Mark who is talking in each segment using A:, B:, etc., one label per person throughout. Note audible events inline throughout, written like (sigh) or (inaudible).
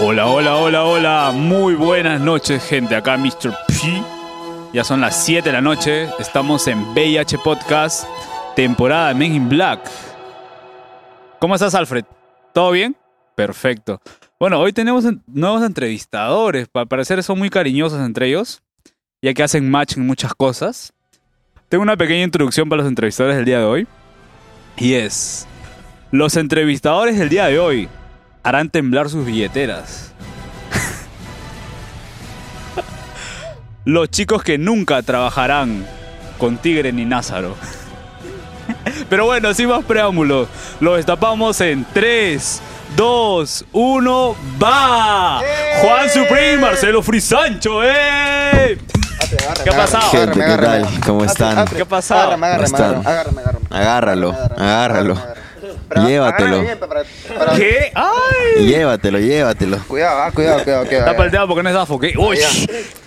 A: Hola, hola, hola, hola. Muy buenas noches, gente. Acá Mr. P. Ya son las 7 de la noche. Estamos en VIH Podcast, temporada de Men in Black. ¿Cómo estás, Alfred? ¿Todo bien? Perfecto. Bueno, hoy tenemos en- nuevos entrevistadores. Al parecer son muy cariñosos entre ellos, ya que hacen match en muchas cosas. Tengo una pequeña introducción para los entrevistadores del día de hoy. Y es... Los entrevistadores del día de hoy harán temblar sus billeteras. Los chicos que nunca trabajarán con Tigre ni Názaro. Pero bueno, sin más preámbulos, lo destapamos en 3, 2, 1, ¡va!
B: ¡Eh!
A: Juan Supreme, Marcelo Frisancho, ¡eh! ¿Qué ha pasado?
C: Gente,
B: Agárrame,
C: ¿qué
B: agárrame.
C: tal? ¿Cómo están?
A: ¿Qué ha pasado?
B: Agárrame, agárrame,
C: ¿Cómo
B: agárrame,
C: están?
B: agárrame, agárrame.
C: Agárralo, agárralo.
B: Pero
C: Llévatelo.
B: agárrame bien, para- para-
A: ¿Qué? ¡Ay!
C: Llévatelo, llévatelo.
B: Cuidado, ah, cuidado, cuidado, cuidado.
A: Está
B: ya.
A: palteado porque no es dafo,
B: Ah,
A: ¿qué? ¡Uy!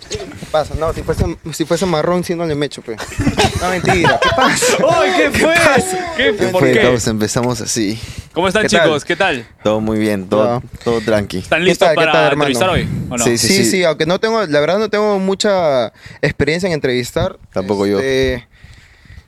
B: ¿Qué pasa? No, si fuese, si fuese marrón, sí no le mecho, pe. No, mentira. (laughs) ¿Qué pasa?
A: (laughs) ¡Uy, qué fue! ¿Qué,
C: ¿Qué
A: ¿Por
C: fue?
A: qué?
C: Todos empezamos así.
A: ¿Cómo están,
B: ¿Qué tal?
A: chicos? ¿Qué tal?
C: Todo muy bien, todo,
B: Claro.
C: todo tranqui.
A: ¿Están
B: ¿Qué
A: listos
B: tal, qué
A: para
B: tal, hermano?
A: entrevistar hoy? ¿o no?
C: Sí,
B: Sí, sí, aunque no tengo, la verdad no tengo mucha experiencia en entrevistar.
C: Tampoco yo.
B: Este,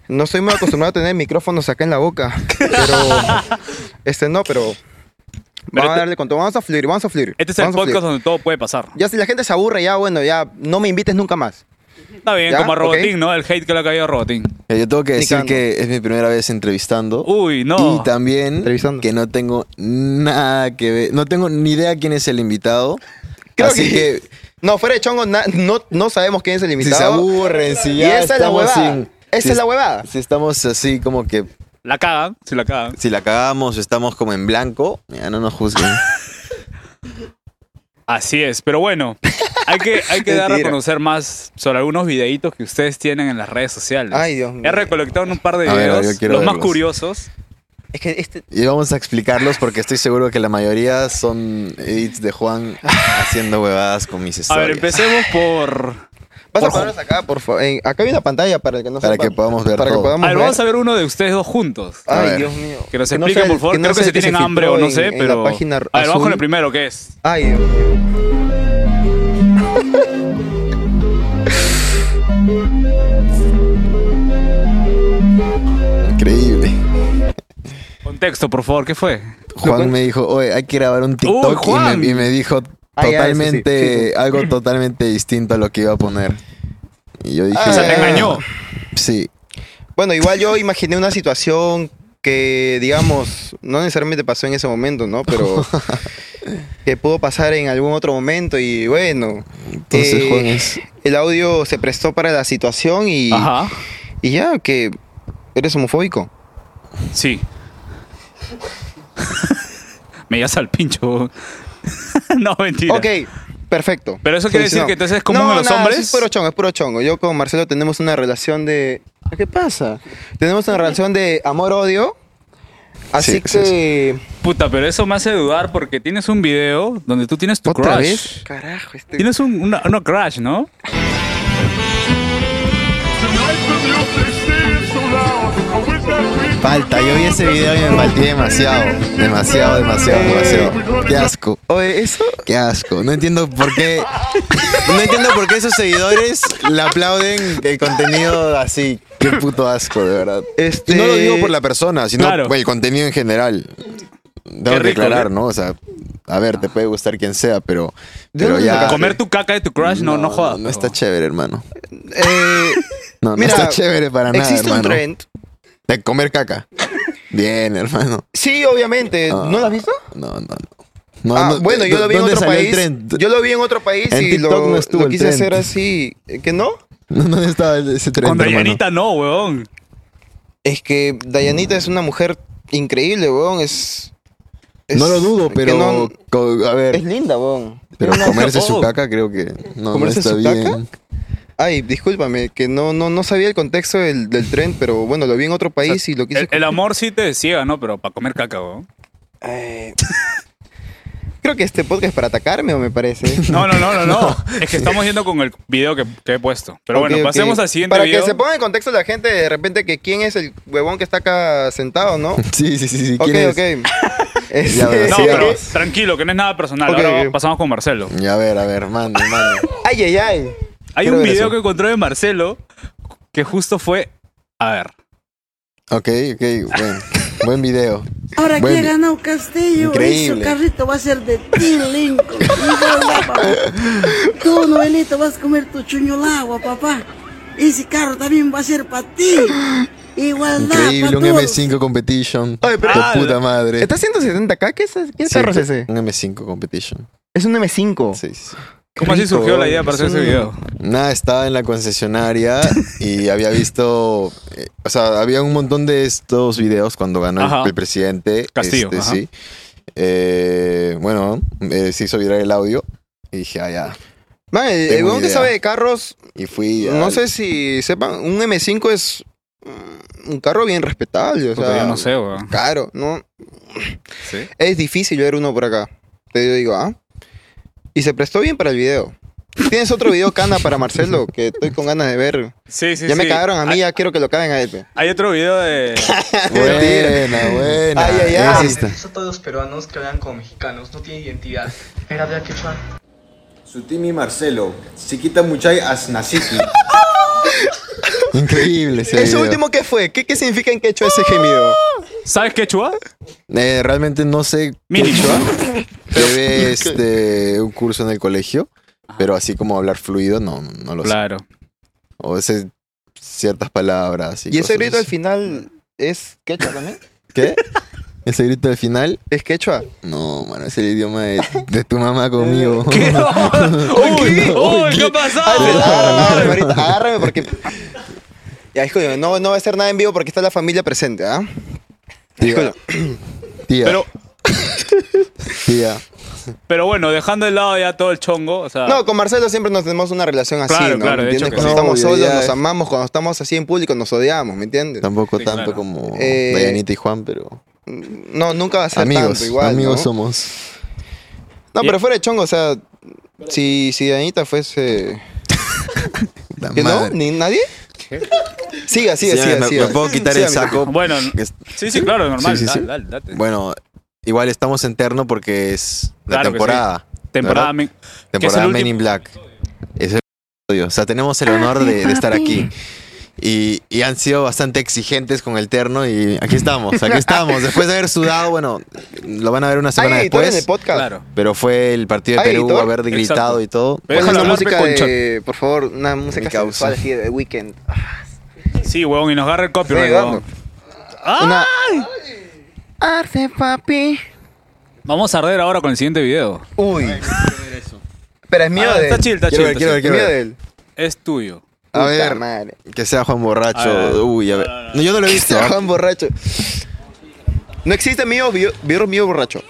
B: No estoy muy acostumbrado a tener micrófonos acá en la boca.
A: (laughs)
B: Pero. Este no, pero.
A: Pero
B: Vamos a
A: este-
B: darle con todo. Vamos a fluir, vamos a fluir.
A: Este es el
B: vamos a fluir.
A: podcast donde todo puede pasar.
B: Ya si la gente se aburre, ya bueno, ya no me invites nunca más.
A: Está bien,
B: ¿Ya?
A: como a Robotín,
B: Ok.
A: ¿no? El hate que le ha caído a Robotín.
C: Eh, Yo tengo que decir
B: Nicando.
C: que es mi primera vez entrevistando.
A: Uy, Uh, no.
C: Y también
B: Entrevistando.
C: que no tengo nada que ver, no tengo ni idea quién es el invitado.
B: Creo
C: así que,
B: No, fuera de chongo, na- no, no sabemos quién es el
C: si se
B: invitado.
C: aburren, si
B: y
C: ya
B: esa es la
C: estamos
B: huevada.
C: sin-
B: Esa
C: si-
B: es la huevada.
C: Si estamos así como que
A: La cagan, si la cagan.
C: si la cagamos, estamos como en blanco, ya no nos juzguen.
A: Así es, pero
B: (laughs)
A: bueno, hay que, hay que dar a
B: Mentira.
A: conocer más sobre algunos videitos que ustedes tienen en las redes sociales.
B: Ay, Dios
A: He
B: mío.
A: recolectado en un par de
C: A ver,
A: videos,
C: yo quiero
A: los más
C: verlos.
A: curiosos.
B: Es que este.
C: Y vamos a explicarlos porque estoy seguro que la mayoría son edits de Juan haciendo huevadas con mis
A: A
C: historias.
A: ver, empecemos
B: (laughs)
A: por...
B: Vas
A: Por
B: a ponerlos acá, por favor. En- Acá hay una pantalla para el que no
C: Para
B: sepa.
C: que podamos ver
B: Para que
C: todo.
B: podamos
A: A ver,
B: ver.
A: vamos a ver uno de ustedes dos juntos.
C: a
B: Ay,
C: ver.
B: Dios mío.
A: Que nos
B: no
A: expliquen,
B: sea el-
A: por favor.
B: no
A: Creo que
B: sea
A: se
B: el
A: tienen
B: se
A: hambre o
B: filtró
A: no
B: en-
A: sé,
B: en
A: pero...
B: la página
A: a ver, vamos
B: azul.
A: con el primero, ¿qué es?
B: Ay, Dios mío.
C: Increíble.
A: Contexto, por favor, ¿qué fue?
C: Juan me dijo, oye, hay que grabar un
A: Uy,
C: TikTok y,
A: Juan.
C: me, y me dijo
B: Ah, ya, eso sí,
C: totalmente,
B: sí, sí.
C: algo totalmente distinto a lo que iba a poner. Y yo dije,
B: Ah,
A: O sea, te
B: eh,
A: engañó.
C: Sí,
B: Bueno, igual yo imaginé una situación que, digamos, no necesariamente pasó en ese momento, ¿no?
C: (laughs)
B: Pero que pudo pasar en algún otro momento y bueno.
C: entonces
B: eh,
C: Juan es...
B: El audio se prestó para la situación y,
A: Ajá.
B: y ya, que eres homofóbico.
A: Sí. (laughs) Me llevas al pincho. (laughs) no, mentira.
B: Ok, perfecto.
A: Pero eso quiere decir
B: Solucionado.
A: que entonces es común
B: No,
A: en los
B: nada,
A: hombres.
B: Es puro chongo, es puro chongo. Yo con Marcelo tenemos una relación de. ¿Qué pasa? Tenemos una relación de amor-odio. Así
C: Sí,
B: que.
C: sí,
A: Puta, pero eso me hace dudar porque tienes un video donde tú tienes tu
B: ¿Otra
A: crush.
B: vez? Carajo, este.
A: Tienes un, una, una crush, ¿no?
C: Falta, yo vi ese video y me falté demasiado, demasiado, demasiado, demasiado. Qué asco.
B: Oye, eso.
C: Qué asco. No entiendo por qué. No entiendo por qué sus seguidores le aplauden el contenido así. Qué puto asco, de verdad.
B: Este-
C: Y no lo digo por la persona, sino
A: Claro.
C: por el contenido en general. Debo
A: rico,
C: declarar,
A: ¿qué?
C: ¿no? O sea, a ver, te puede gustar quien sea, pero.
B: ¿De
C: Pero
B: dónde
C: ya.
B: sacaste?
A: Comer tu caca de tu crush, no, no, jodas.
C: No está chévere, hermano.
B: eh,
C: (laughs) No, no
B: Mira,
C: está chévere para nada.
B: existe un
C: hermano.
B: trend.
C: De comer caca. Bien, hermano.
B: Sí, obviamente.
C: Ah.
B: ¿No lo has visto?
C: No, no, no. No,
B: ah,
C: no,
B: bueno, yo
C: ¿dó-
B: lo vi en
C: ¿dónde
B: otro
C: salió el
B: país.
C: trend?
B: Yo lo vi en otro país
C: En
B: y
C: TikTok
B: lo,
C: no estuvo
B: lo
C: el
B: quise
C: trend.
B: hacer así. Eh, ¿Que no?
C: (laughs) ¿Dónde estaba ese trend?
A: Con
C: hermano?
A: Dayanita no, weón.
B: Es que Dayanita es una mujer increíble, weón. Es. es-
C: no lo dudo,
B: que
C: pero
B: no-
C: co- a ver,
B: es linda, weón.
C: pero
B: Tiene una-
C: comerse
A: oh.
C: su caca creo que no, no
B: ¿Comerse
C: está
B: su
C: bien.
B: Ay, discúlpame, que no, no, no sabía el contexto del, del tren, pero bueno, lo vi en otro país y lo quise.
C: eh,
B: (laughs)
A: El, el amor sí te ciega, ¿no? Pero para comer caca, weón.
B: Eh, Creo que este podcast es para atacarme, o me parece.
C: (laughs)
A: No, no, no, no, no. es que estamos yendo con el video que, que he puesto. Pero bueno,
B: Ok, ok.
A: pasemos al siguiente
B: Para
A: video.
B: que se ponga en contexto la gente
C: (laughs)
B: de repente que quién es el huevón que está acá sentado, ¿no?
C: Sí, sí, sí, sí. (laughs)
B: ok,
C: ¿quién es?
B: ok. (laughs) Este,
C: Ya, bueno,
A: No,
C: Sí,
A: pero
C: ok.
A: tranquilo, que no es nada personal.
B: Ok,
A: Ahora
B: ok.
A: pasamos con Marcelo.
C: Y a ver, a ver, mano, mano.
B: Ay, ay, ay.
A: Hay
B: Quiero
A: un
B: ver
A: video
B: eso.
A: que encontré de Marcelo que justo fue. A ver.
C: Ok, ok, buen, buen video.
D: Ahora
C: Buen
D: que ha
C: vi-
D: ganado Castillo,
C: Increíble.
D: su carrito va a ser de ti,
C: (laughs)
D: Lincoln. Y no, no, papá. Tú, novelito, vas a comer tu chuño al agua, papá. Ese carro también va a ser para ti. Igualdad
C: Increíble,
D: para
C: un
D: todos.
C: M5 Competition.
B: Oye, pero-
C: de
A: Ah,
C: puta madre.
B: ¿Está 170k? ¿Qué es, ¿Quién
C: Sí,
B: carro es ese?
C: Un M5 Competition.
B: Es un M5.
C: Sí, sí.
A: ¿Cómo así
B: Rico,
A: surgió la idea
B: es
A: para hacer ese
B: un-
A: video?
C: Nada, estaba en la concesionaria y había visto, eh, o sea, había un montón de estos videos cuando ganó
A: Ajá.
C: el, el presidente.
A: Castillo,
C: este,
A: ajá.
C: sí. Eh, bueno, eh, se hizo viral el audio y dije, ah, ya.
B: Man, el- el
C: Tengo
B: weón que
C: idea.
B: sabe de carros,
C: Y fui.
B: no
C: al-
B: sé si sepan, un M5 es mm, un carro bien respetable. O
A: Puta,
B: sea,
A: yo no sé, weón.
B: Caro, ¿no?
A: ¿Sí?
B: Es difícil ver uno por acá. Te digo, ah. Y se prestó bien para el video. Tienes otro video cana para Marcelo que estoy con ganas de ver.
A: Sí, sí,
B: ya me
A: sí. Ah.
B: cagaron a mí,
A: Hay,
B: ya quiero que lo caguen a él. pe.
A: hay otro video
B: (laughs)
A: de.
C: Buena, buena.
B: Ay, ay,
C: Esa
B: ay.
C: está.
E: Eso Ah, todos los peruanos que hablan como mexicanos, no tienen identidad. Era de Aquechua.
F: Sutimi Marcelo, Siquita Muchay Asnasiki.
C: Increíble ese
B: ¿Eso
C: video.
B: último qué fue? ¿Qué, qué significa en quechua ese gemido?
A: ¿Sabes quechua?
B: Pues,
C: Eh, realmente no sé.
A: Mini.
C: Llevé este, un curso en el colegio,
B: Ah.
C: pero así como hablar fluido, no, no lo
B: (laughs)
C: sé.
A: Claro.
C: O ese, ciertas palabras.
B: ¿Y ese
C: cosas
B: grito al
C: así.
B: final es quechua
A: (laughs)
B: también?
C: ¿Qué? ¿Ese grito al final?
B: ¿Es quechua?
C: No, mano, es el idioma de, de tu
B: (laughs)
C: mamá conmigo.
A: ¡Uy! ¡Uy! ¿Qué ha pasado?
B: Agárrame, Barbarita, agárrame porque... Ya, hijo, no, no va a ser nada en vivo porque está la familia presente, ¿ah?
C: Tía, tía,
A: Pero,
C: tía.
A: pero bueno, dejando de lado ya todo el chongo, o sea.
B: No, con Marcelo siempre nos tenemos una relación así,
A: Ah. Claro,
B: ¿no?
A: claro,
B: ¿Me
A: de hecho
B: entiendes?
A: que
B: Cuando
C: sí.
B: estamos
C: Obvio,
B: solos
C: ya,
B: nos
C: eh.
B: amamos, cuando estamos así en público nos odiamos, ¿me entiendes?
C: Tampoco
A: Sí,
C: tanto
A: claro.
C: como
B: Eh,
C: Dayanita y Juan, pero
B: No, nunca va a ser
C: amigos,
B: tanto igual,
C: amigos
B: ¿no?
C: somos.
B: No, pero fuera de chongo, o sea, si, si Anita fuese...
C: La
B: ¿Que no?
C: madre.
B: ¿Ni nadie? Siga, siga,
C: Sí,
B: siga,
C: me,
B: siga.
C: me puedo quitar
B: Siga,
C: el
B: mi loco.
C: saco.
A: Bueno,
C: Que es-
A: sí, sí, claro, normal.
C: Sí, sí, sí.
A: Dale, dale, date.
C: Bueno, igual estamos en terno porque es la
A: Claro que
C: temporada.
A: Temporada.
C: ¿verdad?
A: men- que es el
C: Temporada Men
A: último-
C: in Black. Es el episodio. O sea, tenemos el honor de, de estar aquí. Y, y han sido bastante exigentes con el terno y aquí estamos, aquí
A: (laughs)
C: estamos. Después de haber sudado, bueno, lo van a ver una semana
B: Hay editor en el
C: después.
B: podcast.
A: Claro.
C: Pero fue el partido de
B: ¿Hay
C: Perú,
B: editor?
C: haber
A: Exacto.
C: gritado y todo.
A: Pero
B: Pon
A: déjalo
B: una
A: hablar, pe,
B: Pues música
A: concha.
B: de, por favor, una música
C: causa.
B: sensual así de weekend.
A: Sí, huevón, y nos agarra el copyright,
B: Estoy
A: huevón.
B: Una-
D: Arte, papi.
A: Vamos a arder ahora con el siguiente video.
B: Uy. Pero es mío
A: Ah,
B: de
A: está
B: él.
A: chill, está
C: Quiero
A: chill.
C: ver,
A: está
C: quiero ver,
A: chill.
B: Es mío de él.
A: Es tuyo.
C: A
B: Puta
C: ver,
B: madre.
C: que sea Juan borracho.
A: A ver.
C: Uy, a ver. No, yo
A: (laughs)
C: no lo he
B: (laughs)
C: visto.
B: Este Juan borracho. No existe mío, bio- vieron mío borracho.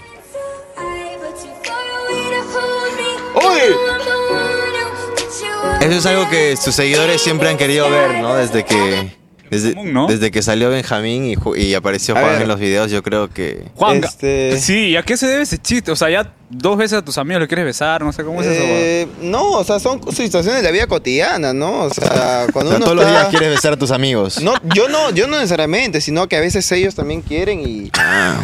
C: Eso es algo que sus seguidores siempre han querido ver, ¿no? Desde que desde,
A: común, ¿no?
C: desde que salió Benjamín y, Ju- y apareció
B: A
C: Juan
B: ver.
C: en los videos, yo creo que
A: Juan, ga-
B: Este-
A: sí, ¿y a qué se debe ese chiste? O sea, ya dos veces a tus amigos le quieres besar, no sé cómo es eso. huevón.
B: Eh, no, o sea, son situaciones de la vida cotidiana, ¿no? O
C: (laughs)
B: sea,
C: o
B: cuando
C: sea,
B: uno
C: todos los
B: está-
C: días quieres besar a tus amigos.
B: No, yo no, yo no necesariamente, sino que a veces ellos también quieren y...
C: Ah.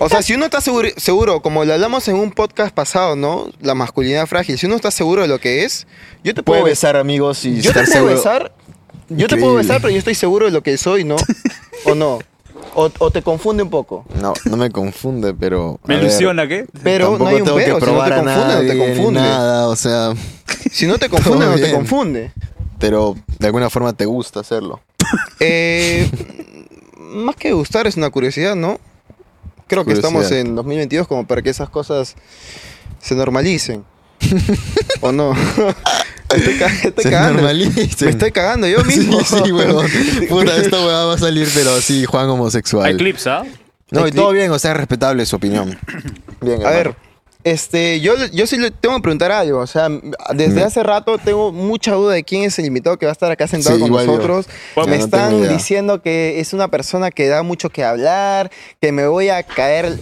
B: O sea, si uno está seguro, seguro, como lo hablamos en un podcast pasado, ¿no? La masculinidad frágil, si uno está seguro de lo que es, yo te
C: Puedes
B: puedo
C: besar amigos y
B: Yo te
C: estar
B: puedo
C: seguro.
B: besar, yo te puedo
C: Increíble.
B: besar, pero yo estoy seguro de lo que soy,
C: (laughs)
B: ¿no? ¿O no? O, o te confunde un poco.
C: No, no me confunde, pero
A: Me
C: a ver,
A: ilusiona, ¿qué?
B: Pero no
C: tampoco
B: hay un pero,
C: tengo que
B: si no te
C: probar a
B: confunde, no
C: nadie,
B: te
C: ni
B: confunde.
C: nada, o sea,
B: Si
C: (laughs)
B: no te confunde,
C: Todo
B: no te
C: bien.
B: confunde.
C: pero de alguna forma te gusta hacerlo.
B: Eh, más que gustar es una curiosidad, ¿no? Creo que estamos
C: Curiosidad.
B: en 2022 como para que esas cosas se
C: (laughs)
B: normalicen. ¿O no? (laughs) Me estoy, ca- me estoy
C: Se
B: cagando.
C: normalicen.
B: Me estoy cagando yo mismo.
C: (laughs) Sí,
B: (laughs)
C: sí, huevón. Puta, esta weá va a salir, pero sí, Juan
A: Hay
C: homosexual.
A: clips, ¿ah?
C: No,
B: Hay
C: y
B: clip.
C: todo bien, o sea, es respetable su opinión. Este, (clears throat) Bien,
B: A ver, este, yo, yo sí le tengo que preguntar algo. O sea,
C: Mm.
B: desde hace rato tengo mucha duda de quién es el invitado que va a estar acá sentado
C: Sí,
B: con
C: igual yo.
B: nosotros.
C: Bueno,
B: me
C: no tengo
B: están
C: idea.
B: diciendo que es una persona que da mucho que hablar, que me voy a caer,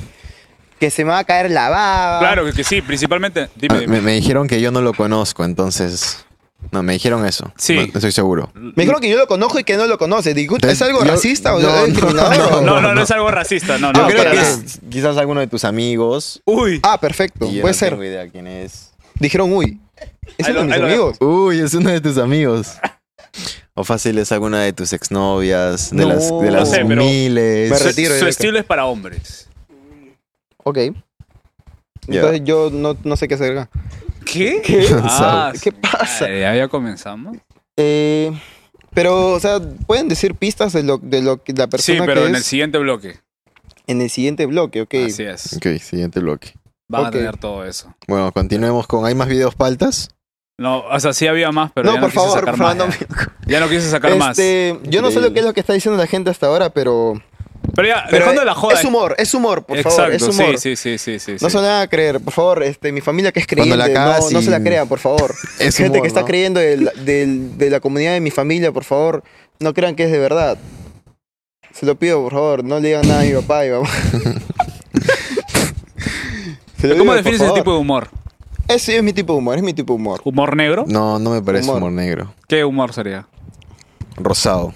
B: que se me va a caer la baba.
A: Claro que, que sí, principalmente. Dime,
C: Ah,
A: dime.
C: Me, me dijeron que yo no lo conozco, entonces No, me dijeron eso.
A: Sí.
C: No, no estoy seguro.
B: Me dijeron que yo lo conozco y que no lo conoce. Digo, ¿es algo
C: Yo-
B: racista o
C: no,
B: algo
C: no, Ah,
B: discriminador?
A: No,
B: o-
A: no, no, es algo racista. No, no,
C: Yo creo
A: para
C: que
A: nada.
C: es quizás alguno de tus amigos.
A: Uy,
B: Ah, perfecto.
C: y yo
B: Puede
C: no
B: ser.
C: tengo idea quién es.
B: Dijeron, uy. Es
A: Ahí
B: uno de
A: lo-
B: mis
A: ahí lo
B: amigos.
C: Uy, es uno de tus (laughs) amigos. O fácil es alguna de tus exnovias, de
B: No.
C: las, de
B: No
C: las
A: sé, pero-
C: miles.
B: Me
A: su,
B: retiro,
A: su
B: Eureka.
A: estilo es para hombres.
B: Ok.
C: Ya.
B: Entonces yo no, no sé qué hacer acá.
A: ¿Qué?
C: Ah,
B: ¿Qué pasa?
A: Ya, ya comenzamos.
B: Eh, pero, o sea, pueden decir pistas de lo, de lo que la
A: Sí,
B: persona
A: pero
B: que
A: en el Ah,
B: es
A: siguiente bloque.
B: en el siguiente bloque, ok.
A: Así es.
C: Ok, siguiente bloque.
A: Van
B: Ok.
A: a tener todo eso.
C: Bueno, continuemos con. ¿Hay más videos paltas?
A: No, o sea, sí había más, pero
B: no,
A: ya
B: por
A: no quise
B: favor,
A: sacar
B: por favor, no
A: más. ya. (laughs) Ya no quise sacar
B: me-
A: más.
B: este, Yo no sé lo que
C: Increíble.
B: es lo que está diciendo la gente hasta ahora, pero.
A: Pero ya,
B: pero
A: dejando la joda.
B: Es humor, es humor, por
A: Exacto,
B: favor, es humor.
A: sí, sí, sí, sí, sí.
B: No
A: sí.
B: son nada a creer, por favor, este, mi familia que es
C: Cuando
B: creyente,
C: la
B: no,
C: cagas
B: no se la
C: y-
B: crean, por favor.
C: Es
B: Gente
C: humor,
B: que está
C: ¿no?
B: creyendo de la, del- de la comunidad de mi familia, por favor, no crean que es de verdad. Se lo pido, por favor, no le digan nada a mi papá y mamá.
A: (laughs)
B: Se lo
A: Pero ¿Cómo
B: digo, por
A: defines ese
B: favor.
A: tipo de humor?
B: Ese es mi tipo de humor, es mi tipo de humor.
A: ¿Humor negro?
C: No, no me parece
B: Humor.
C: humor, negro.
A: ¿Qué humor sería?
C: Rosado.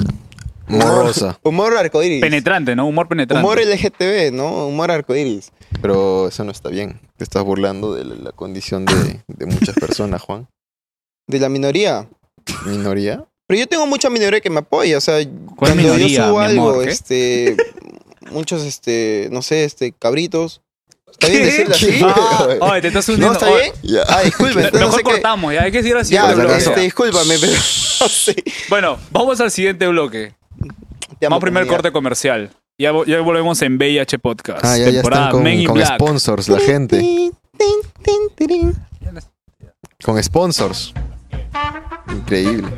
C: Humor rosa.
B: Humor arcoiris.
A: Penetrante, ¿no? Humor penetrante.
B: humor LGTB, ¿no? Humor arcoiris.
C: Pero eso no está bien. Te estás burlando de la, la condición de, de muchas personas, Juan.
B: De la minoría.
C: Minoría.
B: Pero yo tengo mucha minoría que me apoya, o sea, cuando
A: minoría,
B: yo subo
A: mi
B: algo,
A: amor, qué?
B: este, muchos, este, no sé, este,
A: (laughs)
B: cabritos. ¿Está bien
A: ¿Qué?
B: decirlo así?
A: Ah, oye, te estás hundiendo.
B: (laughs) ¿No está
A: Oye,
B: bien?
C: Ya.
B: Ah, disculpe,
A: me-
B: entonces no
A: Mejor
B: sé qué-
A: cortamos, ya hay que seguir así.
B: Ya,
C: pero
B: este,
C: eso.
B: discúlpame, pero no sé.
A: Bueno, vamos al siguiente bloque.
B: Te
A: Vamos
B: amo,
A: al primer
B: comunidad.
A: corte comercial. Ya, vo- ya volvemos en VIH Podcast.
C: Ah, ya, ya
A: temporada
C: están con,
A: Men in
C: con
A: Black.
C: sponsors, la gente.
B: Tin, tin, tin, tirin.
C: Con sponsors. Increíble.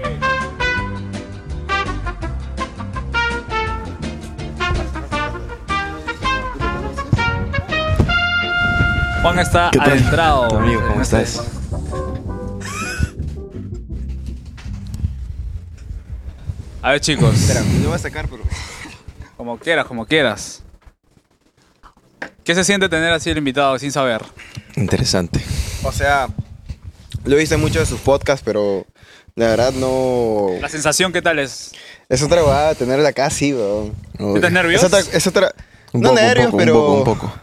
A: Juan está
C: ¿Qué tal?
A: adentrado.
C: Tu amigo, ¿cómo
A: en este-
C: estás?
A: A ver, chicos.
B: Lo voy a sacar, pero...
A: Como quieras, como quieras. ¿Qué se siente tener así el invitado sin saber?
C: Interesante.
B: O sea, lo hice en muchos de sus podcasts, pero la verdad no...
A: La sensación, ¿qué tal es?
B: Es otra guada tenerla acá, sí, weón.
C: Uy.
A: ¿Estás nervioso?
B: Es otra... Es otra...
C: Un
B: no
C: poco, un
B: nervios,
C: poco,
B: pero...
C: un poco, un poco.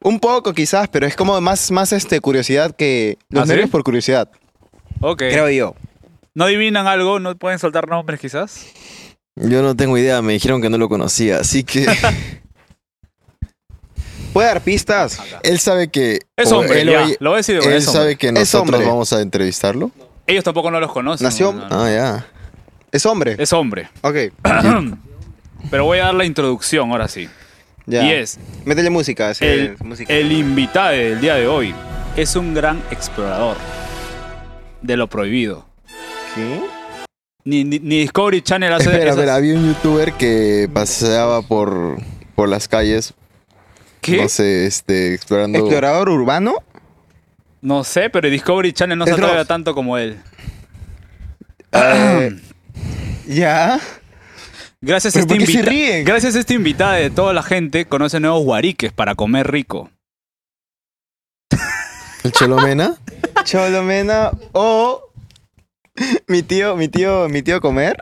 B: Un poco quizás, pero es como más, más este, curiosidad que... Los
A: ¿Ah, sí?
B: nervios por curiosidad,
A: Ok.
B: creo yo.
A: ¿No adivinan algo? ¿No pueden soltar nombres quizás?
C: Yo no tengo idea, me dijeron que no lo conocía, así (laughs) que
B: ¿Puede dar pistas?
A: Ah,
C: él sabe que
A: Es
C: o
A: hombre,
C: Pues, él,
A: ya,
C: oye-
A: lo voy a decir.
C: él
A: es hombre.
C: sabe que
B: Es
C: nosotros
B: hombre.
C: vamos a entrevistarlo.
A: Ellos tampoco no los conocen.
B: Nació-
A: no, no, no.
C: Ah, ya.
B: Es hombre.
A: Es hombre.
B: Ok,
A: (clears throat) Pero voy a dar la introducción ahora sí.
B: ya.
A: Y es,
B: Métele música. sí,
A: el,
B: música.
A: el invitado del día de hoy es un gran explorador de lo prohibido.
B: ¿Qué?
A: Ni, ni- ni Discovery Channel hace
C: Espera,
A: esas-
C: espera, había un youtuber que paseaba por, por las calles,
A: ¿Qué?
C: no sé, este, explorando.
B: ¿Explorador urbano?
A: No sé, pero Discovery Channel no se
B: Es
A: atreve
B: Dross.
A: a tanto como él.
B: Ya.
A: Gracias a,
B: ¿Pero
A: este
B: por qué se
A: invita-
B: ríen?
A: gracias a este invitado de toda la gente conoce nuevos guariques para comer rico.
B: (laughs)
C: ¿El Cholomena?
B: Cholomena o mi tío, mi tío, mi tío comer.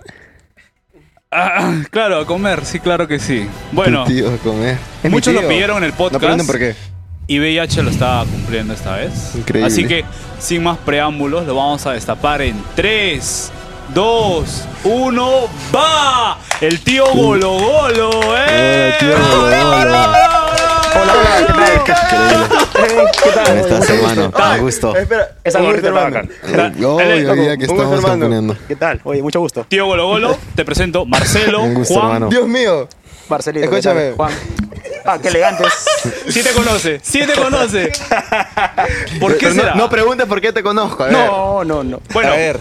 A: Ah, claro, a comer, sí, claro que sí. Bueno,
C: El tío a comer.
B: Es mi
A: muchos lo
B: tío.
A: pidieron en el
B: No
A: podcast
B: pregunten por qué.
A: y VIH lo está cumpliendo esta vez.
C: Increíble.
A: Así que, sin más preámbulos, lo vamos a destapar en 3, 2, 1, ¡va! El tío Golo Golo, ¿eh?
C: Hola, tío Golo
A: ¡Hola,
C: Golo!
A: hola, hola, hola!
B: Hola, hola, ¿qué tal?
C: Increíble.
B: ¿Qué tal?
C: ¿Cómo estás,
B: Mucho
C: hermano?
B: gusto.
C: Tan gusto.
B: Espera,
G: Esa
B: un
G: gorrita
B: gusto,
G: está
B: hermano.
A: Hola.
C: Oh,
A: Él-
C: hoy día que
B: ¿cómo estás,
C: estamos
B: hermano?
C: componiendo.
G: ¿Qué tal? Oye, mucho gusto.
A: Tío Golo Golo, te presento Marcelo,
C: Un gusto,
A: Juan.
C: hermano.
B: Dios mío.
G: Marcelito. ¿qué
B: Escúchame.
G: tal? Juan. Ah, qué elegantes.
A: Sí te conoce, sí te
C: (laughs)
A: conoce. ¿Por qué
B: Pero no,
A: será?
B: no preguntes por qué te conozco. A ver.
G: No, no, no.
A: bueno,
B: a ver.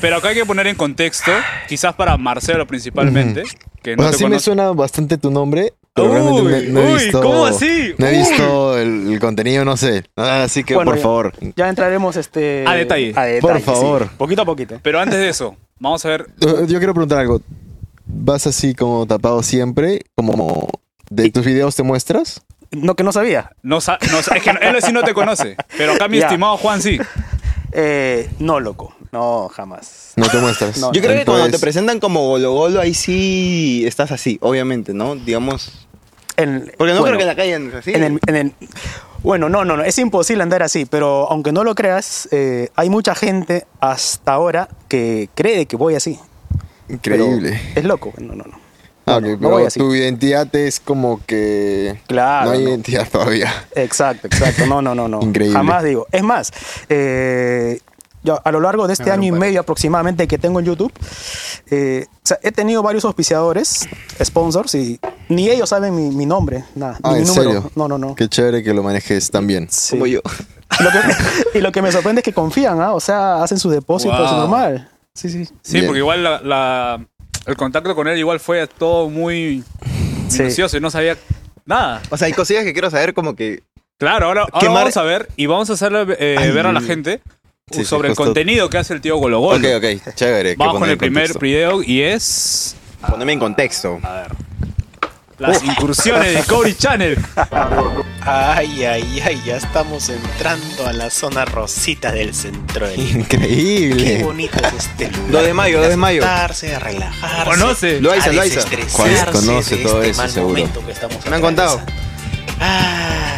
A: pero acá hay que poner en contexto, quizás para Marcelo principalmente, que
C: O
A: no
C: sea,
A: te
C: sí me
A: conoce.
C: suena bastante tu nombre, pero
A: Uy,
C: realmente no, no he
A: uy,
C: visto.
A: ¿cómo así?
C: No he
A: Uy.
C: visto el, el contenido, no sé. Ah, Así que,
G: Bueno,
C: por
G: ya-
C: favor.
G: Ya entraremos este...
A: A detalle.
G: A detalle,
C: Por
G: sí.
C: favor.
G: Poquito a poquito.
A: Pero antes de eso, vamos a ver
C: Eh, Yo quiero preguntar algo. ¿Vas así como tapado siempre? ¿Como de tus videos te muestras?
G: No, que no sabía.
A: No, sa- no sa- es que él sí no te conoce, pero acá mi
G: Ya.
A: estimado Juan sí.
G: Eh, no, loco. No, jamás.
C: No te muestras.
G: No,
B: Yo creo que cuando te
C: Entonces,
B: presentan como Golo Golo, ahí sí estás así, obviamente, ¿no? Digamos.
G: En-
B: Porque no
G: bueno,
B: creo que en la calle andes así.
G: en el- en el- bueno, no, no, no, es imposible andar así, pero aunque no lo creas, eh, hay mucha gente hasta ahora que cree que voy así. Pero
C: Increíble.
G: Es loco, no, no, no.
C: Ah,
G: No,
C: ok,
G: no, no
C: pero
G: voy así.
C: tu identidad es como que.
G: Claro,
C: No hay
G: no.
C: identidad todavía.
G: Exacto, exacto. No, no, no, no.
C: Increíble.
G: Jamás digo. Es más, eh, yo a lo largo de este
C: A ver,
G: año y
C: un par.
G: medio aproximadamente que tengo en YouTube, eh, o sea, he tenido varios auspiciadores, sponsors, y ni ellos saben mi, mi nombre, nada,
C: Ah,
G: ni mi
C: ¿en
G: número.
C: serio?
G: No, no, no.
C: Qué chévere que lo manejes tan bien.
G: Sí.
B: Como yo.
G: Y lo que, y lo que me sorprende es que confían, ¿ah? o sea, hacen su depósito,
A: Wow.
G: es normal. Sí, sí.
A: Sí,
C: Bien.
A: porque igual la, la- el contacto con él igual fue todo muy
G: Sí.
A: minucioso y no sabía nada.
B: O sea, hay cosillas que quiero saber como que.
A: Claro, ahora, ahora
B: Quemar-
A: vamos a ver y vamos a hacerle eh,
C: Ay.
A: ver a la gente
C: Sí, sí,
A: sobre el
C: justo.
A: contenido que hace el tío Golo Golo.
C: Ok, ok, chévere. que
A: Vamos
C: ponga
A: con
C: en
A: el primer
C: contexto. Ah.
A: video y es
B: Ponerme en contexto.
A: las incursiones de Cory Channel.
H: Ay, ay, ay, ya estamos entrando a la zona rosita del centro del
C: (laughs)
H: Lima. Qué
C: Increíble.
H: bonito es este lugar.
B: 2 de mayo, 2 de mayo.
H: Sentarse, a
I: Ah,
H: relajarse.
A: Conoce.
B: Loaiza,
H: a
B: Loaiza.
H: desestresarse
C: ¿Cuál conoce
H: de
C: todo
H: este
C: eso,
H: mal
C: seguro?
H: momento que estamos
B: Me han contado.
H: atravesando. Ah,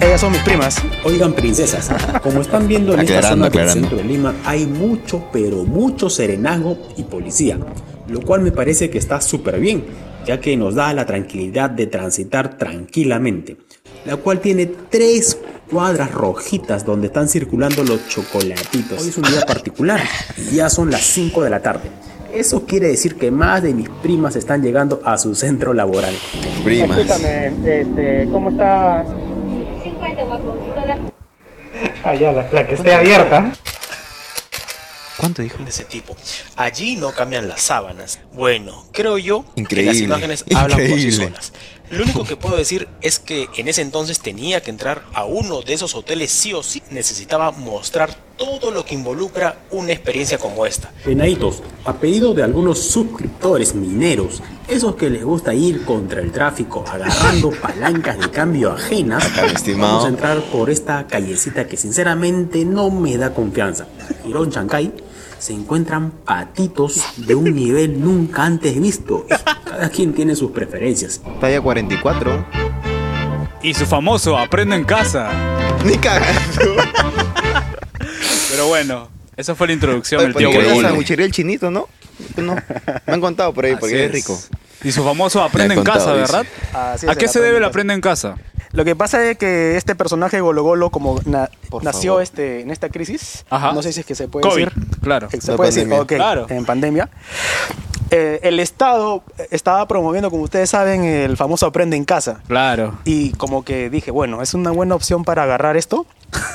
G: Ellas son mis primas.
I: Oigan, princesas, como están viendo en esta
C: Aclarando,
I: zona del
C: aclarando.
I: centro de Lima, hay mucho, pero mucho serenazgo y policía, lo cual me parece que está súper bien, ya que nos da la tranquilidad de transitar tranquilamente, la cual tiene tres cuadras rojitas donde están circulando los chocolatitos. Hoy es un día particular, y ya son las 5 de la tarde. Eso quiere decir que más de mis primas están llegando a su centro laboral.
C: Primas.
G: este, ¿cómo está?
J: 50 guapo, dólar.
G: Allá, la, que esté abierta.
B: ¿Cuánto dijo?
H: de ese tipo. Allí no cambian las sábanas. Bueno, creo yo
C: Increíble,
H: que las imágenes hablan por sí
C: increíble.
H: solas. Lo único que puedo decir es que en ese entonces tenía que entrar a uno de esos hoteles sí o sí. Necesitaba mostrar todo lo que involucra una experiencia como esta.
I: Penaditos, a pedido de algunos suscriptores mineros, esos que les gusta ir contra el tráfico
C: (laughs)
I: agarrando palancas de cambio ajenas,
C: mi estimado.
I: vamos a entrar por esta callecita que sinceramente no me da confianza. Girón Chancay se encuentran patitos de un nivel nunca antes visto. Cada quien tiene sus preferencias.
B: Talla 44.
A: Y su famoso Aprendo en casa.
B: Ni cagando.
A: Pero bueno, esa fue la introducción
B: Oye,
A: del tío
B: pero
A: Golo
B: la
A: Golo.
B: sanguchería el chinito, ¿no? Tú no. Me han contado por ahí porque es rico.
A: Y su famoso Aprende
C: Me
A: en
C: ha
A: casa,
C: contado,
A: ¿verdad?
G: Así es,
A: ¿A qué
G: el
A: se debe el
G: Aprende
A: Aprende en casa?
G: Lo que pasa es que este personaje Golo Golo, como na-
C: Por
G: nació
C: favor.
G: este, en esta crisis,
A: Ajá.
G: no sé si es que se puede
A: COVID,
G: decir.
A: claro.
G: Se
C: La
G: puede
C: pandemia.
G: decir, ok,
A: Claro.
G: en pandemia. Eh, el Estado estaba promoviendo, como ustedes saben, el famoso Aprende en Casa.
A: Claro.
G: Y como que dije, bueno, es una buena opción para agarrar esto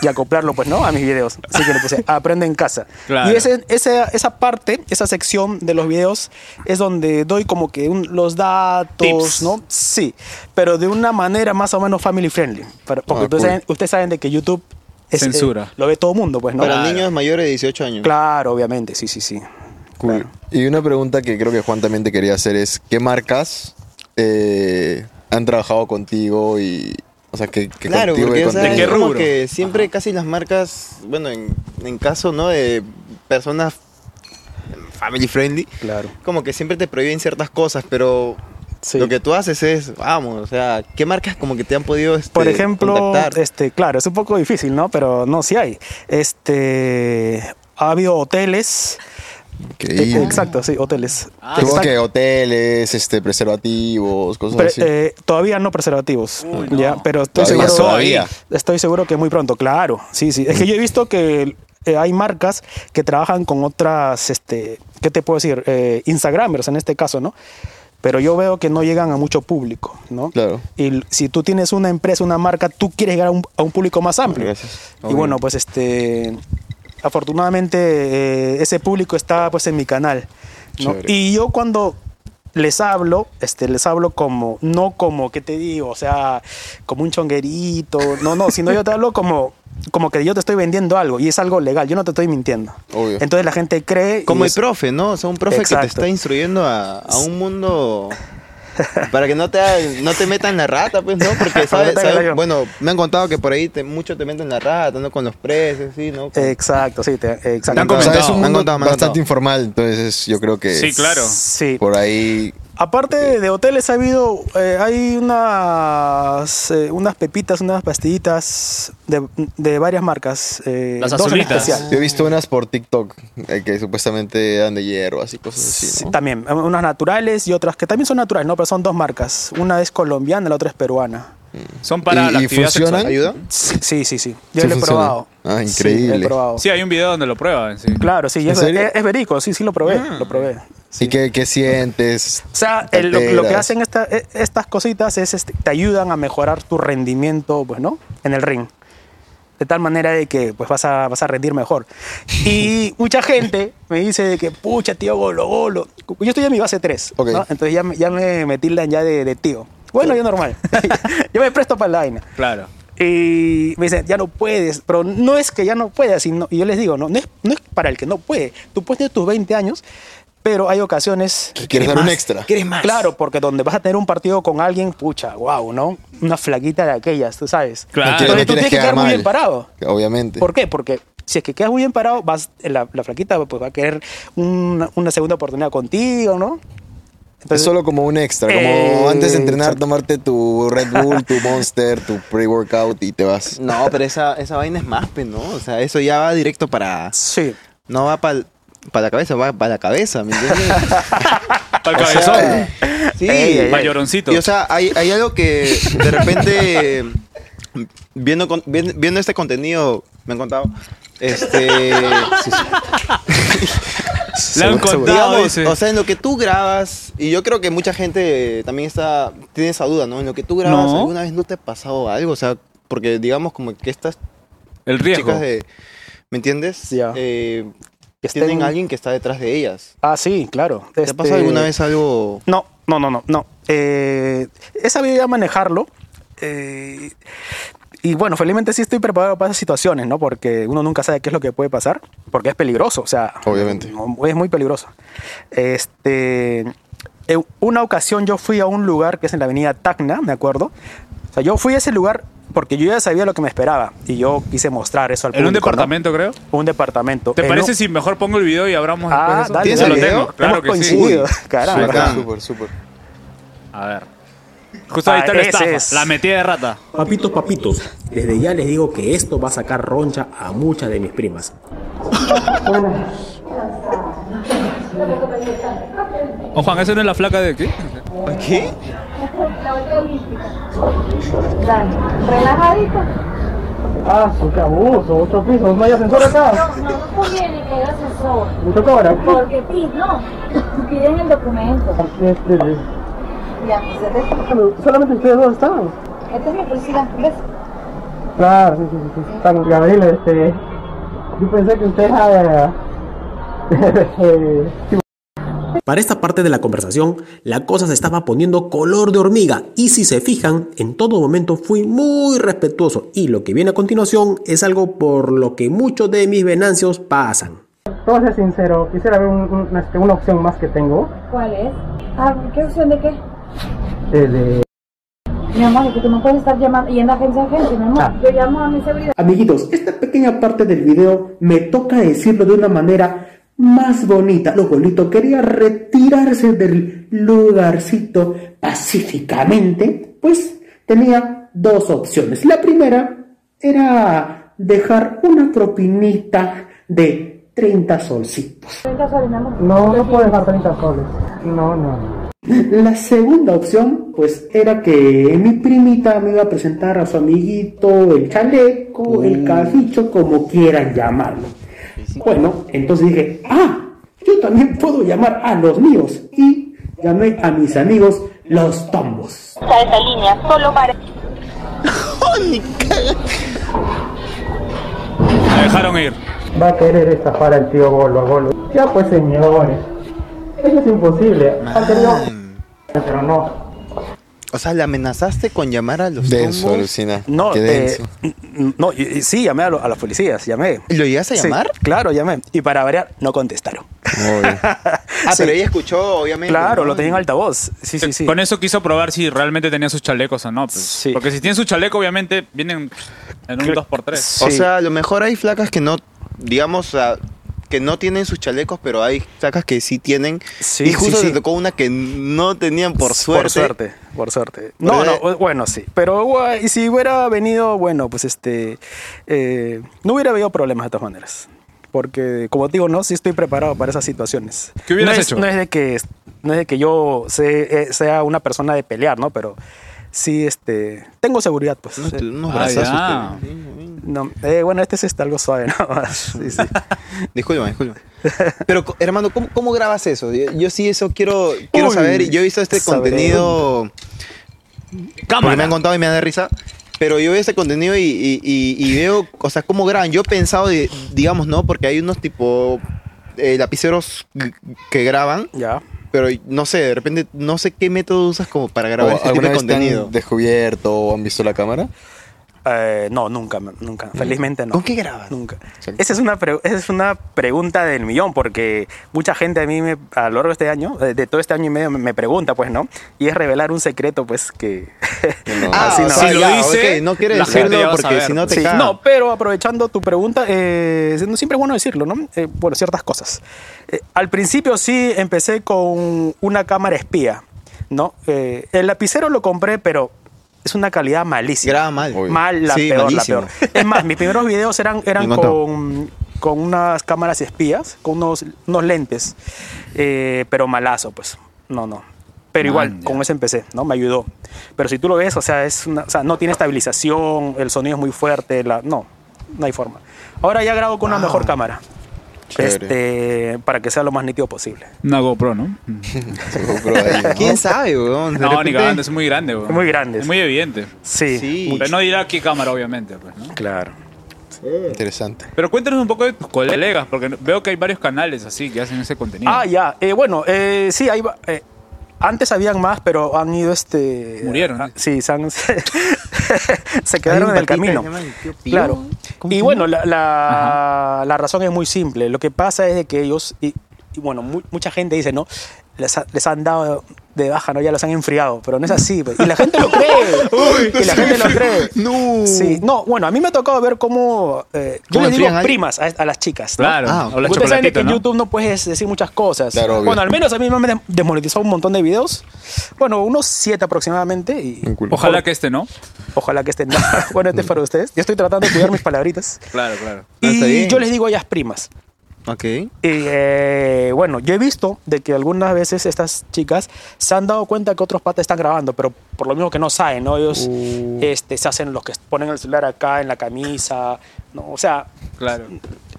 G: y acoplarlo, pues, ¿no? A mis videos. Así que
A: (laughs)
G: le puse, aprende en casa.
A: Claro.
G: Y ese, esa, esa parte, esa sección de los videos es donde doy como que un- los datos,
A: Tips.
G: ¿no? Sí, pero de una manera más o menos family friendly. Para-
C: Ah,
G: porque ustedes,
C: cool.
G: saben, ustedes saben de que YouTube... es, eh,
A: Censura.
G: lo ve todo el mundo, pues,
B: (laughs)
G: ¿no?
B: Para
G: Claro.
B: niños mayores de 18 años.
G: Claro, obviamente, sí, sí, sí.
C: Cool.
G: Claro.
C: Y una pregunta que creo que Juan también te quería hacer es, ¿qué marcas eh, han trabajado contigo y... O sea, ¿qué, qué
B: Claro,
C: contigo
B: porque
C: y
B: o sea,
A: ¿De qué
C: contigo?
B: es como
A: rubro?
B: que siempre casi las marcas, bueno, en, en caso no de personas family friendly,
G: Claro.
B: como que siempre te prohíben ciertas cosas, pero
G: Sí.
B: lo que tú haces es, vamos, o sea, ¿qué marcas como que te han podido este,
G: Por ejemplo,
B: contactar?
G: este, claro, es un poco difícil, ¿no? Pero no, sí hay. Este, ha habido hoteles.
C: Increíble.
G: Eh, Exacto, sí, hoteles.
C: Tuvo
G: Exacto.
C: que hoteles, este, preservativos, cosas
G: Pre-
C: así.
G: eh, todavía no preservativos, ya, pero estoy
C: Todavía,
G: seguro,
C: todavía.
G: estoy seguro que muy pronto, claro, sí, sí. Es que yo he visto que eh, hay marcas que trabajan con otras, este, ¿qué te puedo decir? Eh, Instagramers en este caso, ¿no? Pero yo veo que no llegan a mucho público, ¿no?
C: Claro.
G: Y l- si tú tienes una empresa, una marca, tú quieres llegar a un, a un público más amplio. Y bueno, pues este, afortunadamente eh, ese público está pues en mi canal. ¿no?
C: Chévere.
G: Y yo cuando les hablo, este, les hablo como, no como, ¿qué te digo? O sea, como un chonguerito, no, no, sino yo te hablo como, como que yo te estoy vendiendo algo y es algo legal, yo no te estoy mintiendo.
C: Obvio.
G: Entonces la gente cree... y
B: Como el
G: es-
B: profe, ¿no? O sea, un profe que
G: Exacto.
B: te está instruyendo a, a un mundo Para que no te, no te metan la rata, pues, ¿no? Porque, ¿sabes?
G: Ahorita que
B: ¿sabes?
G: la yo.
B: Bueno, me han contado que por ahí te, mucho te meten la rata, ¿no? Con los precios, ¿sí? ¿no?
G: Exacto, sí, te-
C: Me han
G: Eh, exacto.
C: comentado,
B: comentado,
C: es un
B: me han
C: mundo
B: contado, me han
C: bastante
B: contado.
C: informal, entonces yo creo que
A: Sí, claro.
G: Sí.
C: por ahí
G: Aparte de- de hoteles ha habido, eh, hay unas, eh, unas pepitas, unas pastillitas de, de varias marcas. eh,
A: Las
G: dos en
A: azulitas.
G: especial.
C: yo he visto unas por TikTok eh, que supuestamente dan de hierbas y cosas así,
G: Sí,
C: ¿no?
G: también, eh, unas naturales y otras que también son naturales, ¿no? Pero son dos marcas. Una es colombiana, la otra es peruana.
A: Son para
C: ¿Y-
A: la
C: y
A: actividad
C: funcionan?
A: sexual.
B: ¿Ayuda?
G: Sí, sí, sí. sí. Yo
C: Sí
G: lo he
C: funciona.
G: probado.
C: Ah,
G: Sí,
C: increíble.
G: he probado.
A: Sí, hay un video donde lo prueban. Sí.
G: Claro, sí, y es,
C: serio?
G: es, es verico, sí, sí lo probé, lo probé.
C: ¿Y qué, qué sientes?
G: O sea, el- lo, lo que
C: Alteras.
G: hacen esta- e- estas cositas es este, te ayudan a mejorar tu rendimiento, pues, ¿no? En el ring. De tal manera de que pues, vas, a, vas a rendir mejor. Y mucha gente me dice de que, pucha, tío, golo, golo. Yo estoy en mi base 3,
C: Ok.
G: ¿no? Entonces ya, me- ya me, me tildan ya de, de tío. Bueno, yo normal. (laughs) yo me presto para la vaina.
A: Claro.
G: Y me dicen, ya no puedes, pero no es que ya no puedas, sino, y yo les digo, no, no, es, no es para el que no puede. Tú puedes tener tus 20 años, pero hay ocasiones...
C: Que quieres dar un extra.
G: ¿Quieres más? Claro, porque donde vas a tener un partido con alguien, pucha, wow, ¿no? Una flaquita de aquellas, tú sabes.
A: Claro.
C: No
A: Ah,
C: quieres-
A: entonces
C: no
G: tú
C: quieres
G: tienes que
C: quedar
G: quedar muy
C: mal,
G: bien parado.
C: Obviamente.
G: ¿Por qué? Porque si es que quedas muy bien parado, vas, la, la flaquita pues, va a querer una, una segunda oportunidad contigo, ¿no?
C: es
G: Entonces-
C: solo como un extra, como
G: Eh,
C: antes de entrenar
G: exacto.
C: tomarte tu Red Bull, tu Monster, tu pre-workout y te vas.
B: No, pero esa, esa vaina es más, pe, ¿no? O sea, eso ya va directo para...
G: Sí.
B: No va para la cabeza, va para la cabeza, ¿me (laughs) entiendes?
G: (laughs)
A: Para el
C: O
B: eh,
C: sea,
A: cabezón.
B: Sí,
G: Ey, ey,
A: ey. Lloroncito.
B: Y, o sea, hay, hay algo que de repente, eh, viendo, con- vien- viendo este contenido, me han contado,
G: (laughs)
B: este,
A: Le han
G: Seguro,
A: contado,
B: digamos,
A: dice.
B: o sea, en lo que tú grabas, y yo creo que mucha gente eh, también está, tiene esa duda, ¿no? En lo que tú grabas,
A: No.
B: ¿alguna vez no te ha pasado algo? O sea, porque digamos como que estas
A: el riesgo.
B: chicas de, ¿me entiendes?
G: Ya.
B: Eh,
G: Que estén-
B: tienen a alguien que está detrás de ellas.
G: Ah, sí, claro. Este,
B: ¿Te
C: Este
B: ha pasado alguna vez algo?
G: No, no, no, no, no. Eh, he sabido ya manejarlo. eh, y bueno, felizmente sí estoy preparado para esas situaciones, ¿no? Porque uno nunca sabe qué es lo que puede pasar, porque es peligroso, o sea.
C: Obviamente.
G: no, Es muy peligroso. Este, en una ocasión yo fui a un lugar que es en la avenida Tacna, me acuerdo. O sea, yo fui a ese lugar porque yo ya sabía lo que me esperaba y yo quise mostrar eso al
A: En
G: público.
A: un
G: ¿no? Eh,
A: departamento, creo.
G: Un departamento.
A: ¿Te
G: En
A: parece
G: un-
A: si mejor pongo el video y abramos después de
G: Ah,
A: eso?
G: dale,
A: Sí,
B: dale.
A: lo tengo,
B: Hemos
A: claro que
G: Hemos
A: sí.
G: coincidido, (laughs) caramba.
C: Bacán, súper, súper.
A: A ver. Justo ahí
G: Ah,
A: está la
G: ese
A: estafa,
G: es.
A: la metida de rata.
I: Papitos, papitos, desde ya les digo que esto va a sacar roncha a muchas de mis primas.
A: O Juan, ¿eso no es la flaca de qué?
B: ¿Qué?
J: La otra holística. Dale, relajadita.
K: Ah, su qué abuso, otro piso, no hay ascensor acá.
J: No, no conviene que hagas eso.
K: Mucho cobra.
J: Porque sí, no. (laughs) Piden el documento.
K: Este,
J: Ya, pues este es-
K: solamente ustedes dos están.
J: esta es mi policía. ¿Ves?
K: Claro, sí, sí, sí, sí. Están, Gabriel, este. Yo pensé que ah, usted era. eh,
I: Para esta parte de la conversación, la cosa se estaba poniendo color de hormiga y si se fijan, en todo momento fui muy respetuoso y lo que viene a continuación es algo por lo que muchos de mis venancios pasan.
K: todo ser sincero, quisiera ver un- un- este, una opción más que tengo.
J: ¿Cuál es? Ah, ¿qué opción de qué?
K: eh, de-
J: Mi amor, es que tú no puedes estar llamando y en la agencia a gente, mi amor.
K: Ah.
J: Yo llamo a mi seguridad.
K: Amiguitos, esta pequeña parte del video me toca decirlo de una manera más bonita. Lo golito quería retirarse del lugarcito pacíficamente, pues tenía dos opciones. La primera era dejar una propinita de 30 solcitos.
J: Venga, sorry, mi amor.
K: No, no puedo dejar 30 soles. No, no. La segunda opción, pues, era que mi primita me iba a presentar a su amiguito, el chaleco, el caficho, como quieran llamarlo. Bueno, entonces dije, ah, yo también puedo llamar a los míos. Y llamé a mis amigos los tombos.
J: Está esa línea, solo para.
A: La dejaron ir.
K: Va a querer estafar al tío Golo a Golo. Ya pues, señores, eso es imposible. Ha querido... Pero no.
B: O sea, le amenazaste con llamar a los
C: Denso,
B: tombos?
C: Lucina.
G: No,
C: Qué
G: eh,
C: denso.
G: n- no, y- y sí, llamé a, lo- a los policías, llamé.
B: ¿Y lo llegaste a
G: Sí,
B: llamar?
G: claro, llamé. Y para variar, no contestaron.
B: Ah, pero ella escuchó, obviamente.
G: Claro,
B: ¿no?
G: lo tenía en altavoz. Sí, sí, sí.
A: Eh, Con eso quiso probar si realmente tenía sus chalecos o no. pues. Porque si tiene su chaleco, obviamente vienen en un 2x3.
B: O sea, a lo mejor hay flacas que no, digamos, ah, que no tienen sus chalecos, pero hay flacas que sí tienen. y justo
G: sí,
B: se
G: sí.
B: tocó una que no tenían por
G: S-
B: suerte.
G: Por suerte, por suerte. No,
B: Pero,
G: no, bueno, sí. Pero guay, si hubiera venido, bueno, pues este. eh, no hubiera habido problemas de todas maneras. Porque, como te digo, no, sí estoy preparado para esas situaciones.
A: ¿Qué hubieras
G: No es-
A: hecho?
G: No es de que, no es de que yo sé- eh, sea una persona de pelear, ¿no? Pero sí, este. Tengo seguridad, pues. Eh,
B: unos
G: ah,
B: brazazos
G: ya. No, eh, bueno, este es este, algo suave, (laughs) ¿no? Sí, sí.
B: Disculpa,
G: (laughs)
B: disculpa. Pero, co- hermano, ¿cómo, cómo grabas eso? Yo, yo sí eso quiero, quiero
G: Uy,
B: saber. Yo he visto este
G: sabré.
B: contenido... Porque me han contado y me da risa. Pero yo veo este contenido y, y- y- y veo, o sea, cómo graban. Yo he pensado, de- digamos, no, porque hay unos tipo eh, lapiceros g- que graban.
G: Ya.
B: Pero no sé, de repente, no sé qué método usas como para grabar este tipo de contenido.
C: descubierto o han visto la cámara?
G: Eh, no, nunca, nunca. Felizmente no.
B: Mm. ¿Con qué grabas?
G: Nunca. Esa es, una pre- esa es una pregunta del millón, porque mucha gente a mí me- a lo largo de este año, eh, de todo este año y medio, me, me pregunta, pues, ¿no? Y es revelar un secreto, pues,
B: (laughs)
G: que...
B: Ah,
G: así
B: o
G: no.
B: sea, Si lo ya, dice, ok, no quiere la decirlo gente ya va a porque saber, si no te
G: Sí,
B: cagan.
G: No, pero aprovechando tu pregunta, eh, no siempre es bueno decirlo, ¿no? Eh, bueno, ciertas cosas. Eh, al principio sí empecé con una cámara espía, ¿no? Eh, el lapicero lo compré, pero es una calidad malísima.
B: Graba mal.
G: Mal, la
B: Sí,
G: peor,
B: malísimo.
G: la peor. Es más, mis primeros videos eran, eran
B: Me mató.
G: con, con unas cámaras espías, con unos, unos lentes, eh, pero malazo, pues. No, no. Pero igual, con eso empecé, ¿no? Me ayudó. Pero si tú lo ves, o sea, es una- o sea, no tiene estabilización, el sonido es muy fuerte, la, no, no hay forma. Ahora ya grabo con una mejor cámara. Este, para que sea lo más nítido posible.
A: Una GoPro, ¿no?
B: (laughs) ¿Quién sabe, weón? De
A: No,
B: repente-
A: ni cagando, es muy grande, weón.
G: Es muy grande.
A: Es muy evidente.
G: Sí.
A: Pero no dirá qué cámara, obviamente, pues, ¿no?
G: Claro.
C: Interesante.
A: Pero cuéntanos un poco de tus colegas, porque veo que hay varios canales así que hacen ese contenido.
G: Ah, ya. Eh, bueno, eh, sí, ahí va- eh, antes habían más, pero han ido este.
A: Murieron.
G: ah, sí, se, han- (laughs) se quedaron en el camino. Claro. Y bueno, la, la- la razón es muy simple. Lo que pasa es de que ellos, y, y bueno, mu- mucha gente dice, ¿no? Les, ha- les han dado de baja, ¿no? Ya los han enfriado, pero no es así. pues. Y la gente lo
A: (laughs)
G: cree. y la gente lo cree.
C: No.
G: Sí, no, bueno, a mí me ha tocado ver cómo. eh, yo
A: ¿Cómo
G: les digo
A: enfrían a alguien?
G: primas a, a las chicas. ¿no?
A: Claro, Ah, o las
G: Ustedes saben de
A: chocolatito,
G: que en
A: ¿no?
G: YouTube no puedes decir muchas cosas.
C: Claro, obvio.
G: bueno, al menos a mí me han desmonetizado un montón de videos. Bueno, unos siete aproximadamente. Y
A: Ojalá que este, ¿no?
G: Ojalá que estén. (laughs) bueno, este es para ustedes. Yo estoy tratando de cuidar
C: (laughs)
G: mis palabritas.
A: Claro, claro.
B: está
G: y
B: bien.
G: yo les digo a ellas primas.
B: Ok. (laughs)
G: Y eh, bueno, yo he visto de que algunas veces estas chicas se han dado cuenta que otros patas están grabando, pero por lo mismo que no saben, ¿no? Ellos
C: Uh.
G: este, se hacen los que ponen el celular acá en la camisa, ¿no? O sea,
A: Claro.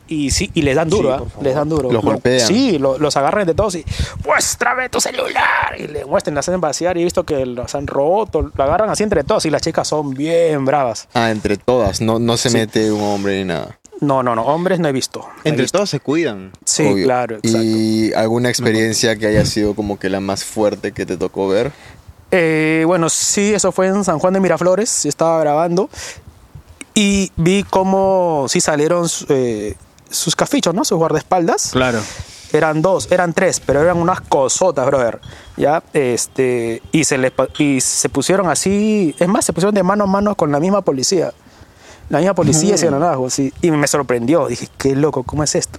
G: y sí, y les dan duro,
A: Sí,
G: ¿ah? les dan duro.
C: Los
G: Lo-
C: golpean.
G: Sí, lo- los agarran de todos y muéstrame tu celular y le muestran, las hacen vaciar y he visto que los han roto, lo agarran así entre todos y las chicas son bien bravas.
C: Ah, entre todas. No, no se mete un hombre ni nada.
G: No, no, no, hombres no he visto.
B: Entre todos se cuidan.
G: Sí,
C: Obvio.
G: claro, exacto.
C: ¿Y alguna experiencia que haya sido como que la más fuerte que te tocó ver?
G: Eh, bueno, sí, eso fue en San Juan de Miraflores, estaba grabando y vi cómo sí salieron eh, sus cafichos, ¿no? Sus guardaespaldas.
A: Claro.
G: Eran dos, eran tres, pero eran unas cosotas, brother. Ya, este, y se les pa- y se pusieron así, es más, se pusieron de mano a mano con la misma policía. La misma policía se naranjo, sí. Y me sorprendió. Dije, qué loco, ¿cómo es esto?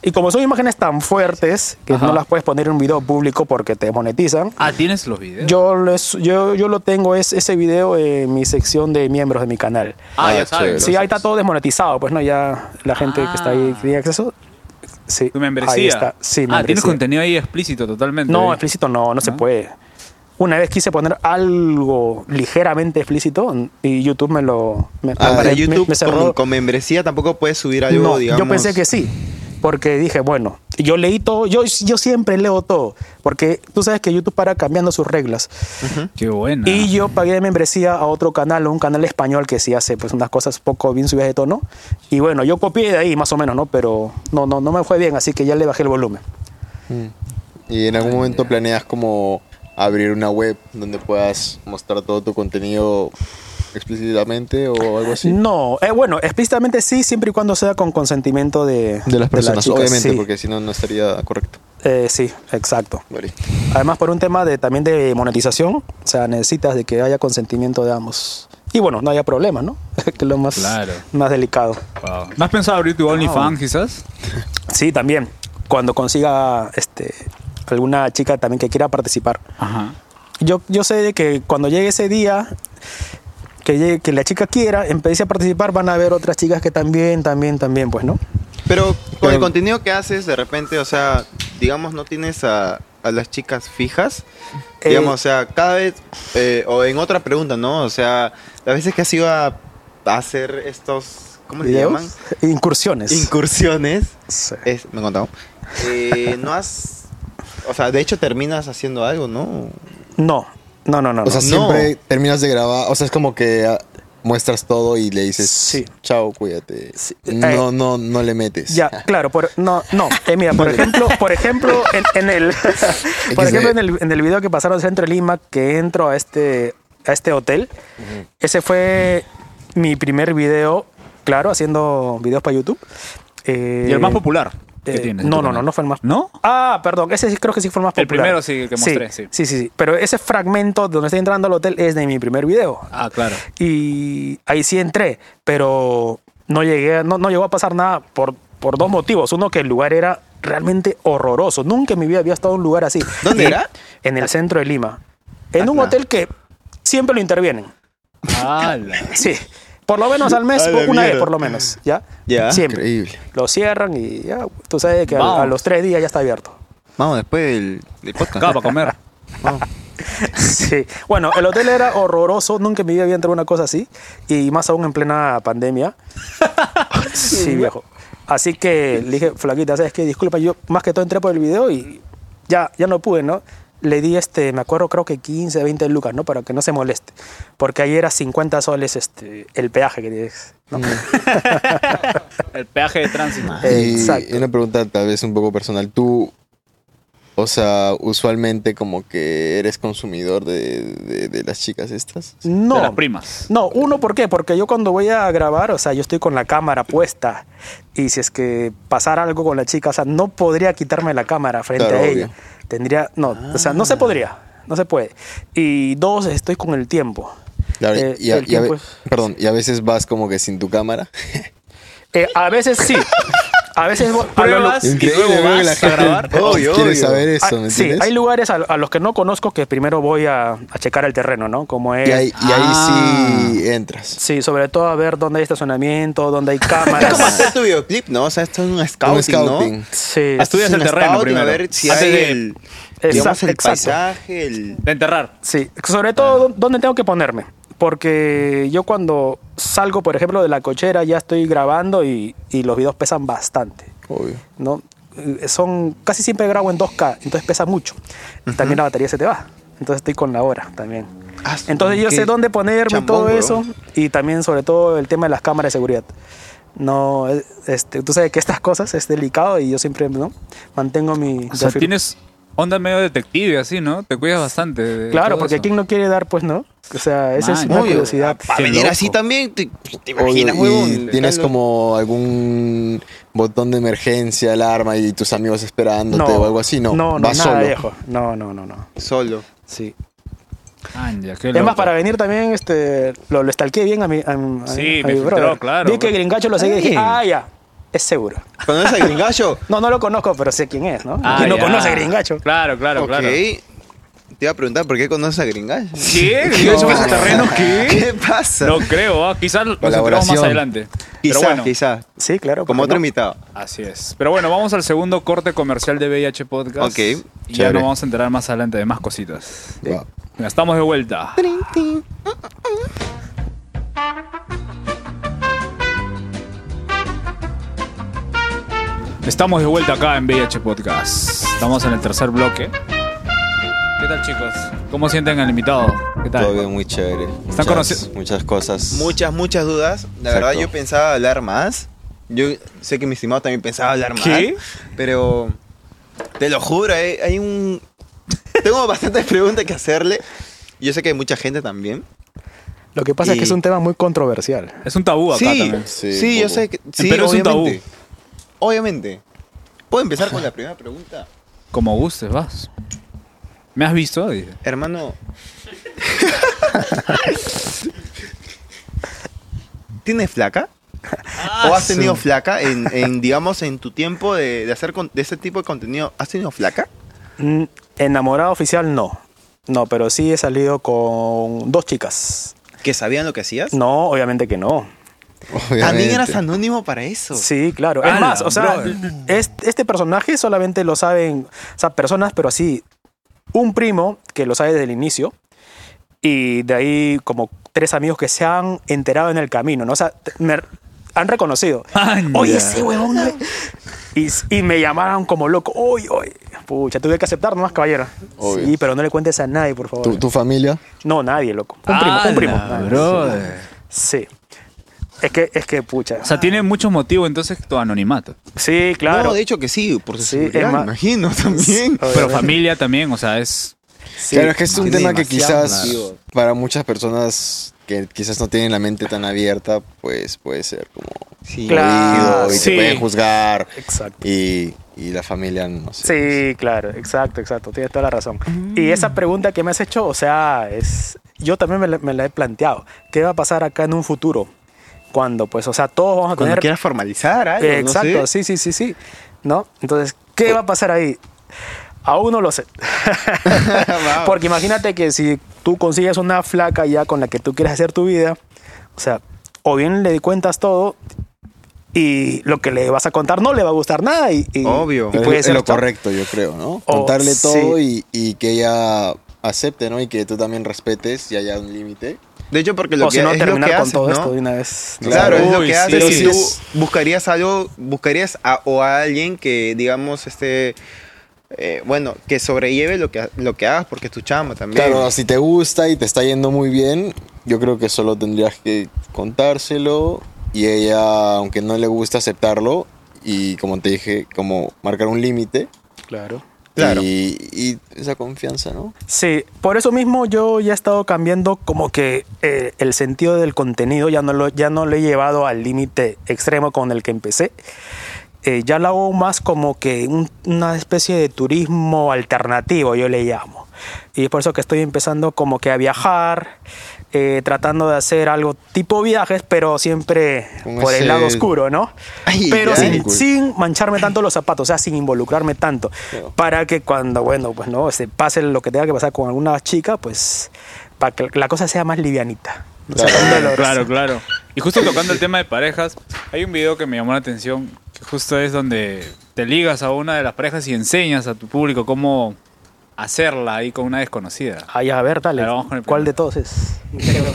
G: Y como son imágenes tan fuertes que
A: Ajá.
G: no las puedes poner en un video público porque te monetizan,
A: Ah, ¿tienes los videos?
G: yo, les- yo, yo lo tengo es, ese video en mi sección de miembros de mi canal.
A: Ah,
C: Ah,
A: ya sabes. Ah.
G: Sí, ahí está todo desmonetizado, pues no, ya la gente que está ahí que tiene acceso. Sí,
A: Tu membresía.
G: Ahí está. Sí,
A: ah, tienes
G: membresía.
A: contenido ahí explícito totalmente.
G: No,
A: Ahí.
G: explícito no, no se puede. Una vez quise poner algo ligeramente explícito y YouTube me lo. Me,
B: Ah,
G: me-
B: para
G: me-
B: YouTube
G: me
B: con,
G: cerró.
B: con membresía tampoco puedes subir algo,
G: No,
B: digamos.
G: yo pensé que sí. Porque dije, bueno, yo leí todo, yo, yo siempre leo todo. Porque tú sabes que YouTube para cambiando sus reglas.
A: Qué bueno.
G: Y yo pagué de membresía a otro canal, un canal español que sí hace pues unas cosas poco bien subidas de tono. Y bueno, yo copié de ahí más o menos, ¿no? Pero no, no, no me fue bien, así que ya le bajé el volumen.
C: ¿Y en algún momento planeas como abrir una web donde puedas mostrar todo tu contenido
B: explícitamente o algo así?
G: No, eh, bueno, explícitamente sí, siempre y cuando sea con consentimiento de,
B: De las personas,
G: chica,
B: obviamente,
G: sí.
B: porque si no, no estaría correcto.
G: Eh, sí, exacto. Además, por un tema de también de monetización, o sea, necesitas de que haya consentimiento de ambos. Y bueno, no haya problemas, ¿no? (laughs) que es lo más,
A: Claro.
G: más delicado.
A: ¿No has pensado abrir tu OnlyFans quizás?
G: Sí, también. Cuando consiga este, alguna chica también que quiera participar. Yo, yo sé de que cuando llegue ese día, que, llegue- que la chica quiera, empiece a participar, van a haber otras chicas que también, también, también, pues, ¿no?
B: Pero con el contenido que haces, de repente, o sea, digamos, no tienes a, a las chicas fijas.
G: Eh.
B: digamos, o sea, cada vez, eh, o en otra pregunta, ¿no? O sea, las veces que has ido a, a hacer estos, ¿cómo le
G: ¿Videos?
B: llaman?
G: Incursiones.
B: Incursiones. Es- me han contado. Eh, no has, o sea, de hecho terminas haciendo algo, ¿no?
G: No, no, no, no.
C: O sea,
B: no.
C: siempre terminas de grabar. O sea, es como que ah, muestras todo y le dices, chao, cuídate. No, no, no le metes.
G: Eh.
C: (laughs)
G: Ya, claro, por, no, no. Eh, mira, por ejemplo, por ejemplo, en, en el (laughs) por ejemplo, en el, en el video que pasaron Centro de Lima, que entro a este, a este hotel, ese fue mi primer video, claro, haciendo videos para YouTube. Eh,
A: ¿Y el más popular que
G: eh,
A: tienes en
G: no,
A: tu
G: no, no,
A: canal?
G: no fue el más.
A: ¿No?
G: Ah, perdón, ese sí creo que sí fue el más
A: El
G: popular.
A: primero sí, el que mostré, sí.
G: Sí, sí, sí. Pero ese fragmento donde estoy entrando al hotel es de mi primer video.
A: Ah, claro.
G: Y ahí sí entré, pero no llegué, a- no, no llegó a pasar nada por, por dos motivos. Uno, que el lugar era realmente horroroso. Nunca en mi vida había estado en un lugar así.
B: ¿Dónde
G: Y-
B: era?
G: En el centro de Lima. En un hotel que siempre lo intervienen. Sí. Por lo menos al mes,
B: A la
G: una vez
B: mierda.
G: por lo menos, ¿ya?
B: Ya.
G: Siempre. Lo cierran y ya, tú sabes que al- a,
B: Vamos.
G: los tres días ya está abierto.
C: Vamos, después del, del podcast. (laughs)
A: Acá, para comer.
G: Sí. Bueno, el hotel era horroroso. Nunca en mi vida había entrado en una cosa así. Y más aún en plena pandemia. Sí, viejo. Así que le dije, flaquita, ¿sabes qué? Disculpa, yo más que todo entré por el video y ya, ya no pude, ¿no? Le di, este, me acuerdo, creo que 15, 20 lucas, ¿no? Para que no se moleste. Porque ahí era 50 soles este, el peaje que tienes. ¿no?
A: El peaje de tránsito.
C: Y una pregunta tal vez un poco personal. Tú, o sea, usualmente como que eres consumidor de, de- de las chicas estas.
G: No.
C: De las
A: primas.
G: No, uno, ¿por qué? Porque yo cuando voy a grabar, o sea, yo estoy con la cámara puesta. Y si es que pasara algo con la chica, o sea, no podría quitarme la cámara frente
C: Claro,
G: a
C: obvio. Ah.
G: ella. Tendría, no, o sea, no se podría. No se puede. Y dos, estoy con el tiempo.
C: Claro,
G: Eh,
C: y, a,
G: el
C: y a ve-
G: tiempo es-
C: perdón, y a veces vas como que sin tu
A: (laughs)
C: cámara.
G: Eh, a veces sí. A veces
C: (laughs)
G: vo- a lo-
A: Pruebas y luego
C: Increíble, veo que la
A: vas a
C: gente- (laughs)
A: grabar.
C: Obvio, quiere obvio. saber eso,
G: Ah,
C: ¿me
G: sí,
C: entiendes?
G: hay lugares a, a los que no conozco que primero voy a, a checar el terreno, ¿no? Como es.
C: Y ahí, y
G: Ah.
C: ahí sí entras.
G: Sí, sobre todo a ver dónde hay estacionamiento, dónde hay
B: Es como
C: (laughs)
G: cámaras.
B: hacer tu este videoclip, ¿no? O sea, esto es un scouting, ¿no?
G: Sí.
B: Estudias el terreno primero. A ver si
A: Antes
B: hay
A: de-
B: el,
G: Exacto,
B: digamos, el
G: exacto.
B: paisaje, el...
A: De enterrar.
G: Sí, sobre todo dónde tengo que ponerme. Porque yo cuando salgo, por ejemplo, de la cochera ya estoy grabando y, y los videos pesan bastante.
C: Obvio.
G: ¿no? Eh, Son, casi siempre grabo en 2K, entonces pesa mucho. Y también la batería se te va. Entonces estoy con la hora también. Entonces yo
B: qué (laughs)
G: sé dónde ponerme y
B: chambón,
G: todo
B: weón.
G: eso. Y también sobre todo el tema de las cámaras de seguridad. No, eh, este, tú sabes que estas cosas es delicado y yo siempre ¿no? mantengo mi...
A: O sea,
G: perfil.
A: tienes onda medio detective así, ¿no? Te cuidas bastante. de
G: Claro,
A: todo
G: porque
A: eso.
G: quién no quiere dar, pues no. O sea, esa es
A: Man,
G: una
A: obvio.
G: curiosidad.
B: Para venir así también, te, pues, te
C: Obvio,
B: imaginas,
C: y
B: huevón.
C: tienes como algún botón de emergencia, alarma y tus amigos esperándote o algo así, no.
G: No, no,
C: vas
G: nada,
C: solo.
G: viejo. No, no, no, no.
B: Solo.
G: Sí.
A: Anja, qué
G: Es
A: loco.
G: más, para venir también, este, lo, lo stalkeé bien a mi, a, mi- a
A: Sí,
G: mi- a
A: me
G: mi
A: filtró,
G: brother.
A: claro, pues.
G: Vi que
A: bro.
G: Gringacho lo sigue y dije,
A: Ay.
G: ah, ya, es seguro.
B: ¿Conoces al gringallo?
G: No, no lo conozco, pero sé quién es, ¿no?
A: Ah,
G: ¿Quién no
A: ya.
G: conoce a Gringacho?
A: Claro, claro,
B: ok.
A: claro.
B: Te iba a preguntar, ¿por qué conoces a gringallo?
A: ¿Qué? ¿Gringacho pasa
G: (laughs)
A: terreno? ¿Qué?
B: ¿Qué pasa?
A: No creo, ah, quizás nos enteramos más
B: Colaboración.
A: adelante. Pero
B: Quizá,
A: bueno,
B: quizá.
G: Sí, claro.
B: Como
G: ¿por qué
B: otro
G: no?
B: invitado.
A: así es. Pero bueno, vamos al segundo corte comercial de VIH Podcast.
B: Ok,
A: Y ya
B: chévere.
A: nos vamos a enterar más adelante de más cositas.
C: Va.
A: Venga, estamos de vuelta. Estamos de vuelta acá en VIH Podcast. Estamos en el tercer bloque. ¿Qué tal, chicos? ¿Cómo sienten al invitado? ¿Qué tal?
C: Todo bien, muy chévere. Muchas,
A: conoci-
C: muchas cosas.
B: Muchas, muchas dudas. La
C: Exacto.
B: verdad, yo pensaba hablar más. Yo sé que mi estimado también pensaba hablar más.
A: ¿Qué?
B: Pero te lo juro, hay,
A: (laughs)
B: hay un. Tengo bastantes preguntas que hacerle. Yo sé que hay mucha gente también.
G: Lo que pasa es
A: Y-
G: que es un tema muy controversial.
A: Es un tabú acá
B: Sí,
A: también.
B: sí, sí, yo sé que. Sí,
A: Pero es un tabú.
B: obviamente. Obviamente. ¿Puedo empezar con la primera pregunta?
A: Como gustes, vas. ¿Me has visto? Dice.
B: (laughs) Hermano. ¿Tienes flaca?
C: Ah,
B: ¿O has tenido
A: su-
B: flaca en, en, digamos, en tu tiempo de, de hacer con- de ese tipo de contenido? ¿Has tenido flaca?
G: Mm, Enamorado oficial, no. No, pero sí he salido con dos chicas.
B: ¿Que sabían lo que hacías?
G: No, obviamente que no.
B: También eras anónimo para eso.
G: Sí, claro. Es
B: Ala,
G: más, o sea,
B: brother.
G: este, este personaje solamente lo saben, o sea, personas, pero así, un primo que lo sabe desde el inicio y de ahí como tres amigos que se han enterado en el camino, ¿no? O sea, te- me han reconocido.
A: Mm,
G: Oye, ese huevón. ¿no? Y, y me llamaron como loco. Oye, oye. Pucha, tuve que aceptar nomás, caballero.
C: Obvio.
G: Sí, pero no le cuentes a nadie, por favor.
C: ¿Tu, tu familia?
G: No, nadie, loco. Un primo, un primo.
A: Ah,
G: Nadie. Sí. Es que, es que, pucha.
A: O sea, tiene muchos motivos entonces tu anonimato.
G: Sí, claro.
A: No, de
B: hecho que sí, por
A: su
G: seguridad, es
C: (laughs)
G: más-
B: imagino también.
A: Pero familia también, o sea, es...
C: claro, es que es un tema que
A: Demasiado
C: quizás
A: motivos.
C: para muchas personas que quizás no tienen la mente tan abierta, pues puede ser como
G: Claro,
C: jodido y
G: sí.
C: te pueden juzgar.
G: Exacto.
C: Y, y la familia no sé.
G: Sí, claro, exacto, exacto, tienes toda la razón. Y esa pregunta que me has hecho, o sea, es, yo también me la, me la he planteado. ¿Qué va a pasar acá en un futuro? Cuando, pues, o sea, todos vamos a
B: Cuando
G: tener...
B: quieras formalizar algo,
G: Eh,
B: no
G: exacto,
B: sé.
G: sí, sí, sí, sí. ¿No? Entonces, ¿qué va a pasar ahí? Aún no lo sé. (laughs) Porque imagínate que si tú consigues una flaca ya con la que tú quieres hacer tu vida, o sea, o bien le cuentas todo y lo que le vas a contar no le va a gustar nada y, y-
C: Obvio.
G: y puede
C: pues, es
G: ser
C: lo
G: hasta-
C: correcto, yo creo, ¿no?
G: Oh,
C: Contarle
G: sí.
C: todo y, y que ella acepte, ¿no? Y que tú también respetes y haya un límite.
B: De hecho, porque lo
C: O
B: que
C: si no,
B: es lo
C: terminar
B: que
C: con
B: haces,
C: todo
B: ¿no?
C: esto de
G: una vez.
B: Claro, es lo
C: Uy,
B: que
C: sí,
B: haces.
C: sí,
B: tú
C: es-
B: buscarías algo, buscarías a, o a alguien que, digamos, este, eh, bueno, que sobrelleve lo que, lo que hagas, porque es tu chama también.
C: Claro, si te gusta y te está yendo muy bien, yo creo que solo tendrías que contárselo y ella, aunque no le gusta aceptarlo, y como te dije, como marcar un límite.
G: Claro.
C: Claro. Y, y esa confianza, ¿no?
G: Sí, por eso mismo yo ya he estado cambiando como que eh, el sentido del contenido, ya no lo, ya no lo he llevado al límite extremo con el que empecé. Eh, ya lo hago más como que un- una especie de turismo alternativo, yo le llamo. Y es por eso que estoy empezando como que a viajar, eh, tratando de hacer algo tipo viajes, pero siempre
K: Con
G: por
K: ese-
G: el lado oscuro, ¿no? pero
K: ya.
G: sin,
K: Cool.
G: sin mancharme tanto los zapatos, o sea, sin involucrarme tanto, para que cuando, bueno, pues no, se pase lo que tenga que pasar con alguna chica, pues para que la cosa sea más livianita.
A: (laughs)
G: O sea, un dolor.
A: Claro, claro. Y justo tocando el tema de parejas, hay un video que me llamó la atención, que justo es donde te ligas a una de las parejas y enseñas a tu público cómo hacerla ahí con una desconocida.
G: Ay, Ah, a ver, dale. ¿Cuál de todos es?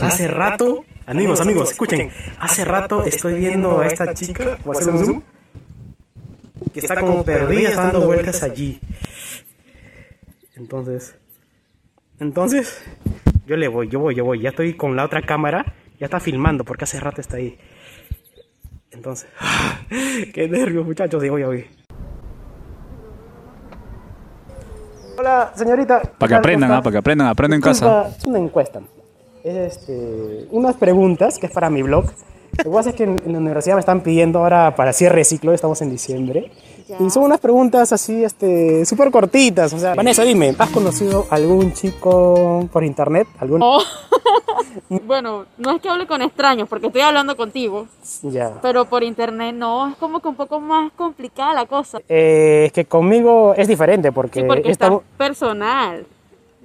L: Hace rato, amigos, amigos, escuchen. Hace rato estoy viendo a esta chica, voy a hacer un zoom, que está como perdida, está dando vueltas allí. Entonces, entonces, yo le voy, yo voy, yo voy. Ya estoy con la otra cámara, ya está filmando porque hace rato está ahí. Entonces, (laughs) qué nervios, muchachos, digo, ya voy.
G: Hola, señorita.
A: Para que aprendan, ah, para que aprendan, aprendan en casa.
L: Es una encuesta. Es este, unas preguntas que es para mi blog. Lo que pasa es que en, en la universidad me están pidiendo ahora para cierre de ciclo, estamos en diciembre. Y son unas preguntas así, este, súper cortitas. O sea, Vanessa, dime, ¿has conocido algún chico por internet? ¿Algún?
M: Oh. (laughs) Bueno, no es que hable con extraños, porque estoy hablando contigo,
L: Ya.
M: pero por internet no, es como que un poco más complicada la cosa.
L: Eh, es que conmigo es diferente porque,
G: Eh,
M: Sí, porque está
L: estamos-
M: personal.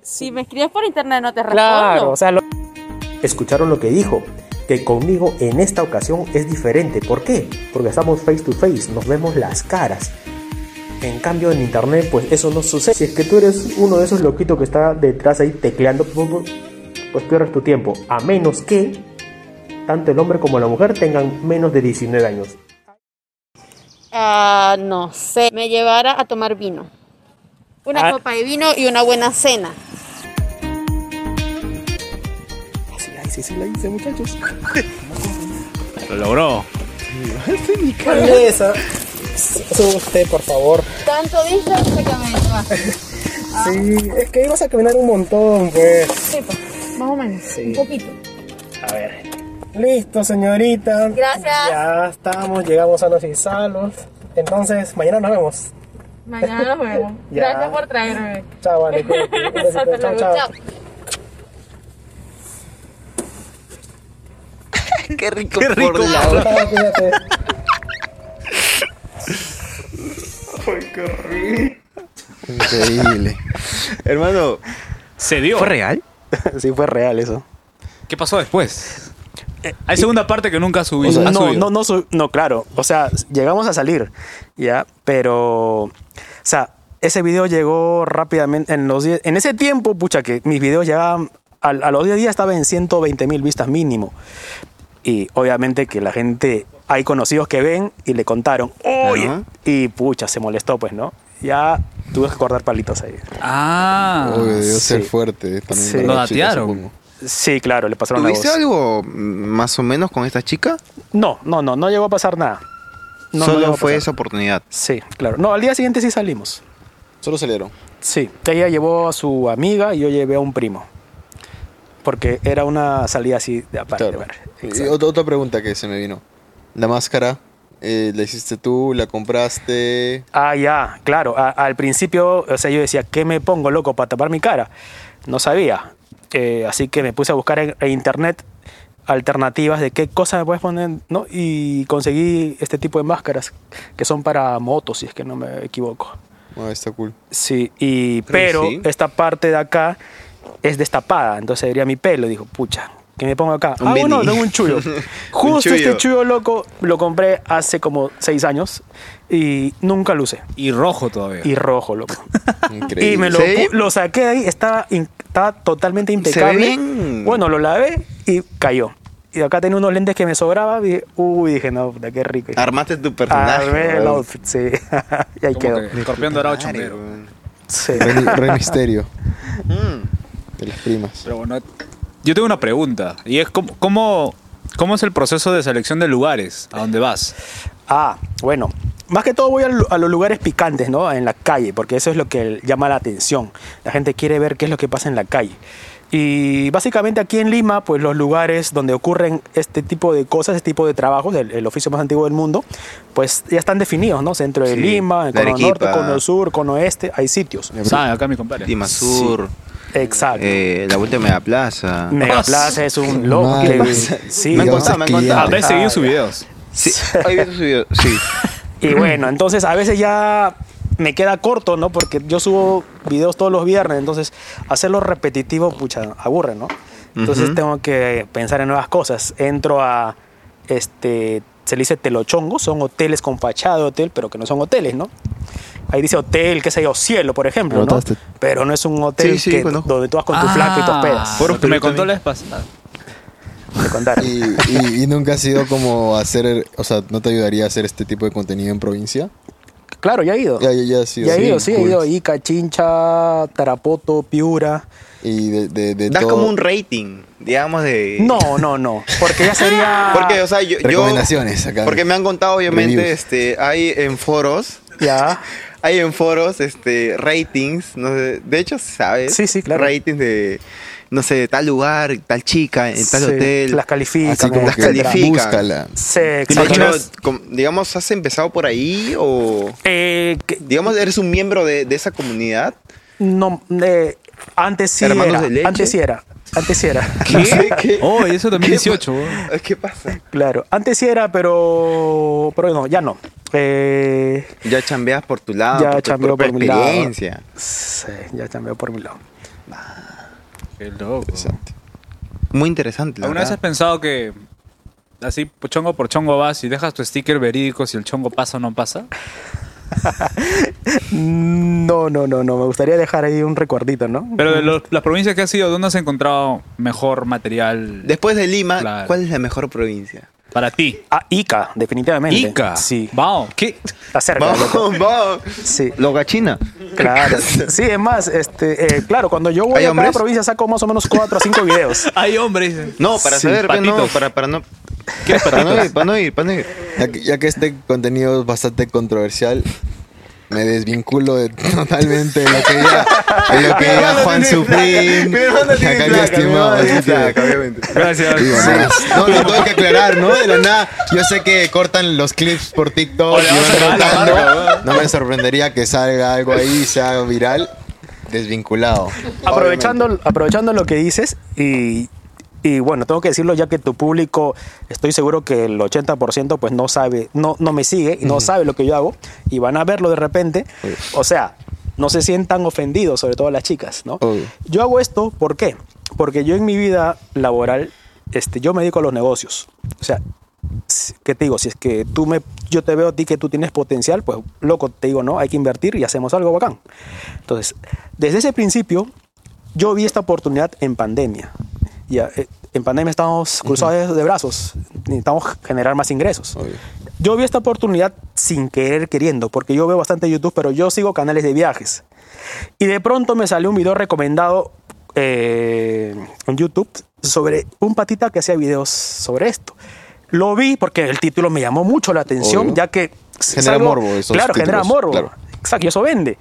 M: Si me escribes por internet no te
L: Claro,
M: respondo.
L: o sea, lo-
I: Escucharon lo que dijo, que conmigo en esta ocasión es diferente. ¿Por qué? Porque estamos face to face, nos vemos las caras. En cambio en internet pues eso no sucede. Si es que tú eres uno de esos loquitos que está detrás ahí tecleando, pu- pu- pues pierdes tu tiempo. A menos que tanto el hombre como la mujer tengan menos de 19 años.
M: Ah, no sé, me llevara a tomar vino. Una copa de vino y una buena cena.
L: Ay, sí, sí, la hice, muchachos.
A: Lo logró.
L: Vanessa, sube usted, por favor.
M: Tanto dice que me
L: (laughs) Sí, es que ibas a caminar un montón, pues.
M: Sí, pues, más o menos, un poquito.
L: A ver. Listo, señorita.
M: Gracias.
L: Ya estamos, llegamos sanos y salos. Entonces, mañana nos vemos.
J: Mañana nos vemos.
L: Ya.
J: Gracias por traerme.
L: Chao, vale. cuídate.
M: (laughs)
L: Un besito.
J: Hasta luego. Chao.
C: Qué rico,
L: Qué rico.
C: por la hora.
L: Chao, cuídate.
C: (laughs) Increíble.
A: Hermano, ¿se dio? ¿Fue real?
G: (laughs) sí, fue real eso.
A: ¿Qué pasó después? Hay segunda parte que nunca subí.
G: O sea,
A: ha
G: no,
A: subido.
G: no, no, su- no, claro. O sea, llegamos a salir, ya, pero. O sea, ese video llegó rápidamente. En, los diez- en ese tiempo, pucha, que mis videos llegaban. A, a los 10 días estaba en 120 mil vistas mínimo. Y obviamente que la gente. Hay conocidos que ven y le contaron. ¡Oye! Y pucha, se molestó, pues, ¿no? Ya tuve que cortar palitos ahí.
A: Ah.
C: Uy, debió ser
G: Sí.
C: fuerte. eh, También
G: Sí.
C: para
G: Lo
C: las chicas,
G: datearon.
C: supongo.
G: Sí, claro, le pasaron la voz.
B: ¿Tuviste algo mm, más o menos con esta chica?
G: No, no, no, no llegó a pasar nada. No, no
B: Solo
G: llegó a
B: fue
G: pasar.
B: esa oportunidad.
G: Sí, claro. No, al día siguiente sí salimos.
C: Solo salieron.
G: Sí, ella llevó a su amiga y yo llevé a un primo. Porque era una salida así de aparte.
C: Claro.
G: ver,
C: Y otra, otra pregunta que se me vino. La máscara, eh, ¿la hiciste tú? ¿La compraste?
G: Ah, ya, claro. A- al principio, o sea, yo decía, ¿qué me pongo, loco, para tapar mi cara? No sabía. Eh, así que me puse a buscar en, en internet alternativas de qué cosas me puedes poner, ¿no? Y conseguí este tipo de máscaras que son para motos, si es que no me equivoco.
C: Ah, está (laughs) cool.
G: Sí, y,
C: Creo
G: pero
C: que sí.
G: esta parte de acá es destapada, entonces vería mi pelo. Dijo, pucha, ¿qué me pongo acá?
C: Un
G: ah, bueno,
C: beanie.
G: tengo
C: (laughs)
G: un chullo.
C: Un
G: Justo
C: chullo.
G: este chullo loco lo compré hace como seis años y nunca lo usé.
A: Y rojo todavía.
G: Y rojo, loco.
C: Increíble.
G: Y me lo,
C: ¿Se ve
G: pu- lo saqué de ahí, estaba, in- estaba totalmente impecable.
C: bien?
G: Bueno, lo lavé y cayó. Y acá tenía unos lentes que me sobraba. y- uy, dije, no, puta, qué rico.
C: Armaste tu personaje.
G: Armé el
C: weón.
G: outfit, sí. (laughs) y ahí
A: Como
G: quedó.
A: que Escorpión dorado chombero.
G: Sí.
C: Rey,
B: (laughs)
C: Rey Misterio.
B: Mm.
C: De las primas.
A: Pero bueno, yo tengo una pregunta. Y es, ¿cómo, cómo, cómo es el proceso de selección de lugares a dónde vas?
G: Ah, bueno. Más que todo voy a, lu- a los lugares picantes, ¿no? En la calle, porque eso es lo que llama la atención. La gente quiere ver qué es lo que pasa en la calle. Y básicamente aquí en Lima, pues los lugares donde ocurren este tipo de cosas, este tipo de trabajos, el, el oficio más antiguo del mundo, pues ya están definidos, ¿no? Centro de
A: Sí,
G: Lima, el
A: la
G: cono norte,
A: Arequipa.
G: cono sur, cono oeste, hay sitios.
A: Ah, acá mi compadre.
B: Timasur,
G: Exacto.
B: eh, la vuelta de Media Plaza.
G: Megaplaza es un loco que- sí,
B: me han contado, me han contado.
G: Ah, ya.
A: videos.
B: Sí, (laughs) ahí vi tus videos, sí.
G: Y bueno, entonces a veces ya me queda corto, ¿no? Porque yo subo videos todos los viernes, entonces hacerlo repetitivo, pucha, aburre, ¿no? Entonces
B: Ujú.
G: tengo que pensar en nuevas cosas. Entro a, este, se le dice telochongo, son hoteles con fachada de hotel, pero que no son hoteles, ¿no? Ahí dice hotel, qué sé yo, cielo, por ejemplo, ¿no?
C: Notaste.
G: Pero no es un hotel
C: Sí, sí,
G: que-
C: conozco.
G: donde tú vas con tu
A: Ah,
G: flaco y te hospedas.
A: lo que me contó la
G: la
A: vez pasada.
G: Te contaron.
C: Y, y- y nunca ha sido como hacer, o sea, ¿no te ayudaría a hacer este tipo de contenido en provincia?
G: Claro, ya he ido.
C: Ya, ya, ya ha sido.
G: Ya he ido, sí, he
C: cool.
G: ido. Ica, Chincha, Tarapoto, Piura.
C: Y de, de, de
B: Das
C: todo-
B: como un rating, digamos, de...
G: No, no, no. Porque ya sería.
B: (laughs) Porque, o sea, yo... yo-
C: Recomendaciones acá.
B: porque me han contado, obviamente,
C: Reviews.
B: este, hay en foros,
G: Ya.
B: hay en foros, este, ratings, no sé, de hecho, ¿sabes?
G: Sí, sí, claro.
B: Ratings de, no sé, de tal lugar, tal chica, en tal
G: Sí,
B: hotel.
G: Las califican.
C: Así como
B: las
C: que
B: califican.
C: búscala.
G: Sí,
B: De
G: exacto.
B: hecho, com- digamos, ¿has empezado por ahí o...?
G: Eh, que-
B: Digamos, ¿eres un miembro de, de esa comunidad?
G: no, eh, antes sí
B: Hermanos
G: era.
B: de leche.
G: Antes sí era. Antes (laughs) sí era.
B: (laughs) ¿Qué?
A: Oh, y eso también 18,
B: ¿Qué pasa?
G: claro. Antes sí era, pero. Pero no, ya no. Eh,
B: Ya chambeas por tu lado,
G: ya
B: por tu
G: chambeo
B: propia
G: por mi lado.
B: experiencia.
G: Sí, ya chambeo por mi lado.
A: Qué loco.
B: Muy interesante, la
A: ¿Alguna vez has
B: verdad.
A: pensado que así po- chongo por chongo vas y dejas tu sticker verídico si el chongo pasa o no pasa?
G: No, no, no, no. Me gustaría dejar ahí un recuerdito, ¿no?
A: Pero de los- las provincias que has ido, ¿dónde has encontrado mejor material
B: Después de Lima,
A: Claro.
B: ¿cuál es la mejor provincia?
A: para ti?
G: Ah, Ica, definitivamente.
A: Ica.
G: Sí.
A: Vamos. ¿Qué?
G: Está cerca. loco.
B: (laughs) Vamos, vamos.
G: Sí.
B: Logachina.
G: Claro. Sí, es más, este, eh, claro, cuando yo voy
B: ¿Hay
G: a cada
B: hombres?
G: provincia saco más o menos 4 a 5 videos.
A: (laughs) Hay hombres.
B: (laughs) No, para
A: Sí,
B: saber, pe, no,
A: patitos.
B: para, para no.
A: ¿Quieres
B: Para no
A: patitos?
B: ir, para no ir, para no ir.
C: Ya que, ya que este contenido es bastante controversial, me desvinculo de- totalmente de lo que diga, de lo que
B: Mi
C: diga
B: hermano
C: Juan
B: tiene
C: Sufrín.
B: placa, mi hermano tiene
C: Acá mi
B: placa, mi
C: estimado.
B: hermano tiene
C: así que-
B: placa, obviamente.
A: Gracias.
C: Digo, no, no, lo tengo que aclarar, ¿no? De la nada. Yo sé que cortan los clips por TikTok
A: Oye,
C: y
A: vamos
C: van
A: a acabar la
C: rotando.
A: marca,
C: No me sorprendería que salga algo ahí y se haga viral. Desvinculado.
G: aprovechando, aprovechando lo que dices y, y bueno, tengo que decirlo ya que tu público, estoy seguro que el 80% pues no sabe, no, no me sigue y no sabe lo que yo hago y van a verlo de repente. O sea, no se sientan ofendidos, sobre todo las chicas, ¿no? Yo hago esto, ¿por qué? Porque yo en mi vida laboral, este, yo me dedico a los negocios. O sea, si- ¿qué te digo? Si es que tú me, yo te veo a ti que tú tienes potencial, pues loco, te digo, no, hay que invertir y hacemos algo bacán. Entonces, desde ese principio, yo vi esta oportunidad en pandemia. Ya, eh, en pandemia estamos cruzados de brazos, necesitamos generar más ingresos. Yo vi esta oportunidad sin querer queriendo, porque yo veo bastante YouTube, pero yo sigo canales de viajes. Y de pronto me salió un video recomendado eh, en YouTube sobre un patita que hacía videos sobre esto. Lo vi porque el título me llamó mucho la atención,
C: Obvio.
G: ya que...
C: Genera morbo esos
G: Claro, genera
C: títulos,
G: morbo.
C: claro.
G: Exacto, y eso vende.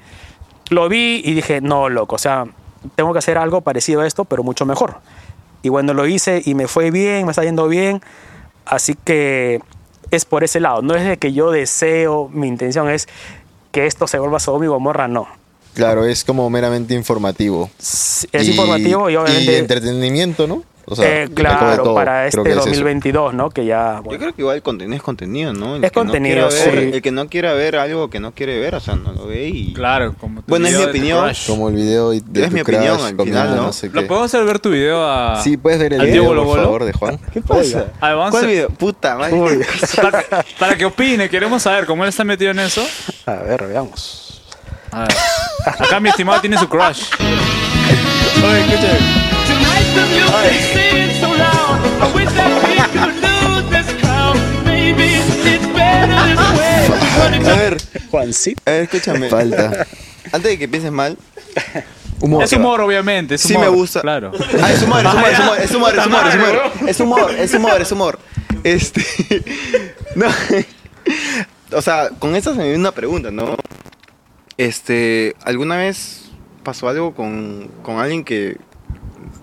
G: Lo vi y dije, no, loco, o sea, tengo que hacer algo parecido a esto, pero mucho mejor. Y bueno, lo hice y me fue bien, me está yendo bien. Así que es por ese lado. No es de que yo deseo, mi intención es que esto se vuelva Sodom y Gomorra, no.
C: Claro, es como meramente informativo.
G: Es informativo y obviamente-
C: entretenimiento, ¿no? O
G: Eh,
C: de
G: claro,
C: todo, creo
G: para este
C: que es eso.
G: 2022, ¿no? Que ya...
B: Yo creo que igual el contenido es contenido, ¿no? El
G: Es
B: que no
G: contenido,
B: quiera ver-
G: sí.
B: El que no quiera ver algo que no quiere ver, o sea, no lo ve y...
A: Claro, como tu
B: Bueno, es mi
A: video de tu
B: opinión.
A: crush.
C: Como el video y de
B: Es
C: tu
B: mi opinión,
C: crush
B: al
C: comiendo
B: final, ¿no?
C: sé
A: ¿Lo
C: qué.
A: podemos hacer ver tu video a.
C: Sí, puedes ver el
A: al
C: video,
A: Diego Lobolo?
C: por favor, de Juan.
G: ¿Qué
B: pasa?
A: A ver, vamos
B: ¿Cuál
A: a-
B: video? Puta madre.
A: Para, para que opine, queremos saber cómo él está metido en eso.
G: A ver, veamos.
A: A ver. Acá mi estimado tiene su crush.
B: Oye, escúchame. A ver,
G: Juancito.
B: a ver, Eh, escúchame.
C: Falta.
B: (laughs) Antes de que pienses mal.
A: Es humor, obviamente. Es
B: Sí
A: humor,
B: me gusta.
A: Claro.
B: Ah, es humor, es humor, es humor, es humor, es
A: Puta
B: humor, es
A: madre,
B: humor. Es humor, es humor, es humor. Este. (laughs) No. O sea, con esto se me viene una pregunta, ¿no? Este. ¿Alguna vez pasó algo con, con alguien que.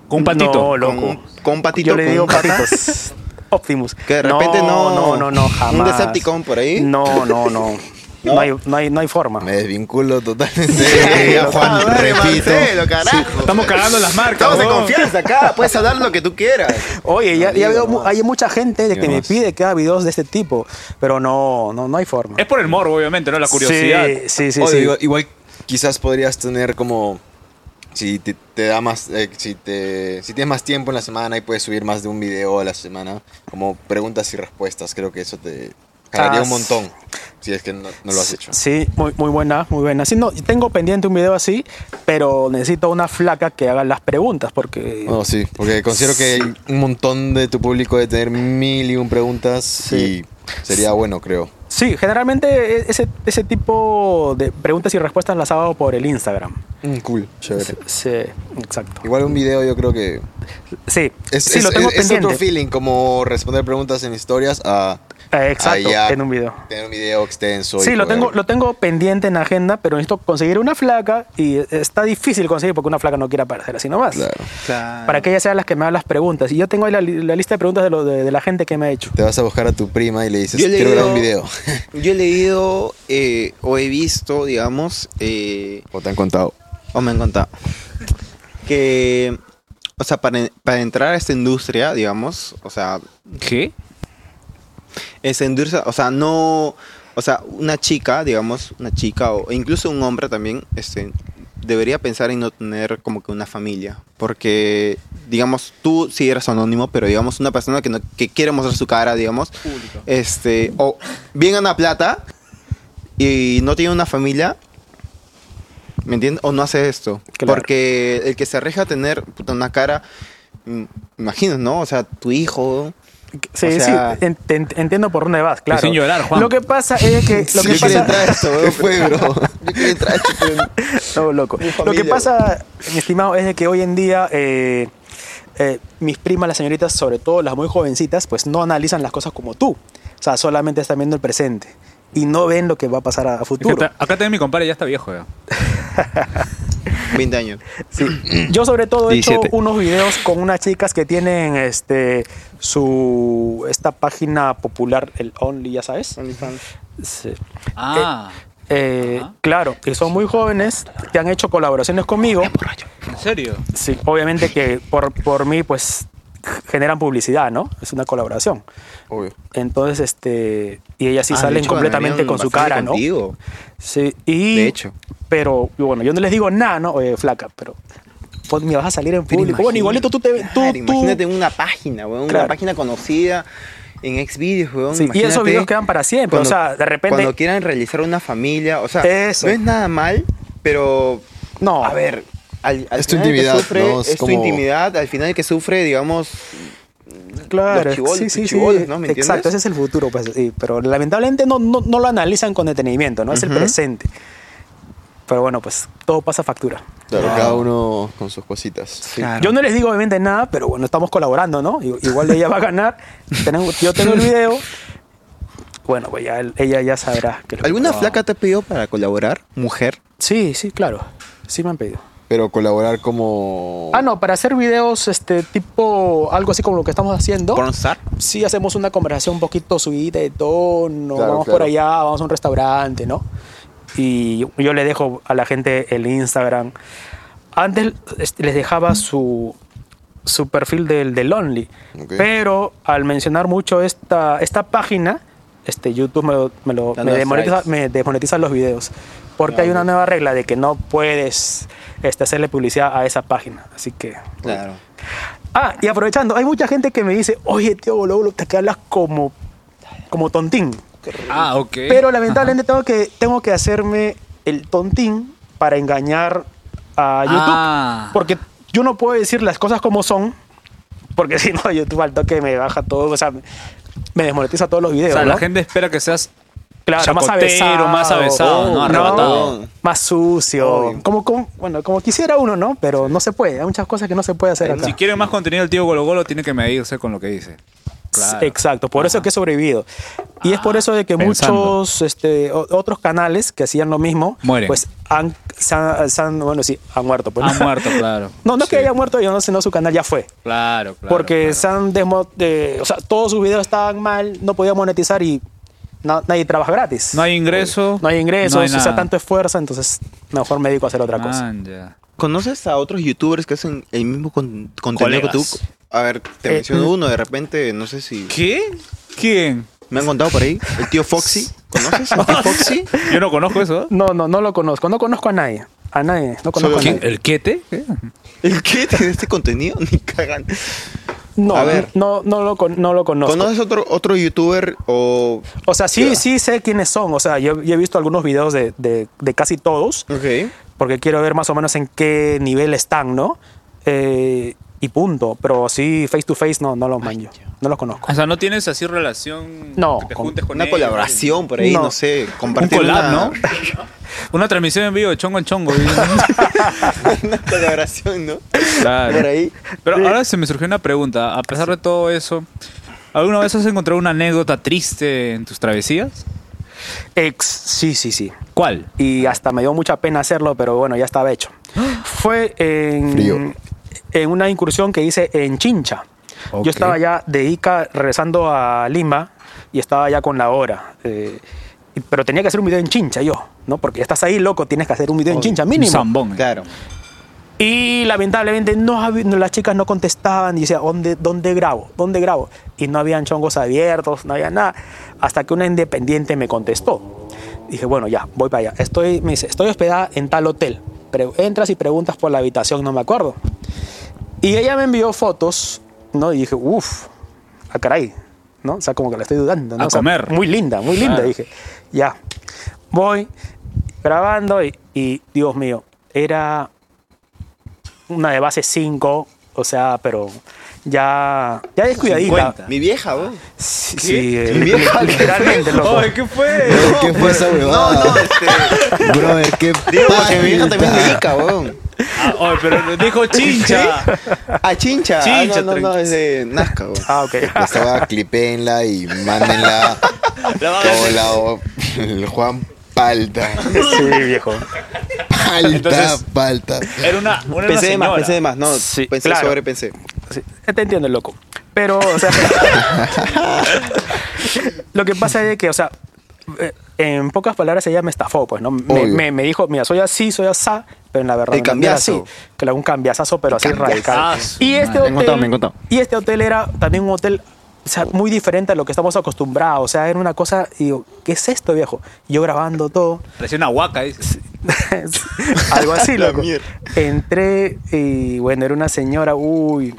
A: Con un patito.
G: No, loco.
B: Con, con un patito.
G: Yo le
B: con
G: digo
B: un pata?
G: (laughs) patitos. Optimus.
B: Que de repente no-
G: No, no, no, jamás.
B: un Decepticon por ahí.
G: No, no, no. No, hay, no, hay, no hay forma.
C: Me desvinculo totalmente. Diga, Juan,
B: Ah, madre,
C: repito.
B: Marcelo, carajo.
A: Estamos cagando las marcas.
B: Estamos en
A: huevón.
B: confianza acá, puedes hablar lo que tú quieras.
G: (laughs) Oye, ya,
B: No
G: ya
B: digo
G: veo, mu-
B: nomás.
G: hay mucha gente de que me
C: nomás.
G: pide que haga videos de este tipo, pero no, no, no hay forma.
A: Es por el morbo, obviamente, ¿no? La curiosidad.
G: Sí, sí, sí.
C: Oye,
G: sí.
C: Igual, igual quizás podrías tener como si te, te da más eh, si te si tienes más tiempo en la semana y puedes subir más de un video a la semana como preguntas y respuestas creo que eso te jalaría
G: Ah,
C: un montón si es que no, no lo has hecho
G: Sí, muy, muy buena, muy buena. Sí, no, tengo pendiente un video así, pero necesito una flaca que haga las preguntas, porque...
C: no Oh, sí porque considero que un montón de tu público debe tener mil y un preguntas y sería bueno creo
G: Sí, generalmente e- ese, ese tipo de preguntas y respuestas las hago por el Instagram.
C: Mm, cool chévere
G: Sí, exacto.
C: igual un video yo creo que
G: Sí,
C: es,
G: sí,
C: es-
G: lo tengo
C: es- es
G: pendiente.
C: otro feeling como responder preguntas en historias a
G: Eh, exacto,
C: a Ah, ya
G: en un video.
C: tener un video extenso y
G: Sí, lo
C: poder-
G: tengo, lo tengo pendiente en agenda, pero necesito conseguir una flaca y está difícil conseguir porque una flaca no quiere aparecer así nomás.
C: Claro.
G: Para que ella sea las que me haga las preguntas. Y yo tengo ahí la, li- la lista de preguntas de, lo, de, de la gente que me ha hecho.
C: Te vas a buscar a tu prima y le dices,
B: Yo he
C: quiero grabar un
B: leído-
C: video. (laughs)
B: Yo he leído eh, o he visto, digamos, eh,
C: O te han contado.
B: o me han contado, que, o sea, para, para entrar a esta industria, digamos, o sea,
A: ¿Qué?
B: esa industria, o sea, no, o sea, una chica, digamos, una chica o incluso un hombre también, este, debería pensar en no tener como que una familia, porque, digamos, tú sí eres anónimo, pero digamos, una persona que, no, que quiere mostrar su cara, digamos, este, o bien gana plata y no tiene una familia, ¿me entiendes? O no hace esto,
G: Claro.
B: porque el que se arriesga a tener puta, una cara, mm, imaginas, ¿no? O sea, tu hijo...
G: Sí,
B: O sea-
G: sí, en- te- ent- entiendo por dónde vas, claro.
A: Pues sin llorar, Juan.
G: Lo que pasa es que... Lo que
B: yo quería
G: pasa,
B: entrar a esto, weón,
C: ¿Qué
G: (laughs)
C: fue,
B: pero-
C: bro?
B: (laughs) Yo quería entrar a esto, pero-
G: No, loco.
B: Mi
G: Lo
B: familia,
G: que pasa, mi estimado, es de que hoy en día eh, eh, mis primas, las señoritas, sobre todo las muy jovencitas, pues no analizan las cosas como tú. O sea, solamente están viendo el presente. y no ven lo que va a pasar a, a
A: Es que
G: futuro.
A: está- acá también mi compadre ya está viejo. ya.
B: 20 años.
G: Yo sobre todo he hecho
B: 17.
G: unos videos con unas chicas que tienen este su esta página popular, el Only, ya sabes. Sí.
A: Ah.
G: Eh, claro, que son muy jóvenes, que han hecho colaboraciones conmigo.
A: ¿En serio?
G: Sí, obviamente que por, por mí, pues generan publicidad, ¿no? Es una colaboración. Entonces, este. Y ellas sí
B: Ah, de
G: salen
B: hecho,
G: completamente
B: ganarían
G: con su
B: bastante
G: cara, ¿no?
B: contigo.
G: Sí, y.
B: De hecho.
G: Pero, y bueno, yo no les digo nada, ¿no? Oye, flaca, pero. pues, me vas a salir en público. Bueno, igualito tú te. Tú,
B: Claro,
G: tú-
B: imagínate una página, weón,
G: Claro.
B: una página conocida en Xvideos, weón.
G: Sí, y esos
B: imagínate
G: videos quedan para siempre, o sea, de repente-
B: Cuando quieran realizar una familia, o sea,
G: Eso.
B: no es nada mal, pero.
G: No.
B: A ver, al, al
C: Es tu
B: final el que
C: intimidad,
B: sufre,
C: ¿no? Es
B: Es, tu
C: como-
B: intimidad, al final el que sufre, digamos.
G: Claro,
B: los chibolos,
G: sí, sí,
B: los
G: sí.
B: chibolos, ¿no? ¿Me entiendes?
G: Exacto, ese es el futuro, pues, sí, pero lamentablemente no, no, no lo analizan con detenimiento, ¿no? Es el
C: Ujú.
G: presente. Pero bueno, pues todo pasa factura.
C: Claro,
G: Ah.
C: cada uno con sus cositas.
G: Yo no les digo obviamente nada, pero bueno, estamos colaborando, ¿no? I- Igual ella va a ganar. Tenemos- yo tengo el video. Bueno, pues ya él- ella ya sabrá. Que lo-
B: ¿Alguna
G: Wow.
B: flaca te pidió para colaborar? ¿Mujer?
G: Sí, sí, claro. Sí me han pedido.
C: Pero colaborar como...
G: Ah, no, para hacer videos este tipo, algo así como lo que estamos haciendo.
B: ¿Pornstar?
G: Sí, hacemos una conversación un poquito subida de tono,
C: Claro,
G: vamos
C: claro.
G: por allá, vamos a un restaurante, ¿no? Y yo, yo le dejo a la gente el Instagram. Antes este, les dejaba su, su perfil del, del Only,
C: Ok.
G: pero al mencionar mucho esta, esta página, este, YouTube me, lo- me, lo-
B: Dando
G: me demonetiza,
B: strikes.
G: me desmonetiza los videos. Porque hay una nueva regla de que no puedes este, hacerle publicidad a esa página. Así que
B: Claro.
G: Ah, y aprovechando, hay mucha gente que me dice, oye, tío Bolo, te que hablas como, como tontín.
A: Ah, ok.
G: Pero lamentablemente tengo que, tengo que hacerme el tontín para engañar a YouTube.
A: Ah.
G: Porque yo no puedo decir las cosas como son, porque (laughs) si no, YouTube al toque me baja todo, o sea, me- me desmonetiza todos los videos.
A: o sea, la
G: ¿no?
A: gente espera que seas
G: Claro, más
A: chacotero,
G: avesado,
A: más avesado, ¿no? Arrebatado.
G: Más sucio. Como, como- bueno, como quisiera uno, ¿no? Pero no se puede. Hay muchas cosas que no se puede hacer acá.
A: Si quiere más contenido el tío Golo Golo, tiene que medirse con lo que dice. Claro. Ah,
G: Exacto, por eso es que he sobrevivido. Y es por eso de que
A: pensando.
G: muchos este, o- otros canales que hacían lo mismo,
A: Mueren.
G: pues han, se han- se han- bueno, sí, han muerto. pues, ¿no?
A: Han muerto, claro.
G: (laughs) No, no es que haya muerto, yo no sé, no, su canal ya fue.
A: Claro, claro.
G: porque se han desmo- de- o sea, todos sus videos estaban mal, no podía monetizar y na- nadie trabaja gratis.
A: No hay ingreso.
G: No hay ingresos,
A: no hay
G: o sea,
A: nada. Ah.
G: tanto esfuerzo, entonces mejor me dedico a hacer otra cosa.
B: ¿Conoces a otros youtubers que hacen el mismo con- contenido que tú?
G: Colegas.
B: A ver, te
G: Eh,
B: menciono
G: mm.
B: uno de repente, no sé si.
A: ¿Qué? ¿Quién?
B: Me han contado por ahí. El tío Foxy. ¿Conoces al
G: (laughs)
B: tío Foxy?
A: Yo no conozco eso.
G: No, no, no lo conozco, no conozco a nadie. A nadie, no conozco a
B: ¿Quién?
G: nadie.
A: ¿El quete?
B: ¿El qué tiene este contenido? (laughs) Ni cagan.
G: No,
B: A ver.
G: no, no, lo, con- no lo conozco.
B: ¿Conoces otro, otro youtuber o.?
G: O sea, sí, sí sé quiénes son. O sea, yo, yo he visto algunos videos de, de- de casi todos. Porque quiero ver más o menos en qué nivel están, ¿no? Eh, y punto. Pero así, face to face, no, no los manjo. No los conozco.
A: O sea, no tienes así relación.
G: No,
A: Que te
G: con-
A: juntes con
B: Una
A: ellos?
B: colaboración por ahí, no,
G: No.
B: sé.
A: Un
B: Compartir
A: collab,
B: una,
A: ¿no? (laughs)
C: (laughs)
A: Una transmisión en vivo de chongo en
B: (laughs)
A: chongo.
B: una colaboración, (laughs) ¿no?
A: Claro.
B: Por ahí.
A: Pero ahora se me surgió una pregunta. A pesar de todo eso, ¿alguna vez has encontrado una anécdota triste en tus travesías?
G: Ex, sí, sí, sí.
A: ¿Cuál?
G: Y hasta me dio mucha pena hacerlo, pero bueno, ya estaba hecho. Fue en, en una incursión que hice en Chincha.
A: Ok.
G: Yo estaba ya de Ica regresando a Lima y estaba ya con la hora. eh, y- pero tenía que hacer un video en Chincha yo, ¿no? Porque ya estás ahí, loco, tienes que hacer un video en Chincha
A: Un
G: mínimo.
A: zambón.
B: Claro.
G: Y lamentablemente no, hab- no, las chicas no contestaban y decían, ¿dónde, ¿dónde grabo? ¿Dónde grabo? Y no habían chongos abiertos, no había nada. Hasta que una independiente me contestó. Dije, bueno, ya, voy para allá. Estoy, me dice, estoy hospedada en tal hotel. Pre- entras y preguntas por la habitación, no me acuerdo. Y ella me envió fotos, ¿no? Y dije, uff, a caray, ¿no? O sea, como que la estoy dudando, ¿no?
A: A
G: O sea,
A: comer.
G: muy linda, muy linda.
A: Claro.
G: Dije, ya, voy grabando y, y, Dios mío, era una de base 5, o sea, pero ya, ya descuidadita.
B: Mi vieja, vos.
G: Sí,
B: ¿Qué?
G: sí, eh,
B: Mi vieja,
G: li- literalmente, loco.
A: Ay, ¿qué fue?
C: ¿Qué fue esa
B: pues, No,
C: huevada?
B: no, este.
C: (laughs) Brother, qué
B: (laughs) Digo, porque mi vieja también es rica, weón.
A: Ah, oye, pero dijo chincha.
B: Ah, chincha. Ah,
A: Chincha,
B: no, no, no,
A: tranqui-
B: es de Nazca, weón.
G: Ah, ok.
B: (laughs)
C: Estaba clipénla y mándenla
A: La va a
C: todo
A: ganar.
C: lado. El Juan Palta.
B: (laughs)
G: Sí, viejo.
C: Palta,
G: Entonces,
C: palta.
A: Era una, una
B: Pensé de
A: señora.
B: más, pensé de más. No,
G: Sí,
B: pensé
G: claro.
B: sobre pensé.
G: Te entiendo, loco. Pero, o sea. (laughs) lo que pasa es que, o sea, eh, en pocas palabras ella me estafó, pues, ¿no? Me,
B: Obvio.
G: me- me dijo, mira, soy así, soy asá, pero en la verdad.
B: El
G: no era
B: cambiazo.
G: así. Claro, un cambiazazo, pero así
B: cambiazazo.
G: radical. Y este
B: Me han contado, me han
G: hotel.
B: contado.
G: Y este hotel era también un hotel. o sea, muy diferente a lo que estamos acostumbrados. O sea, era una cosa. Y digo, ¿qué es esto, viejo? Yo grabando todo.
A: Parecía una huaca, dice.
G: (laughs) Algo
L: (laughs)
G: así,
A: La
G: loco. Entré y bueno, era una señora, uy.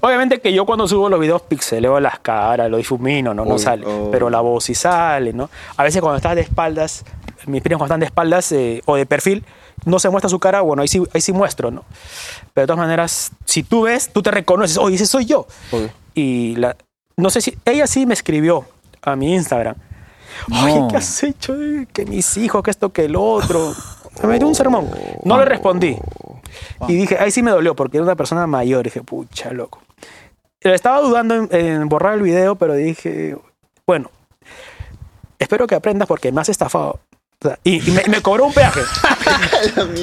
G: Obviamente que yo cuando subo los videos pixeleo las caras, lo difumino, no, no
L: Uy,
G: sale.
L: oh.
G: Pero la voz sí sale, ¿no? A veces cuando estás de espaldas, mis primos cuando están de espaldas eh, o de perfil, no se muestra su cara, bueno, ahí sí, ahí sí muestro, ¿no? Pero de todas maneras, si tú ves, tú te reconoces, oye, ese soy yo. Y la, no sé si, ella sí me escribió a mi Instagram. Oye,
L: No.
G: ¿qué has hecho? Eh, Que mis hijos, que esto, que el otro. (laughs) Me metió un sermón. No le respondí. Y dije, ahí sí me dolió porque era una persona mayor. Y dije, pucha, loco. Eh, Estaba dudando en, en borrar el video, pero dije, bueno, espero que aprendas porque me has estafado. O sea, Y, y me, me cobró un (laughs) peaje.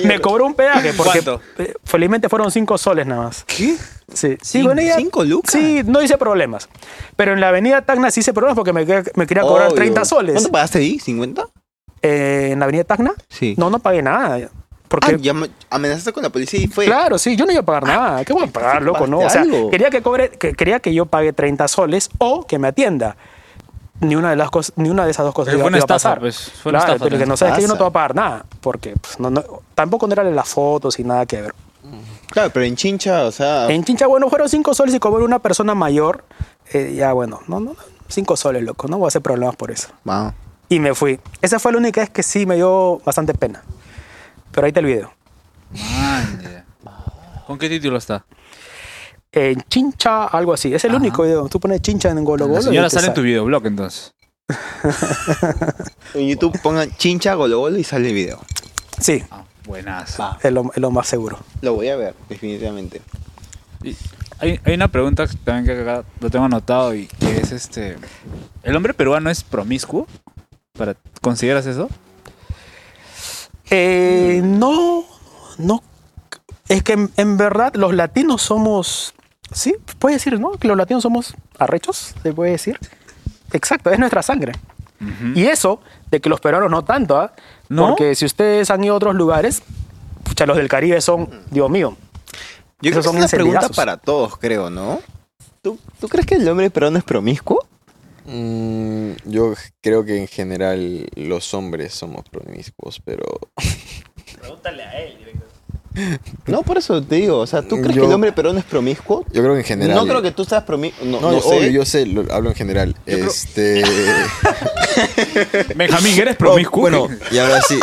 G: me cobró un peaje porque
A: ¿Cuánto?
G: eh, felizmente fueron cinco soles nada más. ¿Qué? Sí.
A: Cin-
G: ¿Cinco lucas? Sí, no hice problemas. Pero en la avenida Tacna sí hice problemas porque me, quería- me quería cobrar
B: Obvio.
G: 30 soles.
B: ¿Cuánto pagaste ahí? ¿50?
G: Eh, ¿En la avenida Tacna?
B: Sí.
G: No, no pagué nada.
B: Ah,
G: Porque
B: ya me- amenazaste con la policía y fue.
G: Claro, sí, yo no iba a pagar nada. ¿Qué voy a pagar, loco? No, o sea,
B: ¿Pagaste algo?
G: quería que cobre, que- quería que yo pague 30 soles o que me atienda. Ni una de las cosas, ni una de esas dos cosas
A: Pero
G: iba,
A: fue una
G: iba a
A: estafa,
G: pasar.
A: pues, fue una
G: Claro,
A: estafa,
G: pero que
A: ¿no?
G: no sabes que yo no
A: Pasa.
G: te voy a pagar nada, porque pues, no- no- tampoco no eran las fotos y nada que ver.
B: Claro, pero en Chincha, o sea.
G: En Chincha, bueno, fueron 5 soles y como era una persona mayor, eh, ya bueno, no, no, 5 soles, loco, no voy a hacer problemas por eso.
C: Vamos.
G: Y me fui. Esa fue la única vez que sí me dio bastante pena. Pero ahí te el video.
A: ¿Con qué título está?
G: En Eh, Chincha, algo así. Es el único video. Tú pones Chincha en Golo Golo.
A: La
G: y
A: señora
G: te
A: sale en tu videoblog entonces.
B: En YouTube pongan Chincha, Golo Golo y sale el video.
G: Sí,
B: Ah,
A: Buenas.
G: es lo, es lo más seguro.
B: Lo voy a ver, definitivamente.
A: Hay, hay una pregunta que también que acá lo tengo anotado y que es este... ¿El hombre peruano es promiscuo? ¿Para, ¿Consideras
B: (laughs)
A: eso?
G: Eh, no, no. Es que en, en verdad los latinos somos. Sí, puede decir, ¿no? Que los latinos somos arrechos, se puede decir. Exacto, es nuestra sangre. Y eso, de que los peruanos no tanto, ¿ah?
A: ¿No?
G: Porque si ustedes han ido a otros lugares, pucha, los del Caribe son, Dios mío.
B: Yo creo
G: Esos
B: que es
G: son
B: una pregunta
G: encendidazos.
B: para todos, creo, ¿no? ¿Tú, tú crees que el hombre peruano es promiscuo?
C: Mm, yo creo que en general los hombres somos promiscuos, pero
H: Pregúntale a él.
B: No, por eso te digo. O sea, ¿tú crees
C: Yo-
B: que el hombre peruano es promiscuo?
C: yo creo que en general.
B: No creo que tú seas promiscuo. No,
C: No,
B: no,
C: yo-
B: sé.
C: obvio, yo sé, lo- hablo en general. Este.
B: (laughs)
A: Benjamín,
B: Oh,
A: ¿eres promiscuo?
C: bueno, (laughs) y ahora sí.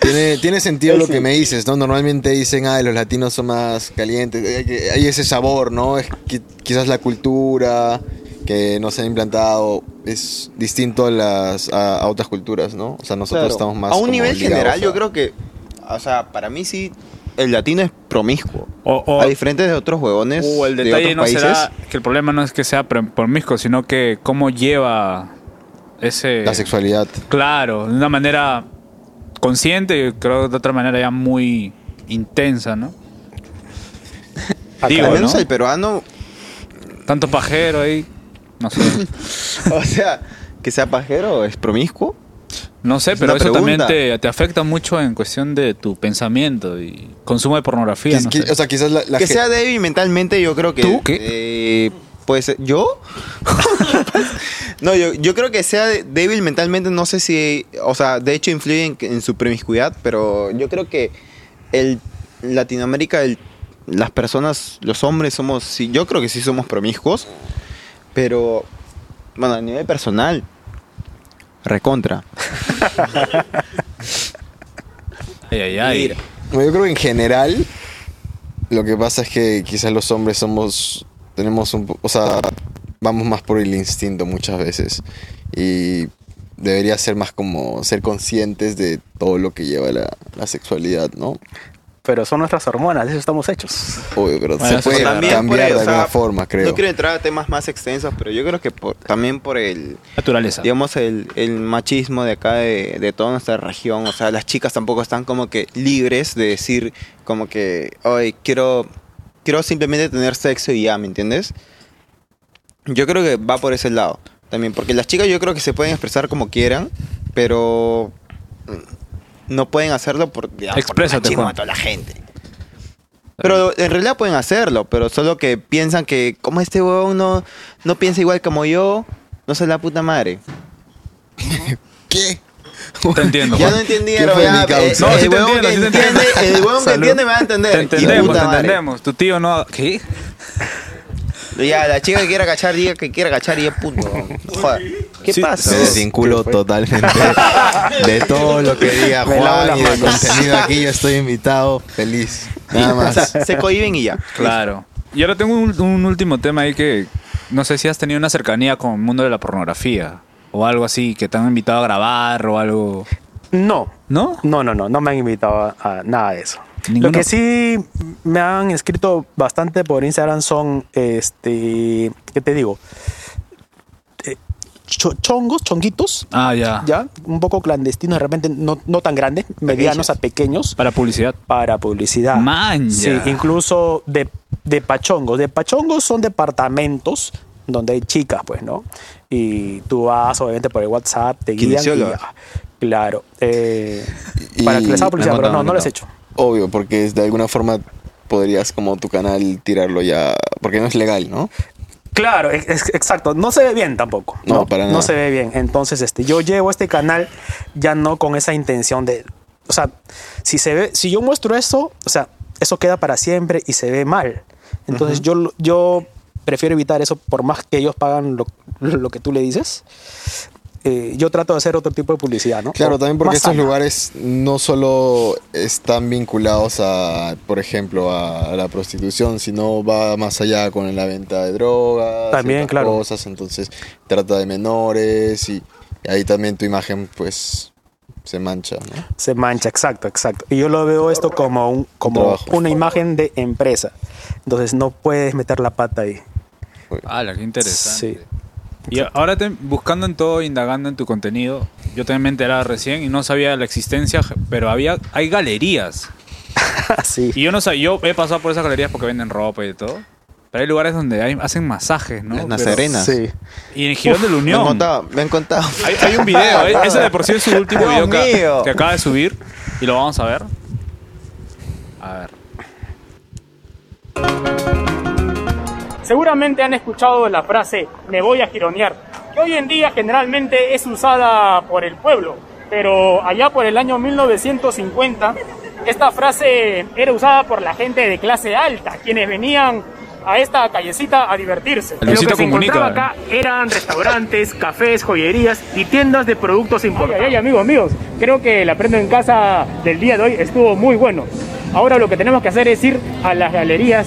C: Tiene, tiene sentido lo que me dices, ¿no? Normalmente dicen, ah, los latinos son más calientes. eh, que Hay ese sabor, ¿no? Es que quizás la cultura que nos han implantado es distinto a, las, a, a otras culturas, ¿no? O sea,
B: Claro.
C: nosotros estamos más.
B: A un
C: como
B: nivel
C: ligados
B: general,
C: a-
B: yo creo que. O sea, para mí sí. El latino es promiscuo.
A: (laughs) O, o-
B: a diferentes de otros huevones
A: o Uh, el
B: de
A: detalle
B: otros
A: no
B: países.
A: será que el problema no es que sea pro- promiscuo, sino que cómo lleva ese...
C: La sexualidad.
A: Claro, de una manera consciente y creo que de otra manera ya muy intensa, ¿no? Digo,
B: Al menos
A: ¿no?
B: el peruano,
A: Tanto pajero ahí, no
B: (laughs)
A: sé.
B: o sea, que sea pajero es promiscuo.
A: No sé,
B: Es
A: pero
B: una
A: eso también
B: pregunta.
A: te, te afecta mucho en cuestión de tu pensamiento y consumo de pornografía.
C: Quis-
A: no
C: qui-
A: sé.
C: O sea, quizás la, la
B: que
C: gen-
B: sea débil mentalmente, yo creo que.
A: ¿Tú qué?
B: eh, puede ser. ¿Yo? no, yo, yo creo que sea de- débil mentalmente, no sé si. O sea, de hecho influye en, en su promiscuidad, pero yo creo que el en Latinoamérica, el- las personas, los hombres somos. Sí, yo creo que sí somos promiscuos, pero. Bueno, a nivel personal, recontra.
A: Ay, ay, ay.
C: Bueno, Yo creo que en general lo que pasa es que quizás los hombres somos, tenemos un, po- o sea, vamos más por el instinto muchas veces y debería ser más como ser conscientes de todo lo que lleva la, la sexualidad, ¿no?
G: pero son nuestras hormonas, de eso estamos hechos.
C: Obvio, pero
G: Bueno,
C: se puede
G: eso también
C: cambiar
G: por ahí,
C: de
G: o sea,
C: alguna forma, creo.
B: pues, No quiero entrar a temas más extensos, pero yo creo que por- también por el...
A: Naturaleza.
B: Digamos, el, el machismo de acá, de, de toda nuestra región. O sea, las chicas tampoco están como que libres de decir como que, hoy quiero, quiero simplemente tener sexo y ya, ¿me entiendes? Yo creo que va por ese lado también, porque las chicas yo creo que se pueden expresar como quieran, pero mm, no pueden hacerlo por, digamos, por
A: Exprésate,
B: machismo
A: Juan.
B: a toda la gente. Pero en realidad pueden hacerlo, pero solo que piensan que como este huevón no, no piensa igual como yo, no sé la puta madre.
C: ¿Qué?
A: Te entiendo.
B: Ya
A: Juan.
B: no entendieron,
A: ¿Qué fue
B: ya,
A: mi causa?
B: eh,
A: No,
B: el
A: sí te
B: huevón
A: entiendo,
B: que
A: sí te
B: entiende-
A: entiendo.
B: el huevón que
A: Salud.
B: entiende me va a entender,
A: Te
B: hijo
A: entendemos,
B: de
A: te
B: puta madre.
A: entendemos. Tu tío no. ¿Qué?
B: Ya, la chica que quiera cachar, diga que quiera cachar y ya
A: (laughs)
B: punto. Joder. ¿Qué pasa?
C: Me desvinculo totalmente de todo lo que diga
B: Me lavo
C: Juan
B: las
C: y del
B: manos.
C: contenido aquí. Yo estoy invitado, feliz. Nada
B: O sea,
C: más.
B: se cohiben y ya.
A: Claro. Y ahora tengo un, un último tema ahí que no sé si has tenido una cercanía con el mundo de la pornografía o algo así, que te han invitado a grabar o algo.
G: No.
A: ¿No?
G: No, no, no, no me han invitado a, a nada de eso.
A: Ninguno.
G: Lo que sí me han escrito bastante por Instagram son, este, ¿qué te digo? Eh, cho- chongos, chonguitos.
A: Ah, ya.
G: Ya, un poco clandestinos, de repente no, no tan grandes, medianos a pequeños.
A: Para publicidad.
G: Para publicidad.
A: Man,
G: Sí,
A: ya.
G: incluso de, de pachongos. De pachongos son departamentos donde hay chicas, pues, ¿no? Y tú vas, obviamente, por el WhatsApp, te guían. y
C: Kinesiólogas.
G: ya. Claro. eh,
C: Y-
G: para que les haga publicidad,
C: me han contado,
G: pero no,
C: me
G: no
C: han
G: les he hecho.
C: contado. Obvio, porque es de alguna forma podrías como tu canal tirarlo ya, porque no es legal, ¿no?
G: Claro, ex- ex- exacto. No se ve bien tampoco.
C: No, para nada.
G: No se ve bien. Entonces, este, yo llevo este canal ya no con esa intención de. O sea, si se ve, si yo muestro eso, o sea, eso queda para siempre y se ve mal. Entonces, yo, lo- yo prefiero evitar eso por más que ellos pagan lo, lo que tú le dices. Eh, yo trato de hacer otro tipo de publicidad, ¿no?
C: Claro,
G: O
C: también porque
G: más
C: estos
G: sana.
C: lugares no solo están vinculados a, por ejemplo, a, la prostitución, sino va más allá con la venta de drogas,
G: También,
C: otras
G: claro.
C: cosas, entonces trata de menores y, y ahí también tu imagen pues se mancha, ¿no?
G: Se mancha, exacto, exacto. Y yo lo veo esto como, un, como
C: trabajo.
G: una imagen de empresa. Entonces, no puedes meter la pata ahí.
A: Hala, qué interesante. Y ahora te- buscando en todo, indagando en tu contenido, yo también me enteraba recién y no sabía de la existencia, pero había hay galerías. Y yo no sabía, yo he pasado por esas galerías porque venden ropa y todo. Pero hay lugares donde hay- hacen masajes, ¿no?
B: Las
A: Pero-
B: nazarenas. Sí.
A: Y en Girón de la Unión.
B: Me han contado, me han contado.
A: Hay, hay un video, ¿eh? ese de por sí es su último video
B: Dios
A: que,
B: mío.
A: que acaba de subir y lo vamos a ver. A ver.
N: Seguramente han escuchado la frase me voy a gironear, que hoy en día generalmente es usada por el pueblo, pero allá por el año 1950 esta frase era usada por la gente de clase alta, quienes venían a esta callecita a divertirse. Lo
A: Luisito
N: que se
A: Comunica.
N: encontraba acá eran restaurantes, cafés, joyerías y tiendas de productos importados. Ay, ay, amigos míos, creo que el aprendo en casa del día de hoy estuvo muy bueno. Ahora lo que tenemos que hacer es ir a las galerías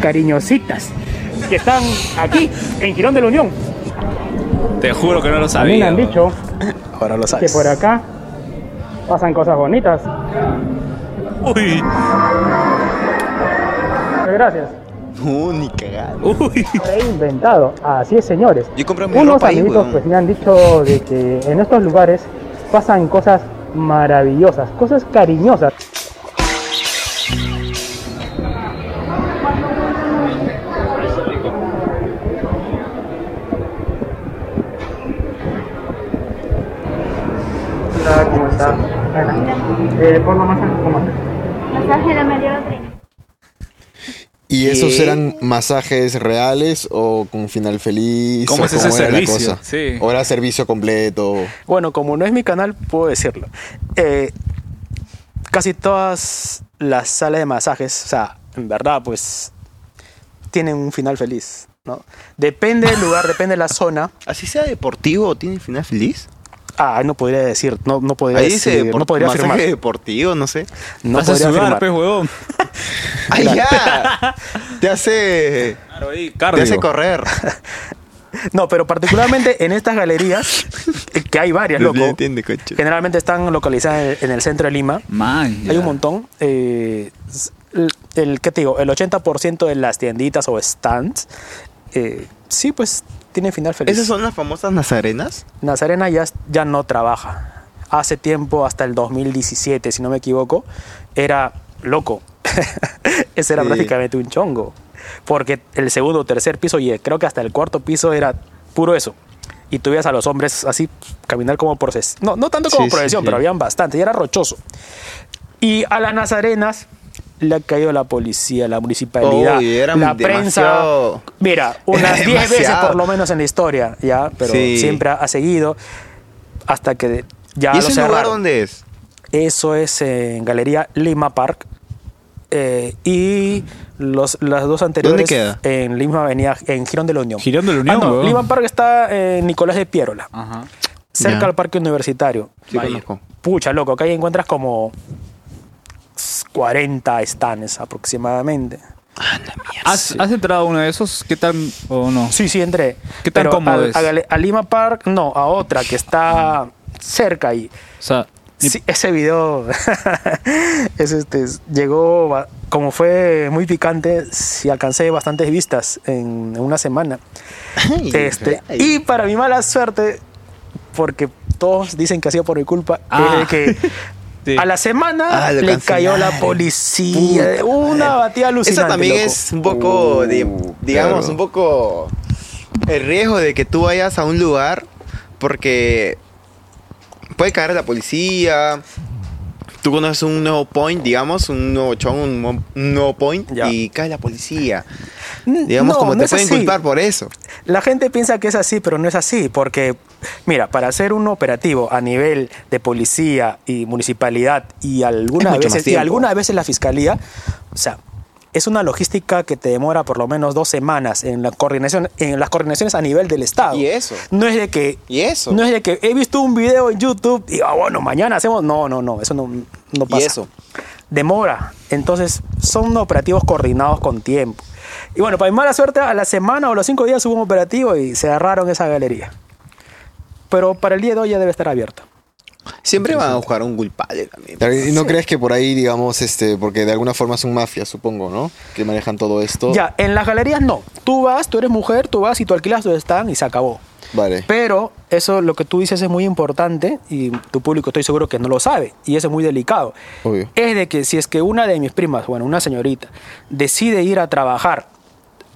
N: cariñositas que están aquí en Girón de la Unión.
A: Te juro que no lo
N: A mí me
A: sabía.
N: han dicho
G: Ahora lo
N: que por acá pasan cosas bonitas.
A: Uy.
N: Gracias.
B: No, ni cagado.
A: Uy.
N: He inventado, así es señores.
B: Yo compré mi
N: Unos
B: ropa ahí,
N: amiguitos
B: weón.
N: pues me han dicho de que en estos lugares pasan cosas maravillosas, cosas cariñosas.
K: Hola, ¿cómo está? Eh, ponlo más alto, ¿cómo está?
J: Masaje de media hora.
C: ¿Y esos
J: ¿Qué?
C: eran masajes reales o con final feliz?
G: ¿Cómo
C: o
G: es ese
C: era la
G: servicio?
C: cosa?
G: Sí.
C: ¿O era servicio completo?
G: Bueno, como no es mi canal, puedo decirlo. Eh, casi todas las salas de masajes, o sea, en verdad, pues tienen un final feliz, ¿no? Depende del lugar, depende de la zona.
B: Así sea deportivo, ¿tiene final feliz?
G: Ah, no podría decir, no, no podría
B: Ahí dice
G: decir,
B: depor-
G: no podría
B: masaje
G: afirmar.
B: deportivo, no sé.
G: No Vas a podría sudar, afirmar. pe,
A: huevón.
B: ¡Ay, ya! Te hace.
A: Claro, ahí,
B: Te
A: cardio.
G: (laughs)
B: hace correr.
G: No, pero particularmente en estas galerías, eh, que hay varias,
C: Los
G: loco.
C: bien entiende, coche.
G: Generalmente están localizadas en el centro de Lima. Hay un montón. eh, el, el- ¿Qué te digo? El 80% de las tienditas o stands, eh, sí, pues tienen final feliz.
C: ¿Esas son las famosas nazarenas?
G: Nazarena ya, ya no trabaja. Hace tiempo, hasta el 2017, si no me equivoco, era loco. (laughs) Ese era
C: Sí.
G: prácticamente un chongo. Porque el segundo, tercer piso y creo que hasta el cuarto piso era puro eso. Y tú veías a los hombres así caminar como por... ses- No, no tanto como
L: Sí, sí,
G: procesión,
L: sí.
G: pero habían bastante. Y era rochoso. Y a las nazarenas le ha caído la policía, la municipalidad,
C: Uy, eran
G: la prensa.
C: demasiado-
G: Mira,
C: (laughs)
G: unas 10 veces
C: Demasiado.
G: por lo menos en la historia, ¿ya? Pero
C: Sí.
G: siempre ha, ha seguido hasta que ya
C: ¿Y
A: Ah,
G: lo
C: ese lugar
G: cerraron.
C: dónde es?
G: Eso es en Galería Lima Park. eh, y los, las dos anteriores
C: queda?
G: en Lima Avenida, en Girón de la Unión.
A: Girón de la Unión,
G: Ah, no,
A: huevón.
G: Lima Park está en Nicolás de Piérola,
C: Ah,
A: Ajá.
G: cerca
A: Ya.
G: al Parque Universitario.
A: Sí,
G: Ahí.
A: conozco.
G: Pucha, loco, acá ahí encuentras como 40 stands aproximadamente.
A: ¿Has, has entrado a uno de esos? ¿Qué tan o no?
G: Sí, sí, entré.
A: ¿Qué tan
G: Pero
A: cómodo
G: al-
A: es?
G: A, Gale- a Lima Park, no, a otra que está cerca ahí.
A: O sea,
G: Sí, ese video (laughs) es este, es- llegó, ba- como fue muy picante, sí alcancé bastantes vistas en, en una semana. este,
L: ay.
G: y para mi mala suerte, porque todos dicen que ha sido por mi culpa,
L: Ah.
G: es de
C: (laughs)
G: que a la semana
C: Ah, lo
G: le cayó la
C: cancelaron.
G: policía.
C: Puta
G: una batida alucinante.
C: Eso también
G: loco.
C: es Uh, un poco, de- digamos, un poco el riesgo de que tú vayas a un lugar porque puede caer la policía. Tú conoces un nuevo point, digamos, un nuevo chon, un, mo- un nuevo point y cae la policía. Digamos,
G: no,
C: como
G: no
C: te
G: es
C: pueden
G: así.
C: culpar por eso.
G: La gente piensa que es así, pero no es así, porque, mira, para hacer un operativo a nivel de policía y municipalidad y
C: Es
G: algunas
C: mucho más
G: veces, y
C: tiempo.
G: algunas veces la fiscalía, o sea, es una logística que te demora por lo menos dos semanas en la coordinación, en las coordinaciones a nivel del estado. Y
C: eso.
G: No es de que.
C: Y eso.
G: No es de que he visto un video en YouTube y ah, bueno, mañana hacemos. No, no, no, eso no, no pasa.
C: eso.
G: Demora. Entonces, son operativos coordinados con tiempo. Y bueno, para mi mala suerte, a la semana o los cinco días hubo un operativo y se cerraron esa galería. Pero para el día de hoy ya debe estar abierta.
C: Siempre van a buscar un culpable también.
B: ¿Y no crees que por ahí, digamos, este, porque de alguna forma son mafias, supongo, ¿no? Que manejan todo
C: Oh.
B: esto.
G: Ya, en las galerías no. Tú vas, tú eres mujer, tú vas y tú alquilas tu stand y se acabó.
B: Vale.
G: Pero eso, lo que tú dices es muy importante y tu público estoy seguro que no lo sabe y eso es muy delicado.
B: Obvio.
G: Es de que si es que una de mis primas, bueno, una señorita, decide ir a trabajar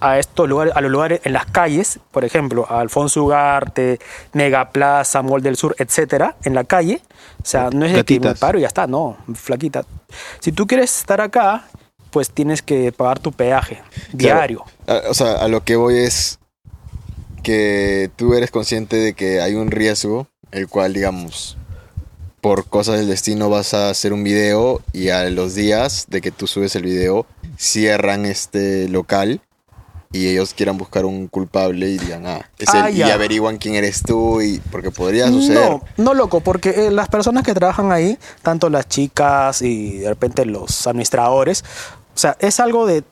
G: a estos lugares, a los lugares en las calles, por ejemplo, a Alfonso Ugarte, Megaplaza, Mall del Sur, etcétera, en la calle, o sea, no es de que me
C: Gatitas.
G: paro y ya está, no, flaquita. Si tú quieres estar acá, pues tienes que pagar tu peaje diario.
B: Claro. A- O sea, a lo que voy es que tú eres consciente de que hay un riesgo, el cual, digamos, por cosas del destino vas a hacer un video y a los días de que tú subes el video cierran este local y ellos quieran buscar un culpable y digan, ah, es
G: Ah,
B: él", y
G: ya.
B: averiguan quién eres tú y porque podría suceder.
G: No, no loco, porque eh, las personas que trabajan ahí, tanto las chicas y de repente los administradores, o sea, es algo de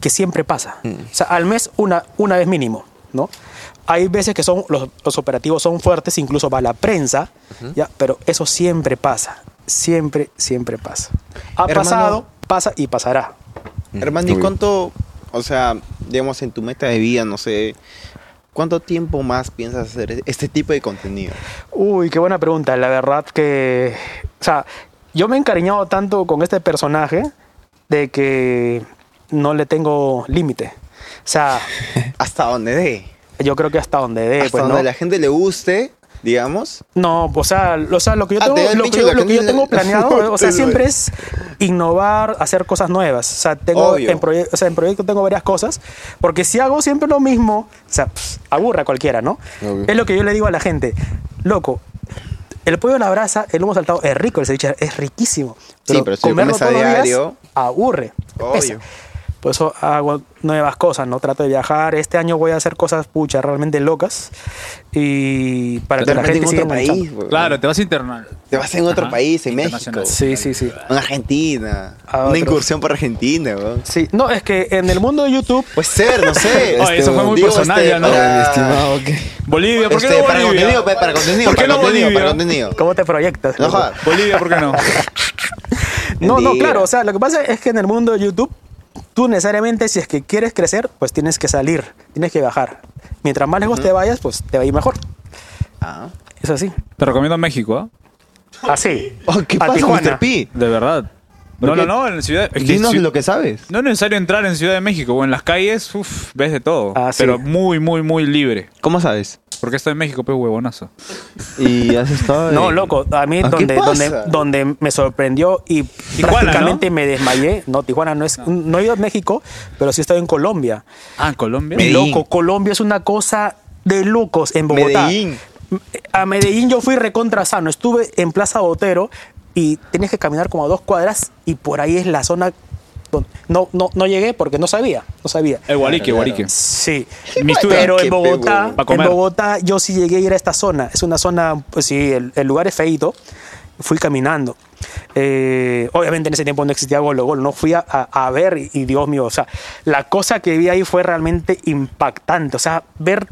G: que siempre pasa.
B: Mm.
G: O sea, al mes una, una vez mínimo, ¿no? Hay veces que son los, los operativos son fuertes, incluso va la prensa, ya, pero eso siempre pasa, siempre, siempre pasa. Ha
C: Hermano-
G: pasado, pasa y pasará.
C: Hermano, ¿y
G: Obvio.
C: cuánto, o sea, digamos en tu meta de vida, no sé, cuánto tiempo más piensas hacer este tipo de contenido?
G: Uy, qué buena pregunta. La verdad que. O sea, yo me he encariñado tanto con este personaje de que no le tengo límite. O sea.
C: ¿Hasta dónde dé?
G: Yo creo que hasta donde dé,
C: Hasta
G: Eh, pues, ¿no?
C: donde la gente le guste, digamos.
G: No, o sea, o sea, lo que yo
C: Ah,
G: tengo,
C: te habían
G: lo que
C: dicho
G: yo-
C: la
G: lo que yo
C: gente-
G: tengo
C: (laughs)
G: planeado, o sea,
C: Te
G: siempre
C: duele.
G: es innovar, hacer cosas nuevas. O sea, tengo
C: Obvio.
G: en, proye- o sea, en proyecto tengo varias cosas, porque si hago siempre lo mismo, o sea, pss, aburre a cualquiera, ¿no?
C: Obvio.
G: Es lo que yo le digo a la gente, loco. El pollo a la brasa, el humo saltado es rico, el ceviche es riquísimo.
C: Sí, pero si lo comes a
G: todos los días
C: diario-
G: aburre.
C: Obvio.
G: pesa. Por eso hago nuevas cosas, ¿no? Trato de viajar. Este año voy a hacer cosas, pucha, realmente locas. Y para que la gente siga enganchando.
A: Claro, te vas a internar.
B: Te vas en otro
G: Ajá,
B: país, en México.
G: Sí, sí, sí.
B: Una Argentina.
C: Ah,
G: A
B: Una
G: otro.
B: incursión por Argentina, weón.
G: Sí, no, es que en el mundo de YouTube.
B: Puede ser, no sé.
A: (laughs) Oye, eso fue muy
B: digo,
A: personal
B: este,
A: ya, ¿no?
B: para-
A: Bolivia, ¿por qué
B: Este,
A: no
B: para
A: Bolivia?
B: contenido, pe, para contenido,
A: ¿Por qué
B: para
A: no
B: contenido,
A: Bolivia?
B: para contenido.
G: ¿Cómo te proyectas?
B: No jodas.
A: Bolivia, ¿por qué no?
G: No, no,
B: Mentira.
G: claro. O sea, lo que pasa es que en el mundo de YouTube, tú necesariamente, si es que quieres crecer, pues tienes que salir, tienes que bajar. Mientras más lejos te vayas, pues te va a ir mejor.
A: Ah.
G: Es así.
A: Te recomiendo México, ¿ah?
G: Así.
A: Oh, ¿Qué
G: A
A: pasa,
G: Tijuana.
A: Mr. P? De verdad.
G: ¿Por
A: No,
G: qué?
A: no, no, en la ciudad. es
G: Dinos
A: ciu-
G: lo que
B: sabes.
A: No es necesario entrar en Ciudad de México. O en las calles, uff, ves de todo.
B: sí.
A: Pero muy, muy, muy libre.
B: ¿Cómo sabes?
A: Porque estoy en México, pues huevonazo.
B: Y has estado.
G: No, loco, a mí
A: ¿Ah, qué
G: donde,
A: pasa?
G: donde, donde me sorprendió y prácticamente me desmayé. No, Tijuana no es. No. he ido a México, pero sí he estado en Colombia.
A: Ah, en Colombia.
G: Loco, Colombia es una cosa de locos en Bogotá.
A: Medellín.
G: A Medellín yo fui recontra sano. Estuve en Plaza Botero y tienes que caminar como a dos cuadras y por ahí es la zona. donde- No, no, no llegué porque no sabía, no sabía.
A: El Guarique, Guarique.
G: Sí,
A: Mis tuyas.
G: pero
A: Qué
G: en Bogotá,
A: pego. Pa'
G: en
A: comer.
G: Bogotá yo sí llegué a ir a esta zona. Es una zona, pues sí, el, el lugar es feito. Fui caminando. Eh, obviamente en ese tiempo no existía Golo Gol. No fui a, a- a ver y, y Dios mío, o sea, la cosa que vi ahí fue realmente impactante. O sea, ver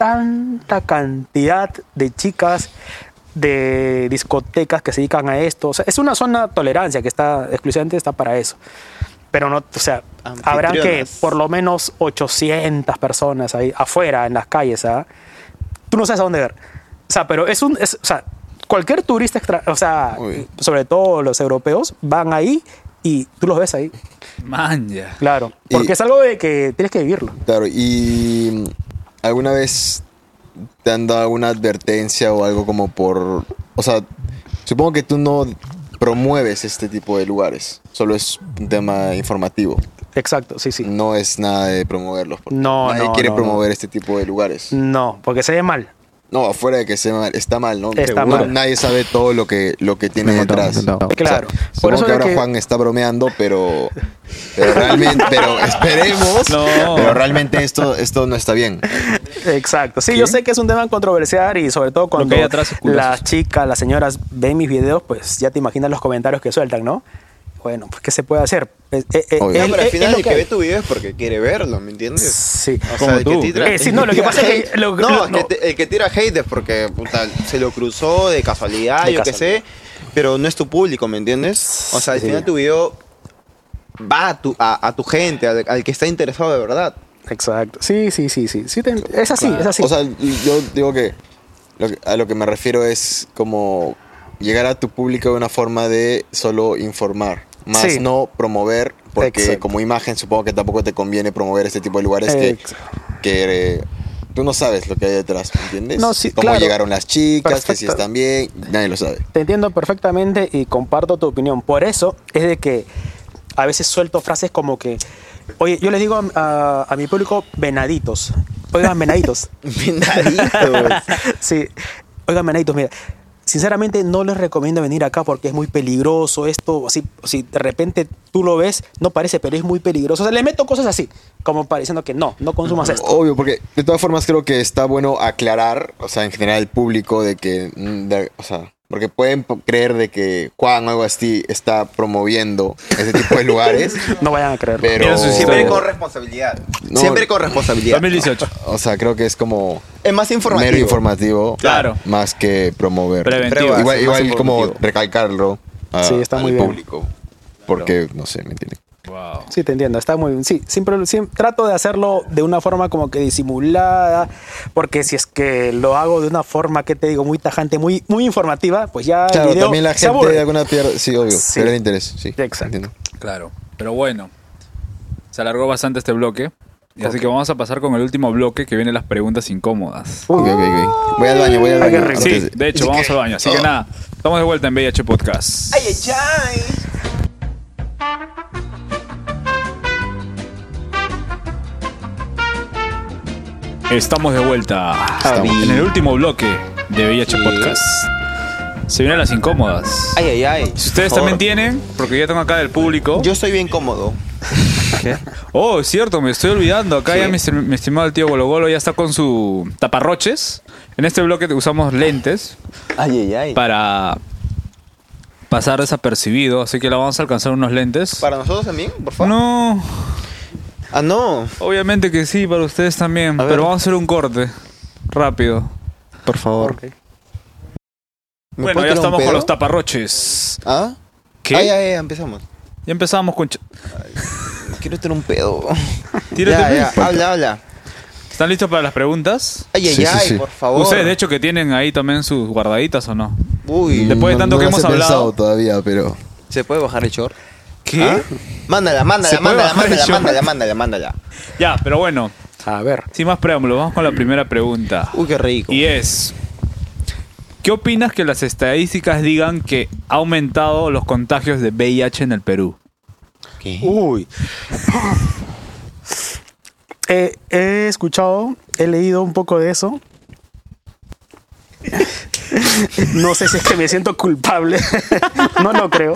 G: tanta cantidad de chicas de discotecas que se dedican a esto. O sea, es una zona de tolerancia que está exclusivamente está para eso. Pero no, o sea, habrán que
B: Anfitrionas.
G: por lo menos 800 personas ahí afuera en las calles, ¿ah? Tú no sabes a dónde ver. O sea, pero es un es- o sea, cualquier turista extra, o sea, sobre todo los europeos van ahí y tú los ves ahí.
A: Manja.
G: Claro, porque
B: Y-
G: es algo de que tienes que vivirlo.
C: Claro, y mm, alguna vez te han dado alguna advertencia o algo como por... O sea, supongo que tú no promueves este tipo de lugares, solo es un tema informativo.
G: Exacto, sí, sí.
C: No es nada de promoverlos. porque
G: No,
C: nadie
G: no,
C: quiere
G: no,
C: promover este tipo de lugares.
G: No, porque se ve mal.
C: No, afuera de que se mal, está mal, ¿no?
G: Está
C: No-
G: mal.
C: Nadie sabe todo lo que, lo que tiene detrás.
G: Claro.
C: O sea,
G: Por
C: supongo
G: eso
C: que
G: es
C: ahora
G: que-
C: Juan está bromeando, pero,
G: (laughs)
C: pero realmente, pero esperemos,
G: No.
C: pero realmente esto, esto no está bien.
G: Exacto. Sí, yo sé que es un tema controversial y sobre todo cuando
C: hay atrás es curioso.
G: las chicas, las señoras ven mis videos, pues ya te imaginas los comentarios que sueltan, ¿no? Bueno, pues ¿qué se puede hacer? Es- es- es-
B: No, pero
G: es- Eh, es-
B: al
G: es
B: final el
G: lo que
B: que
G: hay.
B: ve tu video es porque quiere verlo, ¿me entiendes?
G: Sí,
B: o
G: como
B: sea, el que
G: tú.
B: tira-
G: Eh, sí,
B: el
G: no, lo que
B: tira
G: pasa es que-
B: hate-
G: lo-
B: no,
G: lo-
B: el que,
G: no.
B: te- el que tira hate es porque puta, se lo cruzó de casualidad,
G: De
B: yo qué sé, pero no es tu público, ¿me entiendes? O sea, al
G: Sí.
B: final tu video va a tu, a, a tu gente, al, al que está interesado de verdad.
G: Exacto. Sí, sí, sí, sí. sí te- es así,
C: Claro.
G: es así.
C: O sea, yo digo que, lo que- a lo que me refiero es como llegar a tu público de una forma de solo informar, más
G: Sí.
C: no promover, porque
G: Exacto.
C: como imagen supongo que tampoco te conviene promover este tipo de lugares que, que eh, tú no sabes lo que hay detrás, ¿me entiendes?
G: No, sí,
C: Cómo
G: claro.
C: llegaron las chicas, que si
G: Perfecto.
C: están bien, nadie lo
G: (laughs)
C: sabe.
G: Te entiendo perfectamente y comparto tu opinión. Por eso es de que a veces suelto frases como que, oye, yo les digo a, a- a mi público venaditos.
B: (laughs)
G: Oigan, venaditos.
B: venaditos.
G: (laughs) sí. Oigan, venaditos, mira. Sinceramente no les recomiendo venir acá porque es muy peligroso esto. Si, si de repente tú lo ves, no parece, pero es muy peligroso. O sea, le meto cosas así, como pareciendo que no, no consumas esto.
C: Obvio, porque de todas formas creo que está bueno aclarar, o sea, en general al público de que, mm, de- o sea, porque pueden po- creer de que Juan o algo así está promoviendo ese tipo de
G: (laughs)
C: lugares.
G: No vayan a creer.
C: Pero-
B: Pero siempre con responsabilidad.
C: No,
B: siempre con responsabilidad.
A: (laughs) 2018.
C: O sea, creo que es como
B: Es más informativo.
C: mero informativo,
B: Claro.
C: más que promover.
A: Preventivo.
C: Igual-
A: Más
C: Igual, como
A: informativo.
C: recalcarlo a-
G: Sí, está
C: al
G: muy bien.
C: público. Porque, no sé, ¿me entiendes?
G: Sí, te entiendo, está muy bien. Sí, siempre, siempre trato de hacerlo de una forma como que disimulada, porque si es que lo hago de una forma, que te digo, muy tajante, muy, muy informativa, pues ya el
C: Claro,
G: video
C: también la
G: se
C: gente
G: aburre.
C: de alguna pierde, sí, obvio,
G: Sí.
C: pierde el interés, sí.
G: Exacto.
C: entiendo.
A: Claro. Pero bueno, se alargó bastante este bloque. Y así que vamos a pasar con el último bloque que viene las preguntas incómodas.
C: Ok, ok, ok. Voy al baño, voy al
A: Ay, qué
C: baño.
A: rico.
C: Antes
A: Sí,
C: de-
A: de hecho, vamos al baño. Así que nada, estamos de vuelta en VIH Podcast.
B: Ay, ay, ay.
A: Estamos de vuelta
B: Estamos.
A: en el último bloque de VIH
B: Sí.
A: Podcast. Se vienen las incómodas.
B: Ay, ay, ay.
A: Si ustedes también tienen, porque ya tengo acá del público.
B: Yo estoy bien cómodo.
A: Oh, es cierto, me estoy olvidando. Acá ya mi, estim- mi estimado el tío Golo Golo ya está con su taparroches. En este bloque te- usamos lentes para pasar desapercibido, así que la vamos a alcanzar unos lentes.
B: ¿Para nosotros también, por favor?
A: No.
B: Ah, no.
A: Obviamente que sí, para ustedes también, pero vamos a hacer un corte rápido.
C: Por favor.
A: Bueno,
B: puedo
A: ya
B: tirar un
A: estamos con
B: pedo?
A: los taparroches.
B: ¿Ah?
A: ¿Qué?
B: Ah, ya, ya, empezamos.
A: Ya empezamos con...
B: Quiero tener un pedo.
A: Tírate,
B: Ya,
A: pues.
B: ya, Habla, habla.
A: ¿Están listos para las preguntas?
B: Ay, ay, Sí, sí, ay, sí. por favor.
A: Ustedes, de hecho, que tienen ahí también sus guardaditas o no.
B: Uy.
A: Después de tanto que hemos hablado.
C: todavía, pero.
B: ¿Se puede bajar el short?
A: ¿Qué?
B: ¿Ah? Mándala,
A: ¿Se puede
B: mándala, mándala,
A: bajar el
B: mándala,
A: short?
B: mándala, mándala, mándala.
A: Ya, pero bueno. A ver. Sin más preámbulos, vamos con la primera pregunta.
B: Uy, qué rico.
A: Y es. ¿Qué opinas que las estadísticas digan que ha aumentado los contagios de VIH en el Perú?
G: Uy. Eh, he escuchado, he leído un poco de eso. (laughs) No sé si es que me siento culpable. (laughs) No lo creo.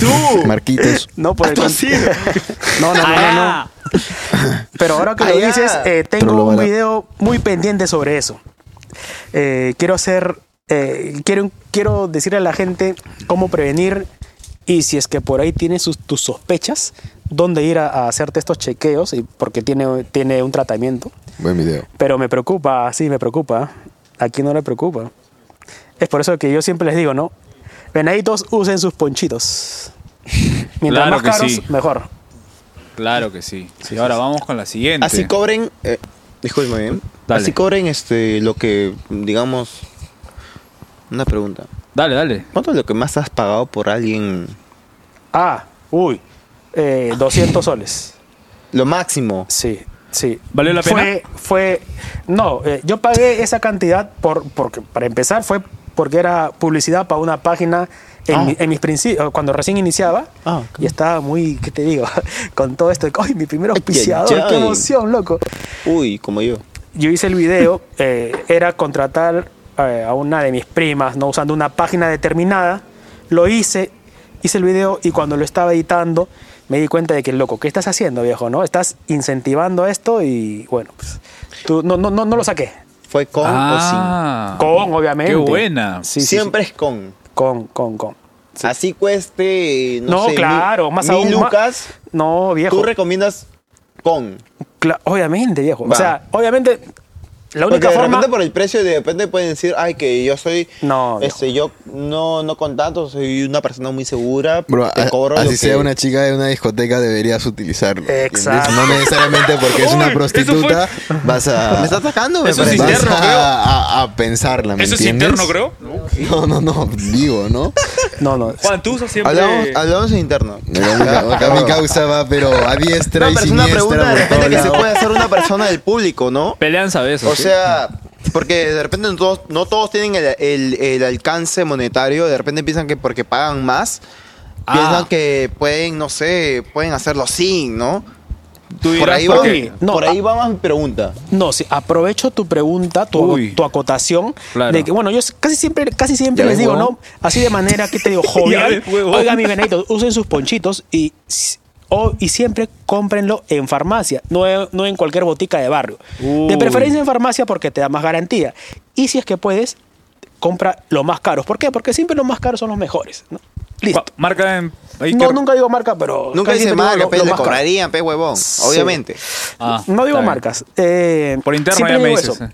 C: tú! Marquitos.
G: No, por el
C: Ah, tú
G: cont-
C: sí.
G: (laughs) No, no, no, no, no.
C: Ah.
G: Pero ahora que lo
C: Ah, ya.
G: dices, eh, tengo
C: Pero lo
G: un
C: van a-
G: video muy pendiente sobre eso. Eh, quiero hacer, eh, quiero, quiero decirle a la gente cómo prevenir y si es que por ahí tienes sus- tus sospechas, dónde ir a, a hacerte estos chequeos y porque tiene, tiene un tratamiento.
C: Buen video.
G: Pero me preocupa, sí, me preocupa. ¿A quién no le preocupa? Es por eso que yo siempre les digo, ¿no? Venaditos, usen sus ponchitos. Mientras
A: Claro
G: más
A: que
G: caros,
A: sí.
G: mejor.
A: Claro que sí. Y ahora vamos con la siguiente.
B: (clears throat) Así cobren, eh, discúlpame bien.
A: Dale.
B: Así cobren este lo que digamos una pregunta.
A: Dale, dale.
B: ¿Cuánto es lo que más has pagado por alguien?
G: Ah, uy, eh, 200 soles.
B: Lo máximo.
G: Sí, sí.
A: ¿Valió la pena?
G: Fue, fue no, eh, yo pagué esa cantidad por, porque, para empezar, fue porque era publicidad para una página en,
A: Ah.
G: mi- en mis principios, cuando recién iniciaba. Y estaba muy, ¿qué te digo? (laughs) Con todo esto, de, ¡ay, mi primer auspiciador!
B: ay.
G: ¡Qué emoción, loco!
B: Uy, como yo.
G: Yo hice el video, (laughs) eh, era contratar eh, a una de mis primas, no usando una página determinada. Lo hice, hice el video y cuando lo estaba editando me di cuenta de que, loco, ¿qué estás haciendo, viejo? ¿No? Estás incentivando esto y bueno, pues tú, no, no, no, no lo saqué.
B: ¿Fue con
A: Ah,
G: o sin? Con, obviamente.
A: qué buena.
B: Siempre es con.
G: Con, con, con.
B: Así cueste, no,
G: No,
B: sé, mil-
G: claro, más
B: mil
G: aún, ma-
B: lucas.
G: No, viejo.
B: Tú recomiendas con.
G: Cla- obviamente, viejo.
B: Va.
G: O sea, obviamente, la
B: Porque
G: única
B: de
G: forma...
B: repente por el precio de repente pueden decir, ay, que yo soy,
G: No,
B: este, yo no, no con tanto, soy una persona muy segura,
C: Bro,
B: te
C: a-
B: cobro lo
C: así
B: que-
C: sea una chica de una discoteca, deberías utilizarlo. ¿entiendes?
B: Exacto.
C: No necesariamente porque es una
B: Uy,
C: prostituta, vas a.
B: Me estás atacando, me
C: Vas
B: parece.
C: a, a- a pensarla, ¿me
A: Eso es
C: entiendes?
A: interno, creo.
C: No, no, no, digo,
A: (laughs)
C: ¿no?
G: No, no.
A: Juan, tú usas siempre.
B: Hablamos, hablamos en interno.
C: Acá mi causa va, pero a diestra
B: No,
C: y
B: pero es una
C: siniestra.
B: pregunta de
C: por
B: repente
C: todo
B: que se
C: lado.
B: puede hacer una persona del público, ¿no?
A: Pelean sabes.
B: O sea, porque de repente no todos, no todos tienen el, el- el alcance monetario, de repente piensan que porque pagan más,
A: Ah.
B: piensan que pueden, no sé, pueden hacerlo sin, ¿no? por,
G: dirás
B: ahí
G: por
B: va,
G: qué. No, ah.
B: por
G: a-
B: ahí va más mi pregunta.
G: No, sí, aprovecho tu pregunta, tu,
B: Uy.
G: tu acotación.
B: Claro.
G: De que, bueno, yo casi siempre, casi siempre
B: Ya
G: les
B: ves,
G: digo,
B: huevón.
G: ¿no? Así de manera que
A: (laughs)
G: te digo,
A: Ya
G: jovial.
A: ves, huevón.
G: Oiga, mis venaditos, usen sus ponchitos y, s- o- y siempre cómprenlo en farmacia, no, en- no en cualquier botica de barrio.
A: Uy.
G: De preferencia en farmacia porque te da más garantía. Y si es que puedes, compra los más caros. ¿Por qué? Porque siempre los más caros son los mejores. ¿no? Listo.
A: Marca en.
G: No, nunca digo marca, pero.
B: Nunca
G: casi
B: dice
G: siempre digo
B: marca,
G: lo-
A: pues,
B: pe,
G: lo
B: le
G: más caro.
B: cobrarían, pe, huevón,
G: Sí.
B: obviamente.
G: no digo
B: Ah, está bien.
G: marcas. eh,
A: Ah, Por interno
G: siempre
A: ya me
G: digo
A: dices,
G: eso.
A: eh.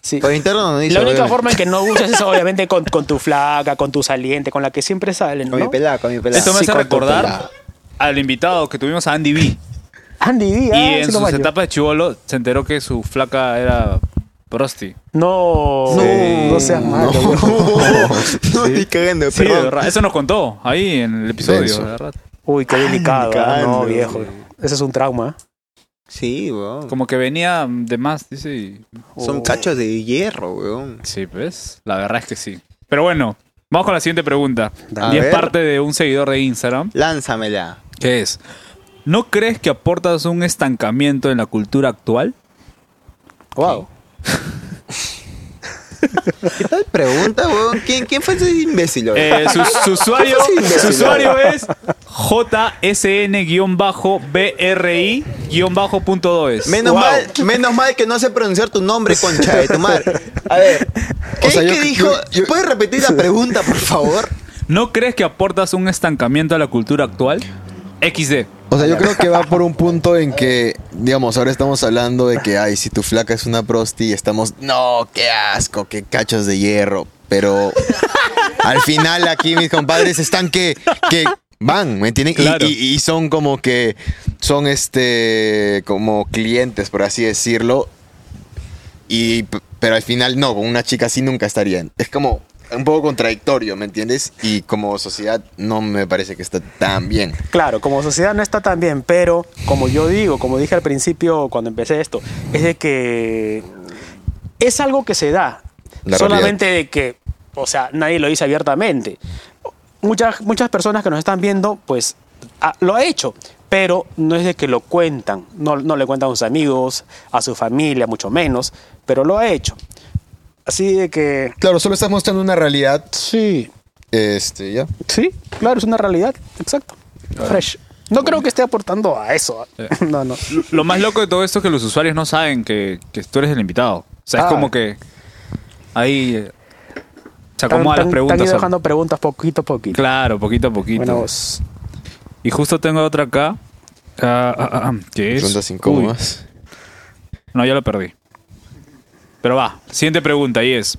G: Sí.
B: Por interno no dice.
G: la única
B: obviamente.
G: forma en que no usas es obviamente con, con tu flaca, con tu saliente, con la que siempre salen. ¿no?
B: Con mi pelada, con mi pelada.
A: Esto me
G: Sí,
A: hace
G: con tu
A: recordar
G: pelada.
A: al invitado que tuvimos a Andy B.
G: Andy D, (laughs) ah,
A: y en
G: sí lo
A: sus
G: baño.
A: etapas de chivolo se enteró que su flaca era prosti.
G: No,
A: Sí.
G: no seas malo.
B: (laughs) No, ni cagando,
A: Sí, de
B: perdón.
A: verdad. Eso nos contó ahí en el episodio,
B: Denso.
A: de verdad.
G: Uy, qué delicado. ¿verdad? No,
A: Delicado.
G: viejo. Ese es un trauma.
B: Sí, weón.
A: Como que venía de más, dice. y-
B: Son
A: Oh.
B: cachos de hierro, weón.
A: Sí, pues. La verdad es que sí. Pero bueno, vamos con la siguiente pregunta.
B: A
A: y es
B: ver.
A: parte de un seguidor de Instagram.
B: Lánzamela.
A: ¿Qué es? ¿No crees que aportas un estancamiento en la cultura actual?
G: Wow.
C: ¿Qué tal pregunta, weón? ¿Quién, quién fue ese imbécil?
B: (laughs)
A: Eh,
C: weón?
A: su, su usuario,
C: ¿Quién fue ese
A: su
C: imbécil,
A: usuario
C: weón?
A: es jsn-bri-2es.
C: Menos,
A: Wow.
C: mal, menos mal que no sé pronunciar tu nombre, concha de tu madre. A ver, ¿qué, qué dijo? ¿Puedes repetir la pregunta, por favor?
A: ¿No crees que aportas un estancamiento a la cultura actual? XD.
C: O sea, yo creo que va por un punto en que, digamos, ahora estamos hablando de que, ay, si tu flaca es una prosti, estamos, no, qué asco, qué cachos de hierro. Pero al final aquí mis compadres están que, que van, ¿me entienden? Y-
A: Claro.
C: Y, y son como que, son este, como clientes, por así decirlo. Y, p- pero al final no, con una chica así nunca estarían. Es como un poco contradictorio, ¿me entiendes? Y como sociedad no me parece que está tan bien.
G: Claro, como sociedad no está tan bien, pero como yo digo, como dije al principio cuando empecé esto, es de que es algo que se da,
C: La
G: solamente de que, o sea, nadie lo dice abiertamente. Muchas, muchas personas que nos están viendo, pues ah, lo ha hecho, pero no es de que lo cuentan, no, no le cuentan a sus amigos, a su familia, mucho menos, pero lo ha hecho. Así de que...
C: Claro, solo estás mostrando una realidad.
G: Sí.
C: Este, ya.
G: Sí, claro, es una realidad, exacto. Fresh. No creo que esté aportando a eso. ¿ah?
A: Eh.
G: (laughs) No, no.
A: Lo más loco de todo esto es que los usuarios no saben que, que tú eres el invitado. O sea,
G: Ah.
A: es como que ahí eh, se
G: Están-
A: acomodan las
G: están-
A: preguntas.
G: Están ido
A: solo.
G: dejando preguntas poquito a poquito.
A: Claro, poquito a poquito.
G: Buena
A: Y justo tengo otra acá. Ah, ah, ah, ah, ¿Qué es?
C: Preguntas incómodas.
A: Uy. No, ya lo perdí. Pero va, siguiente pregunta y es: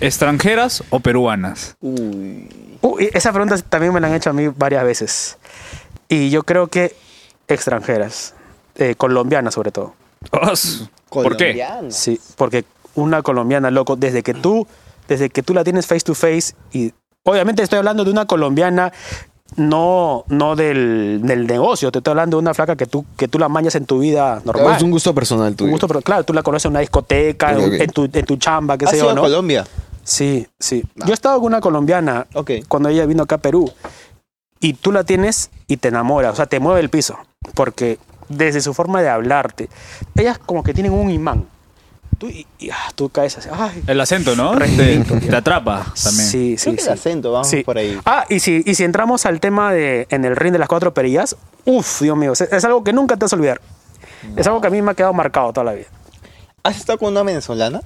A: ¿extranjeras o peruanas?
G: Uh, y esa pregunta también me la han hecho a mí varias veces. Y yo creo que extranjeras, eh, colombianas sobre todo.
A: ¿Por qué?
G: Sí, porque una colombiana, loco, desde que tú, desde que tú la tienes face to face y obviamente estoy hablando de una colombiana no no del, del negocio, te estoy hablando de una flaca que tú que tú la mañas en tu vida normal.
C: Es un gusto personal
G: Un
C: tuyo.
G: gusto, pero claro, tú la conoces en una discoteca,
C: Ok,
G: en-
C: ok.
G: En, tu, en tu chamba, qué
C: ¿Has
G: sé
C: ido
G: yo,
C: a
G: ¿no?
C: Colombia?
G: Sí, sí.
C: Ah.
G: Yo he estado con una colombiana cuando ella vino acá a Perú y tú la tienes y te enamora, o sea, te mueve el piso, porque desde su forma de hablarte, ellas como que tienen un imán. Tú, y, y, ah, tú caes así, ay.
A: El acento, ¿no? Te,
G: Respirito.
A: te atrapa también.
G: Sí, sí, sí. Sí.
C: ahí.
G: Ah, y si, y si entramos al tema de en el ring de las cuatro perillas, uff, Dios mío, es, es algo que nunca te vas a olvidar. Es algo que a mí me ha quedado marcado toda la vida.
C: ¿Has estado con una venezolana?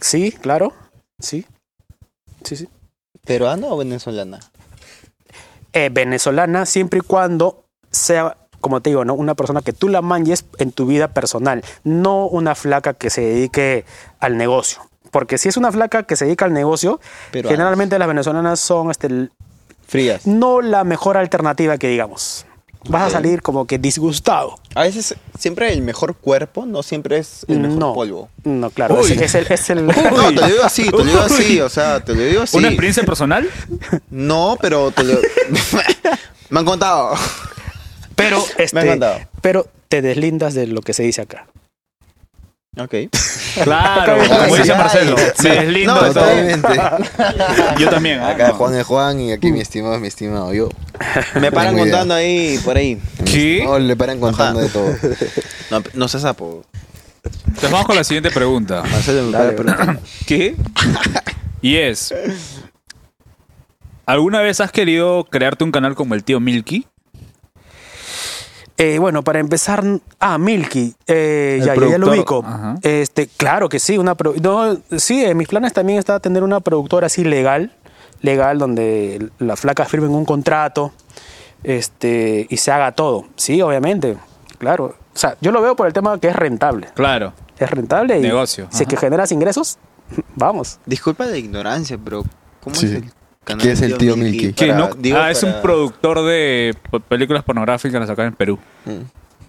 G: Sí, claro. Sí. Sí, sí.
C: ¿Peruana o venezolana?
G: eh, venezolana siempre y cuando sea, como te digo, ¿no? una persona que tú la manches en tu vida personal, no una flaca que se dedique al negocio. Porque si es una flaca que se dedica al negocio,
C: Peruanas.
G: generalmente las venezolanas son este, l-
C: Frías.
G: no la mejor alternativa que digamos. Vas a
C: Ok.
G: salir como que disgustado.
C: A veces siempre el mejor cuerpo no siempre es el mejor polvo.
G: No, claro.
C: Uy.
G: Es, es el...
C: (laughs)
G: es el-
C: No, te lo digo así, te lo digo así, o sea, te lo digo así.
A: ¿Una experiencia
G: (laughs)
A: personal?
C: No, pero (laughs) te lo... Me han contado.
G: Pero, este,
C: contado.
G: pero te deslindas de lo que se dice acá.
C: Ok.
A: Claro, como dice Marcelo. Me deslindo
C: No,
A: de todo.
C: totalmente.
A: Yo también. ah,
C: Acá
A: no.
C: Juan es Juan y aquí mi estimado es mi estimado. Yo.
B: Me paran
C: Tengo idea.
B: contando ahí, por ahí.
A: ¿Qué?
C: No, le paran contando de todo. No, no seas sapo.
A: Entonces vamos con la siguiente pregunta.
C: Marcelo me para preguntar.
A: ¿Qué? Y es. ¿Alguna vez has querido crearte un canal como el tío Milky?
G: Eh, bueno, para empezar, ah, Milky, eh,
A: El
G: ya, ya, ya lo
A: productor.
G: ubico.
A: Ajá.
G: Este, claro que sí, una pro- no, sí, en mis planes también está tener una productora así legal, legal donde las flacas firmen un contrato, este, y se haga todo. Sí, obviamente, claro. O sea, yo lo veo por el tema que es rentable.
A: Claro.
G: Es rentable y
A: Negocio,
G: si es que generas ingresos, (laughs) vamos.
B: Disculpa de ignorancia, pero ¿cómo
C: Sí.
B: es el canal
C: ¿Qué es
B: del
C: el tío Milky?
A: Que
B: Para-
A: no,
B: digo,
A: ah, es
B: para-
A: un productor de po- películas pornográficas acá en Perú.
B: Mm.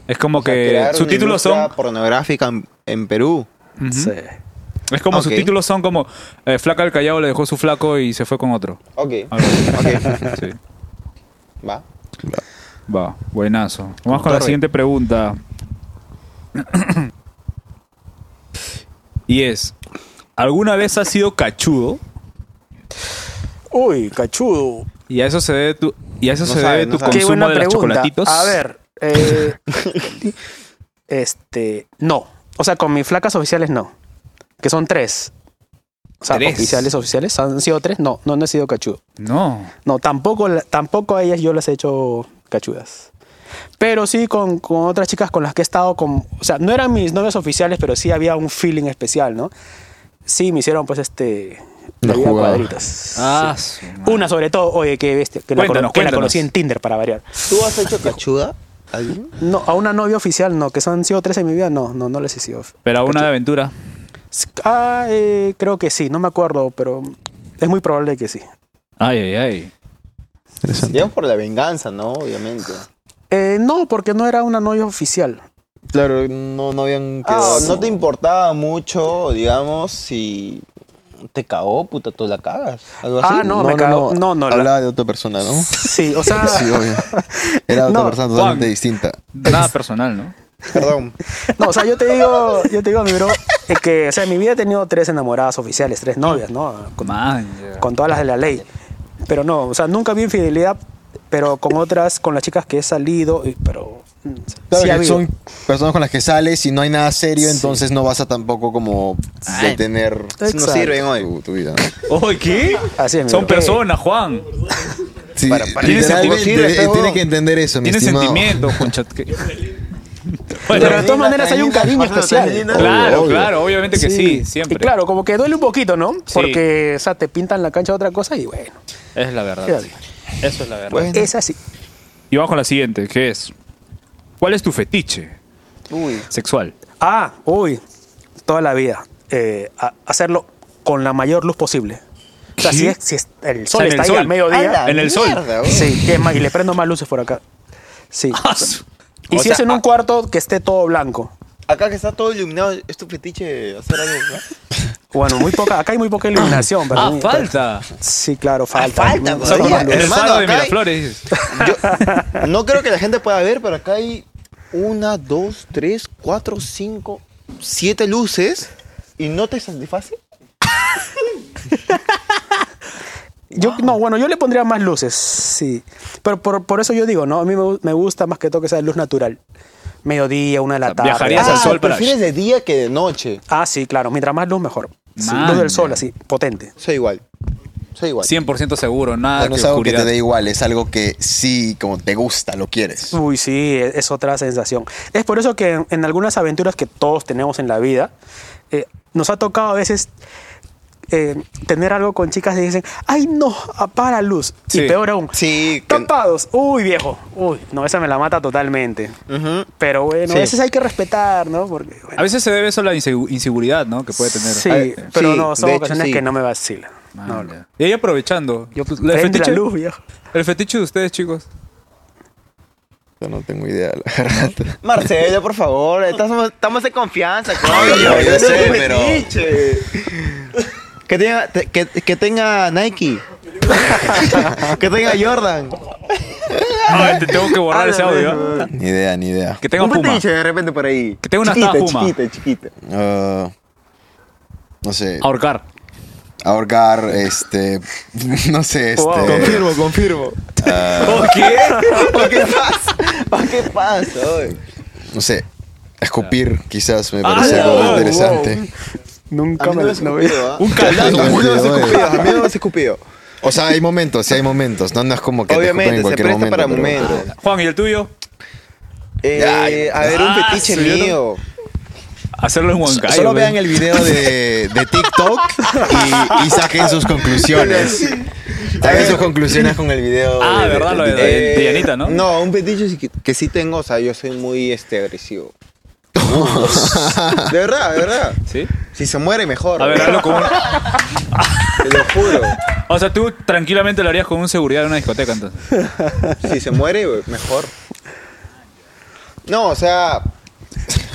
A: Es como que
B: crear
A: sus
B: una
A: títulos
B: industria
A: son.
B: pornográfica en, en Perú.
A: Ujú. Es como sus
B: Ok.
A: títulos son como eh, Flaca del Callao le dejó su flaco y se fue con otro.
B: Ok.
A: Algo así.
B: Ok.
A: Sí.
B: Va.
A: Va, buenazo. Vamos con la
B: Torre.
A: siguiente pregunta. y es, ¿alguna vez has sido cachudo?
G: Uy, cachudo.
A: Y a eso se debe tu, y a eso
B: No
A: se
B: sabe,
A: debe
B: no
A: tu
B: sabe.
A: consumo de las chocolatitos.
G: A ver,
A: (laughs)
G: eh, este, no. O sea, con mis flacas oficiales no, que son tres. O sea,
A: Tres.
G: oficiales, oficiales. ¿Han sido tres? No, no, no he sido cachudo.
A: No.
G: No, tampoco, la- tampoco a ellas yo las he hecho cachudas. Pero sí con, con otras chicas con las que he estado, con, o sea, no eran mis novias oficiales, pero sí había un feeling especial, ¿no? Sí, me hicieron pues este... La
C: La
G: vida
C: jugada.
G: cuadritas.
C: Ah,
G: Sí. Una sobre todo, oye, qué bestia, que, la,
C: Cuéntanos,
G: cono- que la
C: cuéntanos.
G: conocí en Tinder para variar.
C: ¿Tú has hecho cachuda? ¿Alguien?
G: No, a una novia oficial no, que son sido tres en mi vida, no, no, no les he sido.
A: Pero a una de aventura.
G: Ah, eh, creo que sí, no me acuerdo, pero es muy probable que sí.
A: Ay, ay, ay.
B: Ya por la venganza, ¿no? Obviamente.
G: Eh, no, porque no era una novia oficial.
B: Claro, no, no habían
G: quedado.
B: Ah, no te importaba mucho, digamos, si te cagó, puta, tú la cagas. Algo
G: Ah,
B: así.
G: no, me cagó. No, no, la-
C: Hablaba de otra persona, ¿no?
G: Sí, o
C: (laughs)
G: sea,
C: Sí, obvio. Era otra
G: No,
C: persona
G: Juan.
C: totalmente distinta. (laughs)
A: Nada personal, ¿no?
B: Perdón.
G: (laughs) no, o sea, yo te digo, yo te digo, mi bro, es que, o sea, en mi vida he tenido tres enamoradas oficiales, tres novias, ¿no? Con, con todas las de la ley. Pero no, o sea, nunca vi infidelidad, pero con otras, con las chicas que he salido, y- pero mm,
C: Claro
G: sí ha
C: que
G: habido.
C: son personas con las que sales y no hay nada serio, entonces no vas a tampoco como
A: Ay.
C: detener
G: Eso no sirve en
C: hoy. Tu, tu vida. ¿no?
A: Oye, ¿qué?
G: Así es, mi
A: Son
G: bro.
A: personas, Juan.
C: Sí,
A: Para- para- Tiene
C: literalmente,
A: sentido,
C: eh,
A: sirve,
C: tiene
A: huevón.
C: que entender eso, mi
A: Tiene
C: estimado.
A: sentimiento, Juancho. que-
G: Pero de todas maneras hay un cariño especial.
A: Claro, claro, obviamente que sí, siempre.
G: Y claro, como que duele un poquito, ¿no?
A: Sí.
G: Porque, o sea, te pintan la cancha de otra cosa y bueno,
A: Es la verdad.
G: Fíjate.
A: Eso es la verdad.
C: Pues,
G: es así.
A: Y vamos con la siguiente, que es... ¿Cuál es tu fetiche sexual?
G: Ah, uy, toda la vida. Eh, a- hacerlo con la mayor luz posible. O sea,
A: ¿Qué?
G: si, es, si es- el
A: O sea,
G: sol
A: en
G: está
A: el
G: ahí
A: sol.
G: al mediodía.
A: ¡A la En el sol. mierda, güey!
G: Sí, y, es más, y le prendo más luces por acá.
A: (laughs)
G: Sí.
A: Ah,
C: Ah,
G: y
B: O
G: si
B: sea,
G: es en un cuarto que esté todo blanco.
B: Acá que está todo iluminado, es tu fetiche hacer algo, ¿no?
G: Bueno, muy poca, acá hay muy poca iluminación. pero
A: Ah,
G: muy-
A: falta. Ah, pues,
G: Sí, claro, falta.
B: falta,
G: No, solo
B: todavía.
G: más luz.
A: El
B: Hermano,
A: faro de
B: acá hay-
A: Miraflores.
B: (laughs) No creo que la gente pueda ver, pero acá hay una, dos, tres, cuatro, cinco, siete luces y no te satisface.
G: Yo, no, bueno, yo le pondría más luces, sí. Pero por, por eso yo digo, ¿no? A mí me, gu- me gusta más que todo que sea luz natural. Mediodía, una de la tarde.
A: viajarías al Ah, sol para-
B: prefieres de día que de noche.
G: Ah, sí, claro. Mientras más luz, mejor. Sí,
A: Man,
G: luz del sol, así, potente.
B: Soy igual. Soy igual.
A: 100% seguro,
C: O
A: nada
C: sea,
A: que
C: no es algo que te
A: oscuridad.
C: dé igual, es algo que sí, como te gusta, lo quieres.
G: Uy, sí, e, es, es otra sensación. Es por eso que en, en algunas aventuras que todos tenemos en la vida, eh, nos ha tocado a veces eh, tener algo con chicas que dicen, ay, no, apaga la luz.
B: Sí.
G: Y peor aún,
B: Sí. que-
G: tapados. Uy, viejo. Uy, no, esa me la mata totalmente.
B: Ujú.
G: Pero bueno,
B: Sí.
G: a veces hay que respetar, ¿no? Porque, bueno,
A: A veces se debe eso a la insegu- inseguridad, ¿no? Que puede tener.
G: Sí,
A: Ay,
G: pero
B: sí,
G: no, son
B: de hecho,
G: ocasiones
B: sí.
G: que no me vacilan.
A: man,
G: No, pues,
A: ya. Y ahí aprovechando.
B: pues,
A: ¿El
G: Prende la
A: fetiche?
G: luz, viejo.
A: ¿El fetiche de ustedes, chicos?
C: Yo no tengo idea, la
B: (laughs)
C: verdad.
B: Marcelo, por favor, estamos, estamos
A: (laughs)
B: de confianza.
C: Ay,
B: coño.
C: yo
B: Es tu
C: sé, pero-
B: fetiche. Que tenga, te- que, que tenga (laughs) Nike. que tenga Jordan.
A: Ah, te tengo que borrar ese audio. ¿ah?
C: Ni idea, ni idea.
A: Que tenga
B: Un
A: Puma.
B: fetiche de repente por ahí.
A: Que tenga una
B: chiquita,
A: estafa Puma.
B: chiquita, chiquita.
C: Ah, no sé,
B: Ah.
A: Ahorcar.
C: ahorcar, este, (laughs) no sé, este...
G: Wow.
B: Confirmo, confirmo.
C: ah,
A: ¿O qué?
B: ¿O qué pasa? ¿O Ah, qué pasa? oye?
C: no sé, escupir quizás me
A: Ah,
C: parece
A: ya,
C: algo
A: wow,
C: interesante.
B: A
G: Nunca
B: mí no
G: me
B: me
G: las no veo.
B: escupió, ¿ah?
A: Un caldazo.
B: A mí no me has
C: Oye.
B: escupido, a mí no me has
C: (laughs)
B: escupido.
C: O sea, hay momentos, sí hay momentos, no, no es como que
B: Obviamente,
C: te escupen en
B: se
C: cualquier
B: presta
C: momento.
B: para
C: pero-
B: momentos.
C: pero-
A: Juan, ¿y el tuyo?
B: Eh, a ver, un
A: Ah,
B: fetiche
A: sí, yo no-
B: mío.
A: Hacerlo en Huancayo.
C: Solo
A: ve.
C: vean el video de,
B: (laughs)
C: de TikTok y, y saquen sus conclusiones. Saquen sus conclusiones con el video.
A: Ah,
C: de-
A: verdad, lo de-
C: de-
A: de Dianita, ¿no?
B: No, un fetiche sí que, que sí tengo, o sea, yo soy muy este agresivo.
C: (laughs)
B: de verdad, de verdad.
A: ¿Sí?
B: Si se muere mejor.
A: A ver, hazlo con un-
B: Te lo juro.
A: O sea, tú tranquilamente lo harías con un seguridad en una discoteca, entonces.
B: Si se muere mejor. No, o sea,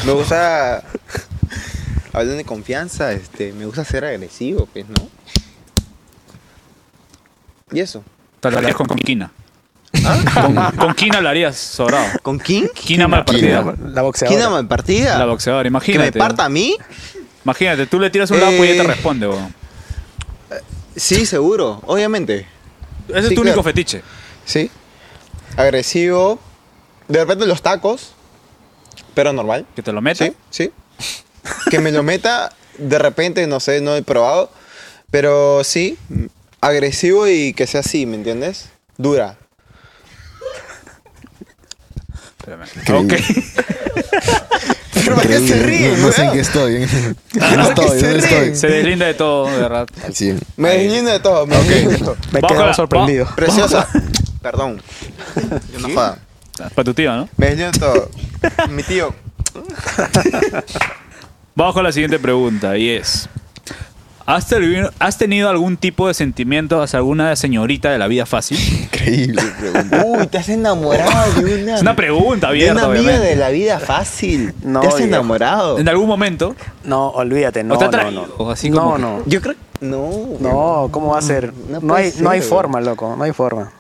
B: me gusta hablando de confianza, este, me gusta ser agresivo, pues, ¿no? Y eso.
A: Te lo harías con, con Kina. Con, con Kina lo harías sobrado.
B: ¿Con quién?
A: Kina mal partida.
G: La
B: ¿Quién
G: boxeadora.
B: ama en partida?
A: La boxeadora,
B: ¿Que
A: imagínate.
B: me parta a mí?
A: Imagínate, tú le tiras un lado y ella te responde, weón.
B: Sí, seguro, obviamente.
A: Ese es
B: sí,
A: tu único
B: claro.
A: fetiche.
B: Sí. Agresivo. De repente los tacos. Pero normal.
A: Que te lo mete.
B: Sí, sí. Que me lo meta, de repente, no sé, no he probado. Pero sí, agresivo y que sea así, ¿me entiendes? Dura.
A: Ok. (laughs)
B: Pero ¿para qué se ríen?
C: No sé en
B: weón?
C: qué estoy.
B: (laughs)
C: ¿en qué-
B: Ah,
C: ¿Dónde
B: que se
C: estoy? ¿Dónde
B: ríen.
C: estoy?
A: Se deslinda de todo, de verdad.
C: Sí.
B: Me deslindo de todo, me deslindo de todo.
G: Me he
A: Bajo
G: quedado
A: la-
G: sorprendido.
A: ba-
B: Preciosa. Perdón. Yo no joda.
A: Para tu tío, ¿no?
B: Me deslindo de todo. Mi tío.
A: Vamos con la siguiente pregunta y es: ¿Has, tervi- has tenido algún tipo de sentimiento hacia alguna señorita de la vida fácil?
C: Increíble pregunta.
B: Uy, te has enamorado de una.
A: Es una pregunta
B: de
A: abierta,
B: una amiga
A: obviamente.
B: de la vida fácil.
G: No,
B: te has
G: viejo.
B: enamorado.
A: En algún momento.
G: No, olvídate, no,
A: te ha
G: no,
A: traído,
G: no.
A: así
G: no,
A: como que-
G: no.
B: Yo creo. No.
G: No, ¿cómo va a ser?
B: No
G: No,
B: puede
G: hay, no hay
B: ser.
G: forma, loco, no hay forma.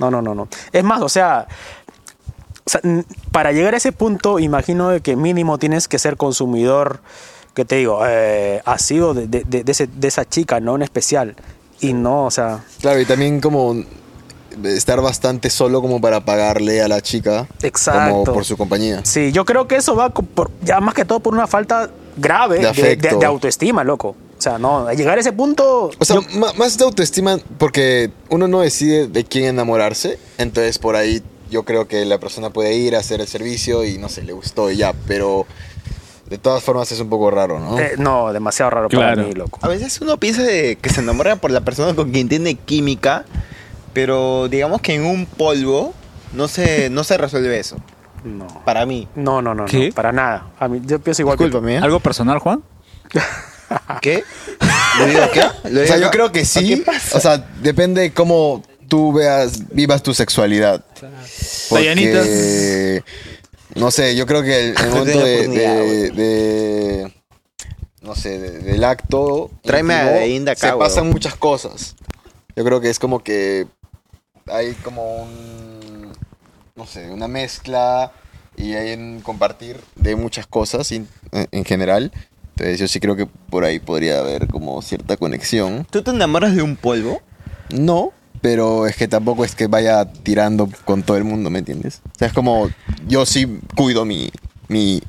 G: No, no, no, no. Es más, o sea, o sea, n- para llegar a ese punto, imagino de que mínimo tienes que ser consumidor, que te digo, eh, asiduo de, de- de- de ese- de esa chica, ¿no? En especial. Y no, o sea,
C: Claro, y también como estar bastante solo como para pagarle a la chica.
G: Exacto.
C: Como por su compañía.
G: sí, yo creo que eso va co- por- ya más que todo por una falta grave
C: De
G: de, de-
C: afecto.
G: de autoestima, loco. O sea, no, llegar a ese punto...
C: O sea, ma- más de autoestima, porque uno no decide de quién enamorarse, entonces por ahí yo creo que la persona puede ir a hacer el servicio y no sé, le gustó y ya, pero de todas formas es un poco raro, ¿no?
G: eh, no, demasiado raro
A: Claro.
G: para mí, loco.
B: A veces uno piensa de que se enamora por la persona con quien tiene química, pero digamos que en un polvo no se, no se resuelve eso.
G: No.
B: Para mí.
G: No, no, no,
A: ¿Qué?
G: no, para nada. A mí, yo pienso igual que tú.
B: Discúlpame, ¿eh?
A: ¿Algo personal, Juan?
B: ¿Qué? ¿Le digo qué? ¿Le
C: O sea,
B: digo-
C: yo creo que
B: ¿Qué
C: sí.
B: pasa?
C: O sea, depende cómo tú veas, vivas tu sexualidad. Porque,
A: Dayanita.
C: no sé, yo creo que el, el
B: No
C: momento
B: tiene
C: de,
B: oportunidad,
C: de- de- no sé, de- del acto
B: Tráeme a
C: íntimo,
B: Dayanita acá,
C: se
B: weón.
C: pasan muchas cosas. Yo creo que es como que hay como un, no sé, una mezcla y hay un compartir de muchas cosas in- en- en general. Entonces yo sí creo que por ahí podría haber como cierta conexión.
B: ¿Tú te enamoras de un polvo?
C: No, pero es que tampoco es que vaya tirando con todo el mundo, ¿me entiendes? O sea, es como yo sí cuido mi, mi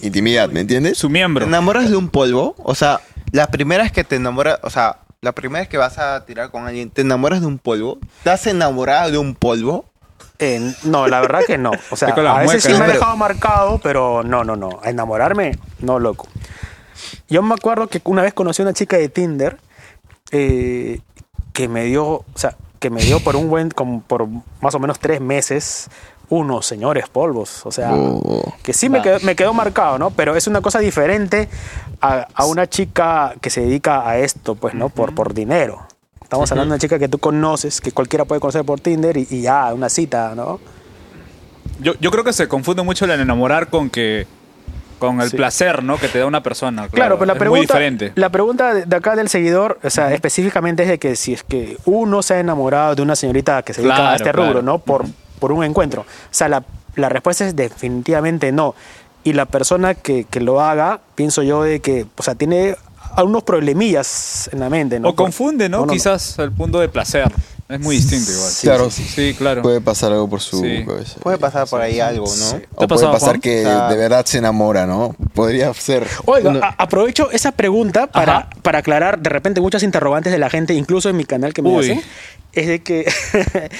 C: intimidad, ¿me entiendes?
A: Su miembro.
B: ¿Te enamoras de un polvo? O sea, las primeras que te enamoras, o sea, la primera vez que vas a tirar con alguien, ¿te enamoras de un polvo? ¿Estás enamorado de un polvo?
G: Eh, no, la verdad que no. O sea,
A: Estoy con las
G: a veces sí
A: muecas,
G: me
A: ¿no?
G: ha dejado marcado, pero no, no, no. A enamorarme, no, loco. Yo me acuerdo que una vez conocí a una chica de Tinder eh, que me dio, o sea, que me dio por un buen, como por más o menos tres meses, unos señores polvos. O sea, que sí me quedó, me quedó marcado, ¿no? Pero es una cosa diferente a, a una chica que se dedica a esto, pues, ¿no? Por, por dinero. Estamos hablando de una chica que tú conoces, que cualquiera puede conocer por Tinder y, y ya, una cita, ¿no?
A: Yo, yo creo que se confunde mucho el enamorar con que con el
G: Sí.
A: placer, ¿no? Que te da una persona.
G: Claro, pero la
A: Ah, es
G: pregunta,
A: muy diferente.
G: la pregunta de de acá del seguidor, o sea, específicamente es de que si es que uno se ha enamorado de una señorita que se dedica
A: Claro,
G: a este
A: claro.
G: rubro, ¿no? Por, por un encuentro. O sea, la, la respuesta es definitivamente no. Y la persona que, que lo haga, pienso yo de que, o sea, tiene algunos problemillas en la mente, ¿no?
A: O confunde, ¿no?
G: No, no, no.
A: Quizás el punto de placer. Es muy distinto igual.
C: Sí, Claro. Pues,
A: Sí,
C: sí,
A: claro.
C: Puede pasar algo por su
A: Sí.
C: cabeza.
B: Puede pasar por ahí algo, ¿no?
A: ¿Te
C: O
A: ha
C: puede
A: pasado,
C: pasar
A: Juan?
C: que
B: O sea-
C: de verdad se enamora, ¿no? Podría ser.
G: Oiga, ah,
C: No.
G: a- aprovecho esa pregunta para, para aclarar de repente muchas interrogantes de la gente, incluso en mi canal que me
A: Uy.
G: hacen. Es de que, (laughs)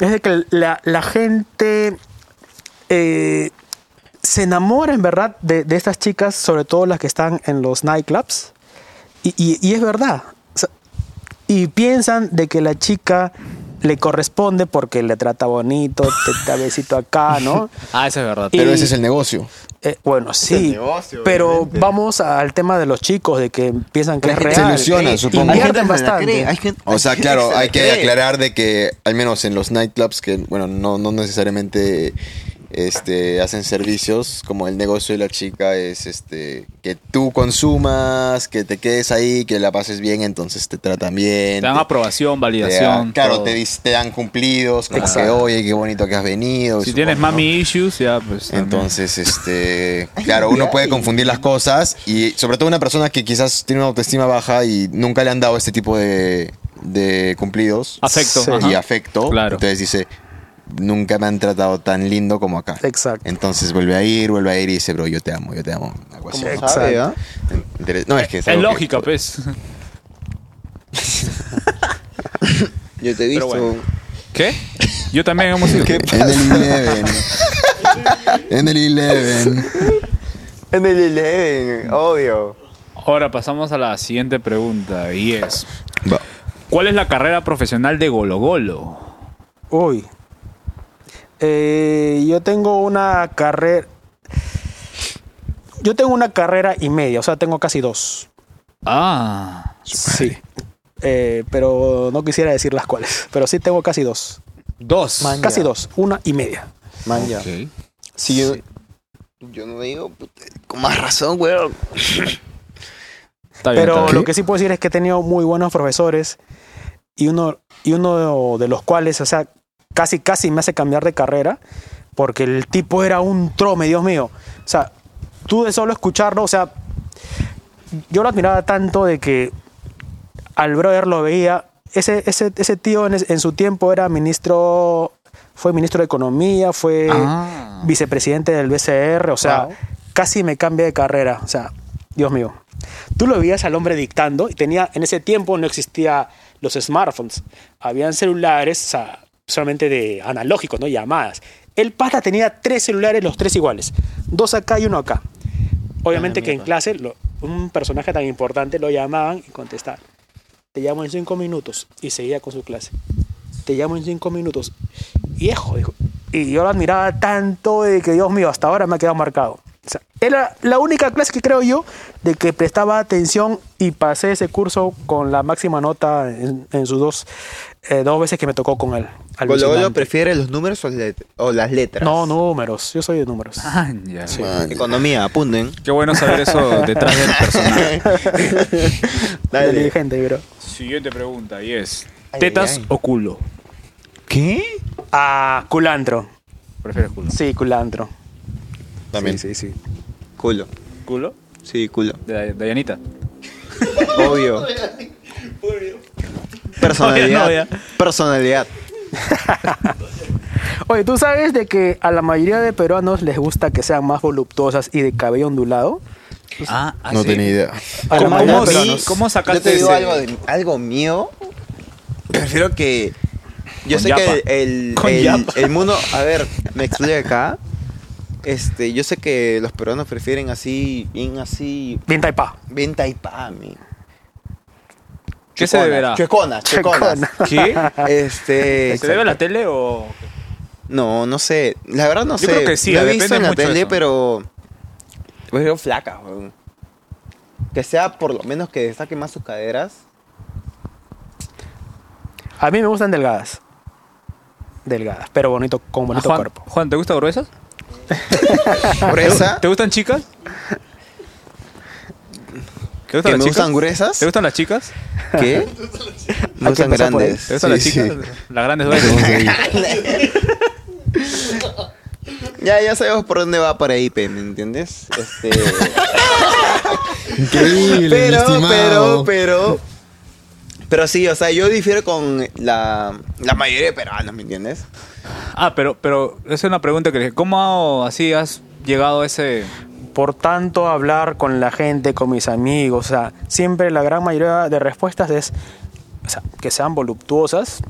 G: es de que la, la gente eh, se enamora en verdad de, de estas chicas, sobre todo las que están en los nightclubs. Y, y- y es verdad. O sea, y piensan de que la chica le corresponde porque le trata bonito, te da besito acá, ¿no?
A: Ah, eso es verdad.
C: (laughs) Pero
G: y-
C: ese es el negocio.
G: Eh, bueno, sí.
B: negocio,
G: pero
B: obviamente.
G: vamos al tema de los chicos, de que piensan que es real.
C: se ilusionan,
G: Eh,
C: supongo.
G: invierten
C: Hay
G: bastante.
C: O sea,
B: se
C: claro,
B: la
C: hay que
B: cree.
C: aclarar de que, al menos en los nightclubs, que, bueno, no, no necesariamente este, hacen servicios, como el negocio de la chica es este que tú consumas, que te quedes ahí, que la pases bien, entonces te tratan bien.
A: Te dan
C: te-
A: aprobación,
C: te dan-
A: validación.
C: claro,
A: todo.
C: te, dis- te dan cumplidos, como
G: Exacto.
C: que, oye, qué bonito que has venido.
A: Si
C: supongo,
A: tienes
C: ¿no?
A: mami issues, ya pues. también.
C: Entonces, este, claro, uno puede confundir las cosas y sobre todo una persona que quizás tiene una autoestima baja y nunca le han dado este tipo de, de cumplidos
A: Afecto,
C: y
A: ajá.
C: afecto,
A: Claro.
C: entonces dice, nunca me han tratado tan lindo como acá.
G: Exacto.
C: Entonces vuelve a ir, vuelve a ir y dice, bro, yo te amo, yo te amo. Algo así.
B: ¿eh?
G: Como
C: ¿no?
G: sabe,
C: Interes- No, es que
A: Es
C: algo que-
A: lógica, pues.
B: Yo te he visto.
A: ¿Qué? Yo también hemos ido.
C: (laughs) En el Eleven. en el
B: ah?
C: Eleven.
B: En el Eleven, obvio.
A: (laughs) Ahora pasamos a la siguiente pregunta y es: ¿Cuál es la carrera profesional de Golo Golo?
G: Uy. Eh, yo tengo una carrera. Yo tengo una carrera y media, o sea, tengo casi dos.
A: Ah.
G: Sí. Eh, pero no quisiera decir las cuales. Pero sí tengo casi dos.
A: Dos.
B: Man,
G: Casi
B: ya.
G: dos. Una y media.
B: Man, ya. Si yo, yo no digo, puta, con más razón, weón.
A: bien,
G: pero
A: está bien.
G: lo que sí puedo decir es que he tenido muy buenos profesores y uno, y uno de los cuales, o sea, casi, casi me hace cambiar de carrera porque el tipo era un trome, Dios mío. O sea, tú de solo escucharlo, o sea, yo lo admiraba tanto de que al brother lo veía. Ese, ese, ese tío en, es- en su tiempo era ministro, fue ministro de Economía, fue vicepresidente del BCR, o sea, casi me cambié de carrera, o sea, Dios mío. Tú lo veías al hombre dictando y tenía, en ese tiempo no existía los smartphones, habían celulares, o sea, solamente de analógicos, no llamadas. El pata tenía tres celulares, los tres iguales, dos acá y uno acá. Obviamente que en clase lo- un personaje tan importante lo llamaban y contestaban. Te llamo en cinco minutos y seguía con su clase. Te llamo en cinco minutos. Viejo, dijo. Y yo lo admiraba tanto de que, Dios mío, hasta ahora me ha quedado marcado. O sea, era la única clase que creo yo de que prestaba atención y pasé ese curso con la máxima nota en, en sus dos, eh, dos veces que me tocó con él.
B: Golo Golo
G: Alucinante.
B: prefiere los números o, let- o las letras.
G: No, números. Yo soy de números.
A: Sí. (laughs)
B: Economía, apunten.
A: Qué bueno saber eso detrás del personaje.
B: Dale.
G: Inteligente, bro.
A: (laughs) Siguiente pregunta y es:
G: Ay,
A: ¿Tetas
G: ay, ay.
A: o culo?
G: ¿Qué? Ah, culantro.
A: Prefieres culo.
G: Sí, culantro.
B: También.
G: Sí, sí, sí.
B: Culo.
A: ¿Culo?
B: Sí, culo.
A: De Dayanita.
B: Obvio. Personalidad. Personalidad.
G: Oye, ¿tú sabes de que a la mayoría de peruanos les gusta que sean más voluptuosas y de cabello ondulado?
A: Ah,
C: No tenía idea.
G: A la
B: ¿Cómo,
G: mayoría de
B: cómo-
G: peruanos.
A: cómo sacaste
B: Yo te digo
A: ese?
B: algo, de- algo mío. Prefiero que. Yo
A: Con
B: sé
A: yapa.
B: que el,
A: Con
B: el-
A: yapa.
B: el mundo. A ver, me explico acá. Este, yo sé que los peruanos prefieren así, bien así.
G: Bien taipá.
B: Bien taipá, mi.
A: ¿Qué se
B: Chuecona,
A: deberá?
B: Chuecona, chuecona.
A: ¿Qué?
B: Este.
A: ¿Se debe a la tele o.?
B: No, no sé. La verdad no
A: Yo
B: sé.
A: creo que sí,
B: Lo he
A: depende
B: visto en la
A: mucho de
B: tele,
A: eso.
B: pero. Pues veo flaca, weón. Que sea por lo menos que destaque más sus caderas.
G: A mí me gustan delgadas. Delgadas, pero bonito, con
A: Ah,
G: bonito
A: Juan,
G: cuerpo.
A: Juan, ¿te gustan gruesas?
B: ¿Gruesa?
A: ¿Te gustan chicas? ¿Te
B: ¿Que
A: las
B: me
A: chicas?
B: gustan gruesas?
A: ¿Te gustan las chicas?
B: ¿Qué?
A: Hay
B: No
A: que
B: son
A: empezar por ahí.
B: grandes.
A: ¿Te gustan las
B: Sí,
A: chicas?
B: sí.
A: Las grandes duelen.
B: Ya, ya sabemos por dónde va para ahí, pe, ¿me entiendes?
A: (laughs)
B: Este.
C: Increíble, mi
B: pero, pero,
C: estimado.
B: pero. Pero sí, o sea, yo difiero con la, la mayoría de peruanos, ¿me entiendes?
A: ah, pero, pero esa es una pregunta que le dije. ¿Cómo así has llegado a ese...?
G: Por tanto, hablar con la gente, con mis amigos, o sea, siempre la gran mayoría de respuestas es o sea, que sean voluptuosas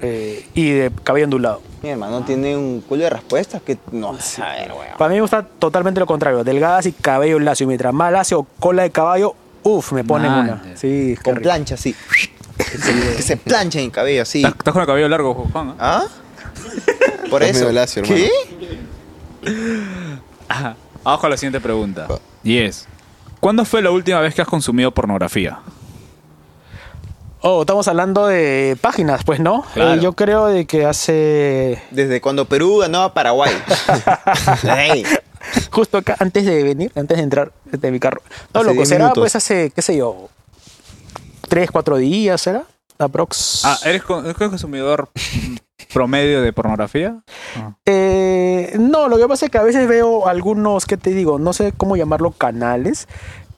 G: eh, y de cabello ondulado.
B: Mi hermano tiene un culo de respuestas que no sé, a ver, weón.
G: Para mí me gusta totalmente lo contrario, delgadas y cabello lacio. Y mientras más lacio, cola de caballo, uff, me ponen
A: Man,
G: una. Sí,
B: Con plancha, sí. Que se, que se plancha en el cabello, así.
A: Estás con el cabello largo, Juan. ¿eh?
G: (laughs)
B: ¿Ah? Por
C: Estás
B: eso.
C: medio lacio, hermano.
B: ¿Qué?
A: Ajá. (laughs) Abajo a la siguiente pregunta. Y es... ¿Cuándo fue la última vez que has consumido pornografía?
G: Oh, estamos hablando de páginas, pues, ¿no?
B: Claro.
G: Eh, yo creo de que hace... (laughs)
B: Desde cuando Perú ganó a Paraguay. Ey,
G: Justo acá, antes de venir, antes de entrar de mi carro. No,
B: Hace
G: loco,
B: 10
G: será
B: minutos.
G: pues hace, qué sé yo, tres, cuatro días, ¿será? Aprox.
B: eh.
A: Ah, ¿eres, con- eres consumidor promedio de pornografía?
G: Eh, no, lo que pasa es que a veces veo algunos, ¿qué te digo? No sé cómo llamarlo canales,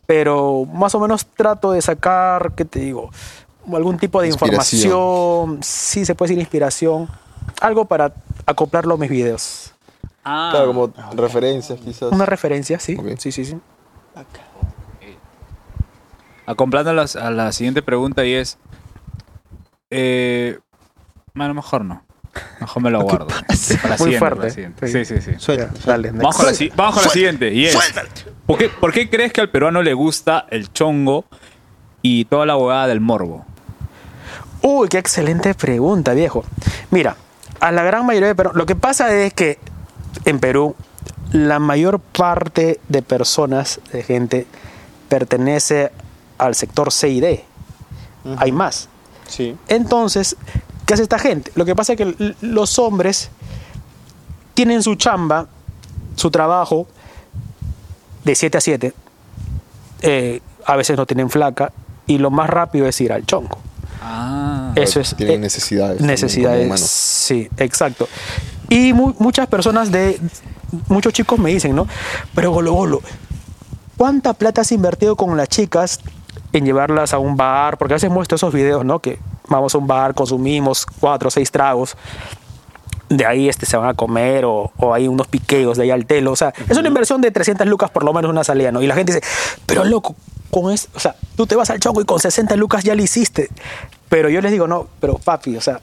G: pero más o menos trato de sacar, ¿qué te digo? Algún tipo de
C: Inspiración.
G: información, sí se puede decir inspiración, algo para acoplarlo a mis videos.
A: Ah,
C: Claro, como referencias quizás.
G: Una referencia, sí. Sí, sí, sí.
A: Ah, Acoplando a las- a la siguiente pregunta y es... eh, Bueno, mejor no. Mejor me lo guardo. Para la
O: Muy
A: siguiente, para la
O: fuerte.
A: siguiente. Sí, sí, sí.
O: Suelta, dale. next.
A: Vamos con la, si- vamos con la siguiente. Y es, ¿por, qué, por qué crees que al peruano le gusta el chongo y toda la abogada del morbo?
G: Uy, qué excelente pregunta, viejo. Mira, a la gran mayoría de peruanos, lo que pasa es que en Perú la mayor parte de personas, de gente, pertenece al sector C y D. Hay más.
B: Sí.
G: Entonces, ¿qué hace esta gente? Lo que pasa es que l- los hombres tienen su chamba, su trabajo, de 7 a 7. Eh, a veces no tienen flaca y lo más rápido es ir al chonco.
A: Ah.
G: Eso es.
O: Tienen
G: eh,
O: necesidades.
G: Necesidades. Sí, exacto. Y mu- muchas personas de. Muchos chicos me dicen, ¿no? Pero Golo Golo, ¿cuánta plata has invertido con las chicas en llevarlas a un bar? Porque a veces muestro esos videos, ¿no? Que vamos a un bar, consumimos cuatro o seis tragos. De ahí este, se van a comer o, o hay unos piqueos de ahí al telo. O sea, es una inversión de 300 lucas por lo menos una salida, ¿no? Y la gente dice, pero loco, con es, o sea, tú te vas al chongo y con 60 lucas ya lo hiciste. Pero yo les digo, no, pero papi, o sea,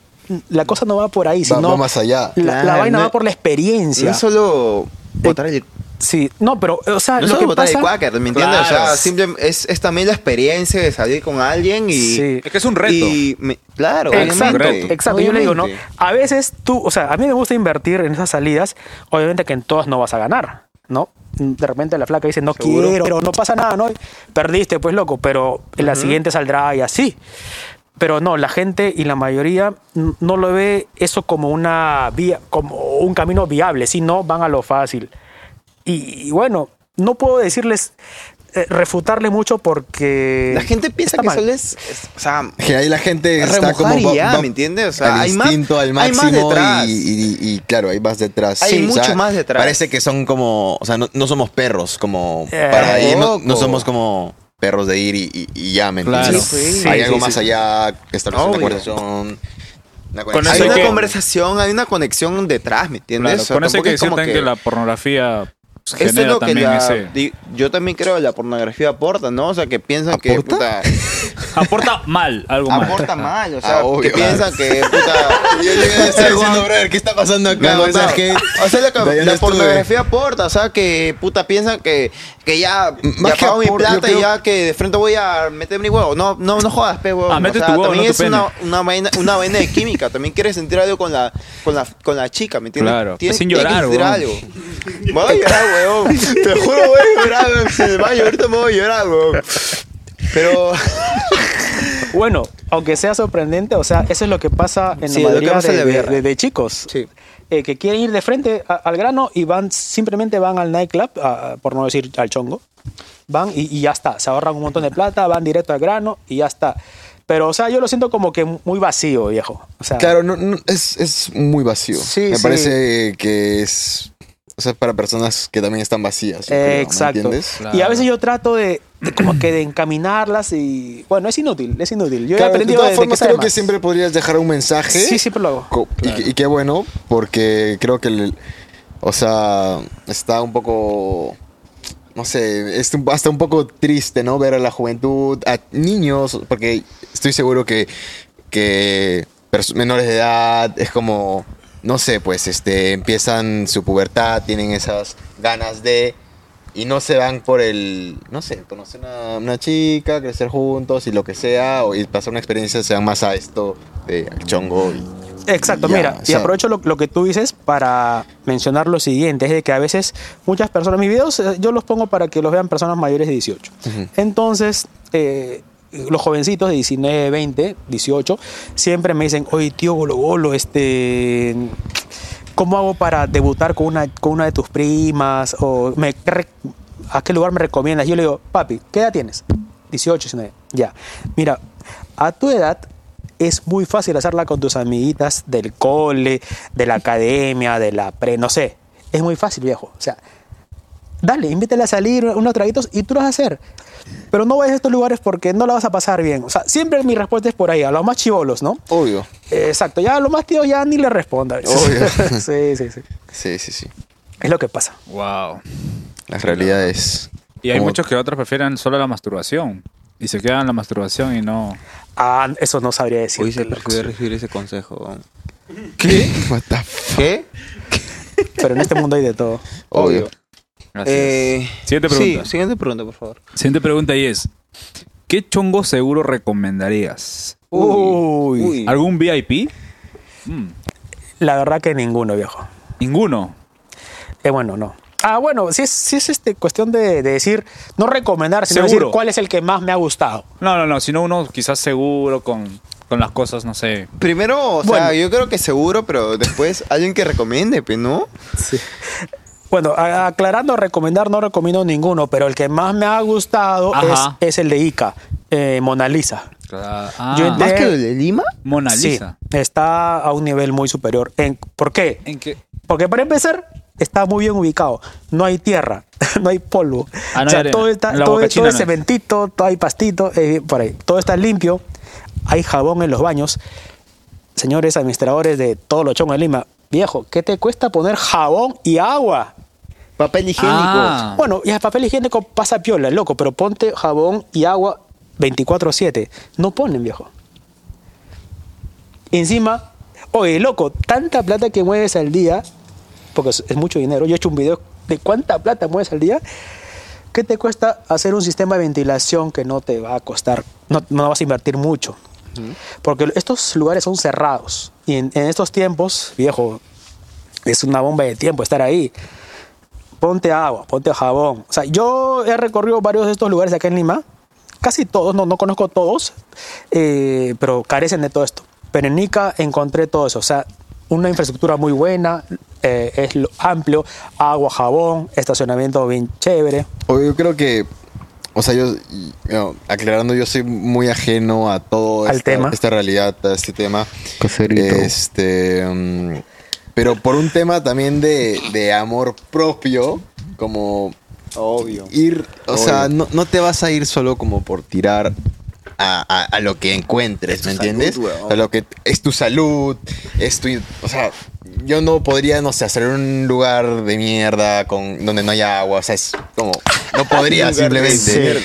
G: la cosa no va por ahí,
C: Va-
G: sino...
C: va más allá.
G: La, la
C: Claro,
G: vaina
C: no-
G: va por la experiencia.
C: No es solo botar el.
G: Sí, no, pero, o
B: No
G: sea, Ah, lo que
B: solo botar
G: pasa...
B: el cuáquer, ¿me entiendes? O
G: Claro.
B: sea, simplemente es, es también la experiencia de salir con alguien y...
G: Sí.
A: Es que es un reto.
B: y me- claro,
G: Exacto,
B: obviamente.
G: exacto. Yo le digo, ¿no?
B: Obviamente.
G: A veces tú, o sea, a mí me gusta invertir en esas salidas, obviamente que en todas no vas a ganar, ¿no? De repente la flaca dice, no
L: Seguro.
G: quiero, pero no pasa nada, ¿no? Perdiste, pues loco, pero en la
L: Ujú.
G: siguiente saldrá y así. Pero no, la gente y la mayoría n- no lo ve eso como una vía, como un camino viable, sino van a lo fácil. Y, y bueno, no puedo decirles, eh, refutarle mucho porque...
B: La gente piensa
G: está
B: que
G: mal.
B: solo es, es- o sea,
C: Que ahí la gente está
B: remojar
C: como.
B: y
C: va-
B: ya,
C: va
B: ¿me entiendes? O sea,
C: al
B: hay más,
C: instinto al
B: hay más
C: máximo y-
B: detrás.
C: y, y- y claro, hay más detrás.
B: Hay
C: o
B: mucho
C: sea,
B: más detrás.
C: Parece que son como, o sea, no, no somos perros como
B: Eh,
C: para ir, no, no
B: loco.
C: somos como perros de ir y, y- y ya, ¿me
B: Claro.
C: entiendes?
B: Sí, pues.
C: hay
B: Sí,
C: algo
B: sí,
C: más
B: sí.
C: allá que establecer una
B: Obvio.
C: conversación. Una
A: Con
B: hay
C: conexión.
B: una
A: que-
B: conversación, hay una conexión detrás, ¿me entiendes?
A: Claro,
B: O sea,
A: con eso hay
B: tampoco
A: que
B: es
A: decir
B: como
A: también que... la pornografía pues,
B: Eso es
A: genera
B: lo que
A: también
B: la-
A: ese.
B: di- yo también creo que la pornografía aporta, ¿no? O sea, que piensan que puta,
A: (laughs) Aporta mal, algo mal.
B: aporta mal, o sea,
A: Ah, obvio,
B: que
A: claro.
B: piensan que
A: (laughs)
B: puta,
C: Yo llegué
B: (laughs)
C: a estar diciendo, brother, ¿qué está pasando acá?
B: No,
C: O sea,
B: no.
C: que-
B: O sea, lo que-
C: de ahí no
B: la
C: estuve.
B: pornografía aporta, o sea, que puta piensan que, que ya,
C: más
B: ya
C: que
B: pago mi
C: aporta, yo
B: plata
C: creo-
B: y ya que de frente voy a meter mi huevo. No, no, no jodas, pe, huevón.
A: Ah, mete
B: o sea,
A: tu huevo,
B: también
A: no tu
B: es una,
A: pene.
B: una, vaina, una vaina de química. También quieres sentir algo con la, con la, con la chica, ¿me entiendes?
A: Claro,
B: Tienes-
A: sin
B: tienes que
A: llorar,
B: sentir
A: huevón.
B: algo. Voy a llorar, huevón. Te juro, voy a llorar, huevón. Si me baño ahorita me voy a llorar, huevón. Pero... (laughs)
G: Bueno, aunque sea sorprendente, o sea, eso es lo que pasa en
B: Sí, es
G: la
B: lo que
G: mayoría
B: pasa en la
G: de, de-
B: guerra.
G: de- de chicos. Eh, que quieren ir de frente a- al grano y van, simplemente van al nightclub, a- a- por no decir al chongo. Van y, y ya está. Se ahorran un montón de plata, van directo al grano y ya está. Pero, o sea, yo lo siento como que muy vacío, viejo. O sea,
C: Claro, no, no, es, es muy vacío. Me
G: sí.
C: parece que es. O sea, para personas que también están vacías. yo creo, ¿me
G: eh, Exacto.
C: entiendes?
G: Y a veces yo trato de, de como que de encaminarlas y bueno, es inútil, es inútil. Yo
C: Claro,
G: he aprendido
C: de todas
G: desde
C: formas,
G: que
C: creo
G: está
C: que
G: de más.
C: siempre podrías dejar un mensaje.
G: Sí, siempre lo hago.
C: Co- y que- Y, qué bueno, porque creo que, el- o sea, está un poco, no sé, es un- hasta un poco triste, ¿no? Ver a la juventud, a niños, porque estoy seguro que, que pers- menores de edad es como, no sé, pues, este, empiezan su pubertad, tienen esas ganas de... Y no se van por el, no sé, conocer una, una chica, crecer juntos y lo que sea, o, y pasar una experiencia, se van más a esto de al chongo y
G: Exacto,
C: Ya,
G: mira,
C: o
G: y
C: sea-
G: aprovecho lo, lo que tú dices para mencionar lo siguiente, es de que a veces muchas personas, mis videos eh, yo los pongo para que los vean personas mayores de 18. Entonces, eh, los jovencitos de 19, 20, 18, siempre me dicen, oye tío Golo Golo, este... ¿Cómo hago para debutar con una, con una de tus primas? O me, ¿qué re- ¿A qué lugar me recomiendas? Yo le digo, papi, ¿qué edad tienes? 18, 19. Ya. Mira, a tu edad es muy fácil hacerla con tus amiguitas del cole, de la academia, de la pre, no sé. Es muy fácil, viejo. O sea, dale, invítala a salir unos traguitos y tú lo vas a hacer. Pero no vayas a estos lugares porque no la vas a pasar bien. O sea, siempre mi respuesta es por ahí, a los más chivolos, ¿no?
C: Obvio.
G: Eh, Exacto, ya a los más tíos ya ni le responda.
C: Obvio.
G: (laughs) sí, sí, sí.
C: Sí, sí, sí.
G: Es lo que pasa.
A: Wow.
C: Las realidades.
A: Y hay
C: Como-
A: muchos que otros prefieren solo la masturbación. Y se quedan en la masturbación y no.
G: Ah, eso no sabría decir.
A: Hoy se
C: recibir ese consejo.
G: ¿Qué?
C: ¿Qué?
G: Pero en este mundo hay
A: (laughs)
G: de todo.
C: Obvio.
A: Gracias.
C: Eh,
A: siguiente
C: sí,
A: pregunta.
C: siguiente pregunta, por favor.
A: Siguiente pregunta y es: ¿Qué chongo seguro recomendarías?
G: Uy. Uy.
A: ¿Algún VIP?
G: La verdad que ninguno, viejo.
A: ¿Ninguno?
G: Eh, bueno, no. Ah, bueno, sí es, sí es este, cuestión de, de decir, no recomendar, sino
A: Seguro.
G: decir cuál es el que más me ha gustado.
A: No, no, no, sino uno quizás seguro con, con las cosas, no sé.
B: Primero, o sea,
A: Bueno.
B: yo creo que seguro, pero después (laughs) alguien que recomiende, pues, ¿no?
G: Bueno, a- aclarando, recomendar no recomiendo ninguno, pero el que más me ha gustado es,
A: Ajá.
G: es el de Ica, eh, Mona Lisa.
A: Ah,
G: Yo entré-
A: ¿Más que
B: de Lima?
A: Mona Lisa.
G: Sí, está a un nivel muy superior. En, ¿Por qué?
A: ¿En qué?
G: Porque para empezar, está muy bien ubicado. No hay tierra, (laughs) no hay polvo.
A: Ah, no
G: o sea,
A: hay arena.
G: todo está,
A: En la
G: todo,
A: Boca China
G: todo es
A: no hay.
G: cementito, todo hay pastito, eh, por ahí. Todo está limpio. Hay jabón en los baños. Señores administradores de todos los chongos de Lima, viejo, ¿qué te cuesta poner jabón y agua?
B: Papel
A: higiénico. Ah.
G: Bueno, y el papel higiénico pasa piola, loco, pero ponte jabón y agua 24-7. No ponen, viejo. Encima, oye, loco, tanta plata que mueves al día, porque es, es mucho dinero. Yo he hecho un video de cuánta plata mueves al día. ¿Qué te cuesta hacer un sistema de ventilación que no te va a costar? No, no vas a invertir mucho. Porque estos lugares son cerrados. Y en, en estos tiempos, viejo, es una bomba de tiempo estar ahí. Ponte agua, ponte jabón. O sea, yo he recorrido varios de estos lugares acá en Lima. Casi todos, no, no conozco todos, eh, pero carecen de todo esto. Pero en Ica encontré todo eso. O sea, una infraestructura muy buena, eh, es lo- amplio, agua, jabón, estacionamiento bien chévere.
C: O yo creo que, o sea, yo, y, no, aclarando, yo soy muy ajeno a todo
G: Al
C: esta,
G: tema.
C: esta realidad, a este tema. Este, mm, pero por un tema también de, de amor propio, como
B: Obvio.
C: ir, o
B: Obvio.
C: sea, no, no te vas a ir solo como por tirar a, a- a lo que encuentres, ¿me entiendes?
B: salud, weón.
C: a lo que es tu salud, es tu, o sea, yo no podría, no sé, hacer un lugar de mierda con donde no hay agua, o sea, es como no
B: (laughs)
C: podría
B: Un lugar de
C: simplemente.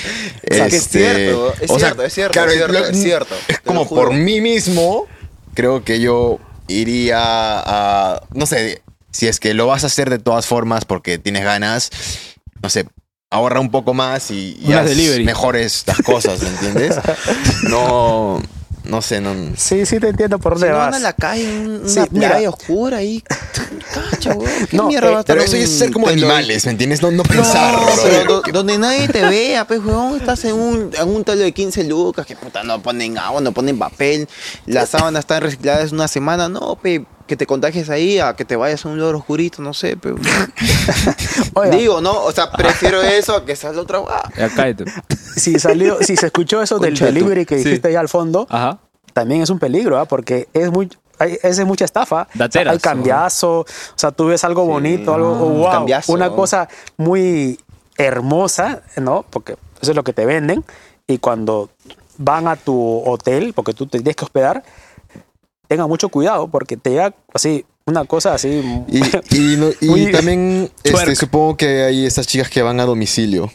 B: mierda.
C: Este,
B: O sea, que es cierto, es cierto, es cierto, es cierto,
C: lo-
B: es cierto,
C: Es
B: te lo
C: como
B: juro.
C: por mí mismo, creo que yo iría a, no sé, si es que lo vas a hacer de todas formas porque tienes ganas, no sé, ahorra un poco más y, y
A: Unas
C: haz
A: delivery.
C: mejores las cosas, ¿me entiendes?
G: (laughs)
C: No, no sé, no.
G: Sí, sí, te entiendo por dónde
C: no,
G: vas.
C: anda a
G: (laughs)
C: la calle, un-
G: Sí,
C: una
G: mira.
C: playa oscura ahí. Cacha,
G: (laughs)
C: weón. ¿Qué
G: No,
C: mierda
G: eh,
C: va a estar
G: pero
C: un-
G: eso ya es ser como
C: te lo-
G: animales,
C: ¿me entiendes? No, no pensar, bro.
B: pero do- donde nadie te vea, pues, weón, estás en un, en un talo de 15 lucas, que puta, no ponen agua, no ponen papel, las sábanas están recicladas una semana, no, pe, que te contagies ahí, a que te vayas a un lugar oscurito, no sé, pe. Digo, no, o sea, prefiero eso a que seas la otra weá.
A: Ya cállate.
G: Si salió, si se escuchó (laughs) eso del
A: Concha de tu-
G: delivery que
A: sí.
G: dijiste ahí al fondo, también es un peligro, ¿ah? porque es muy hay, es de mucha estafa. O sea,
A: Dateras,
G: hay cambiazo, o sea, tú ves algo bonito, algo
A: Ah,
G: wow,
A: cambiazo.
G: una cosa muy hermosa, ¿no? Porque eso es lo que te venden y cuando van a tu hotel, porque tú te tienes que hospedar, tenga mucho cuidado porque te llega así una cosa así
C: Y,
G: (laughs)
C: y no- y
G: Muy-
C: también este,
G: Twerk.
C: supongo que hay estas chicas que van a domicilio.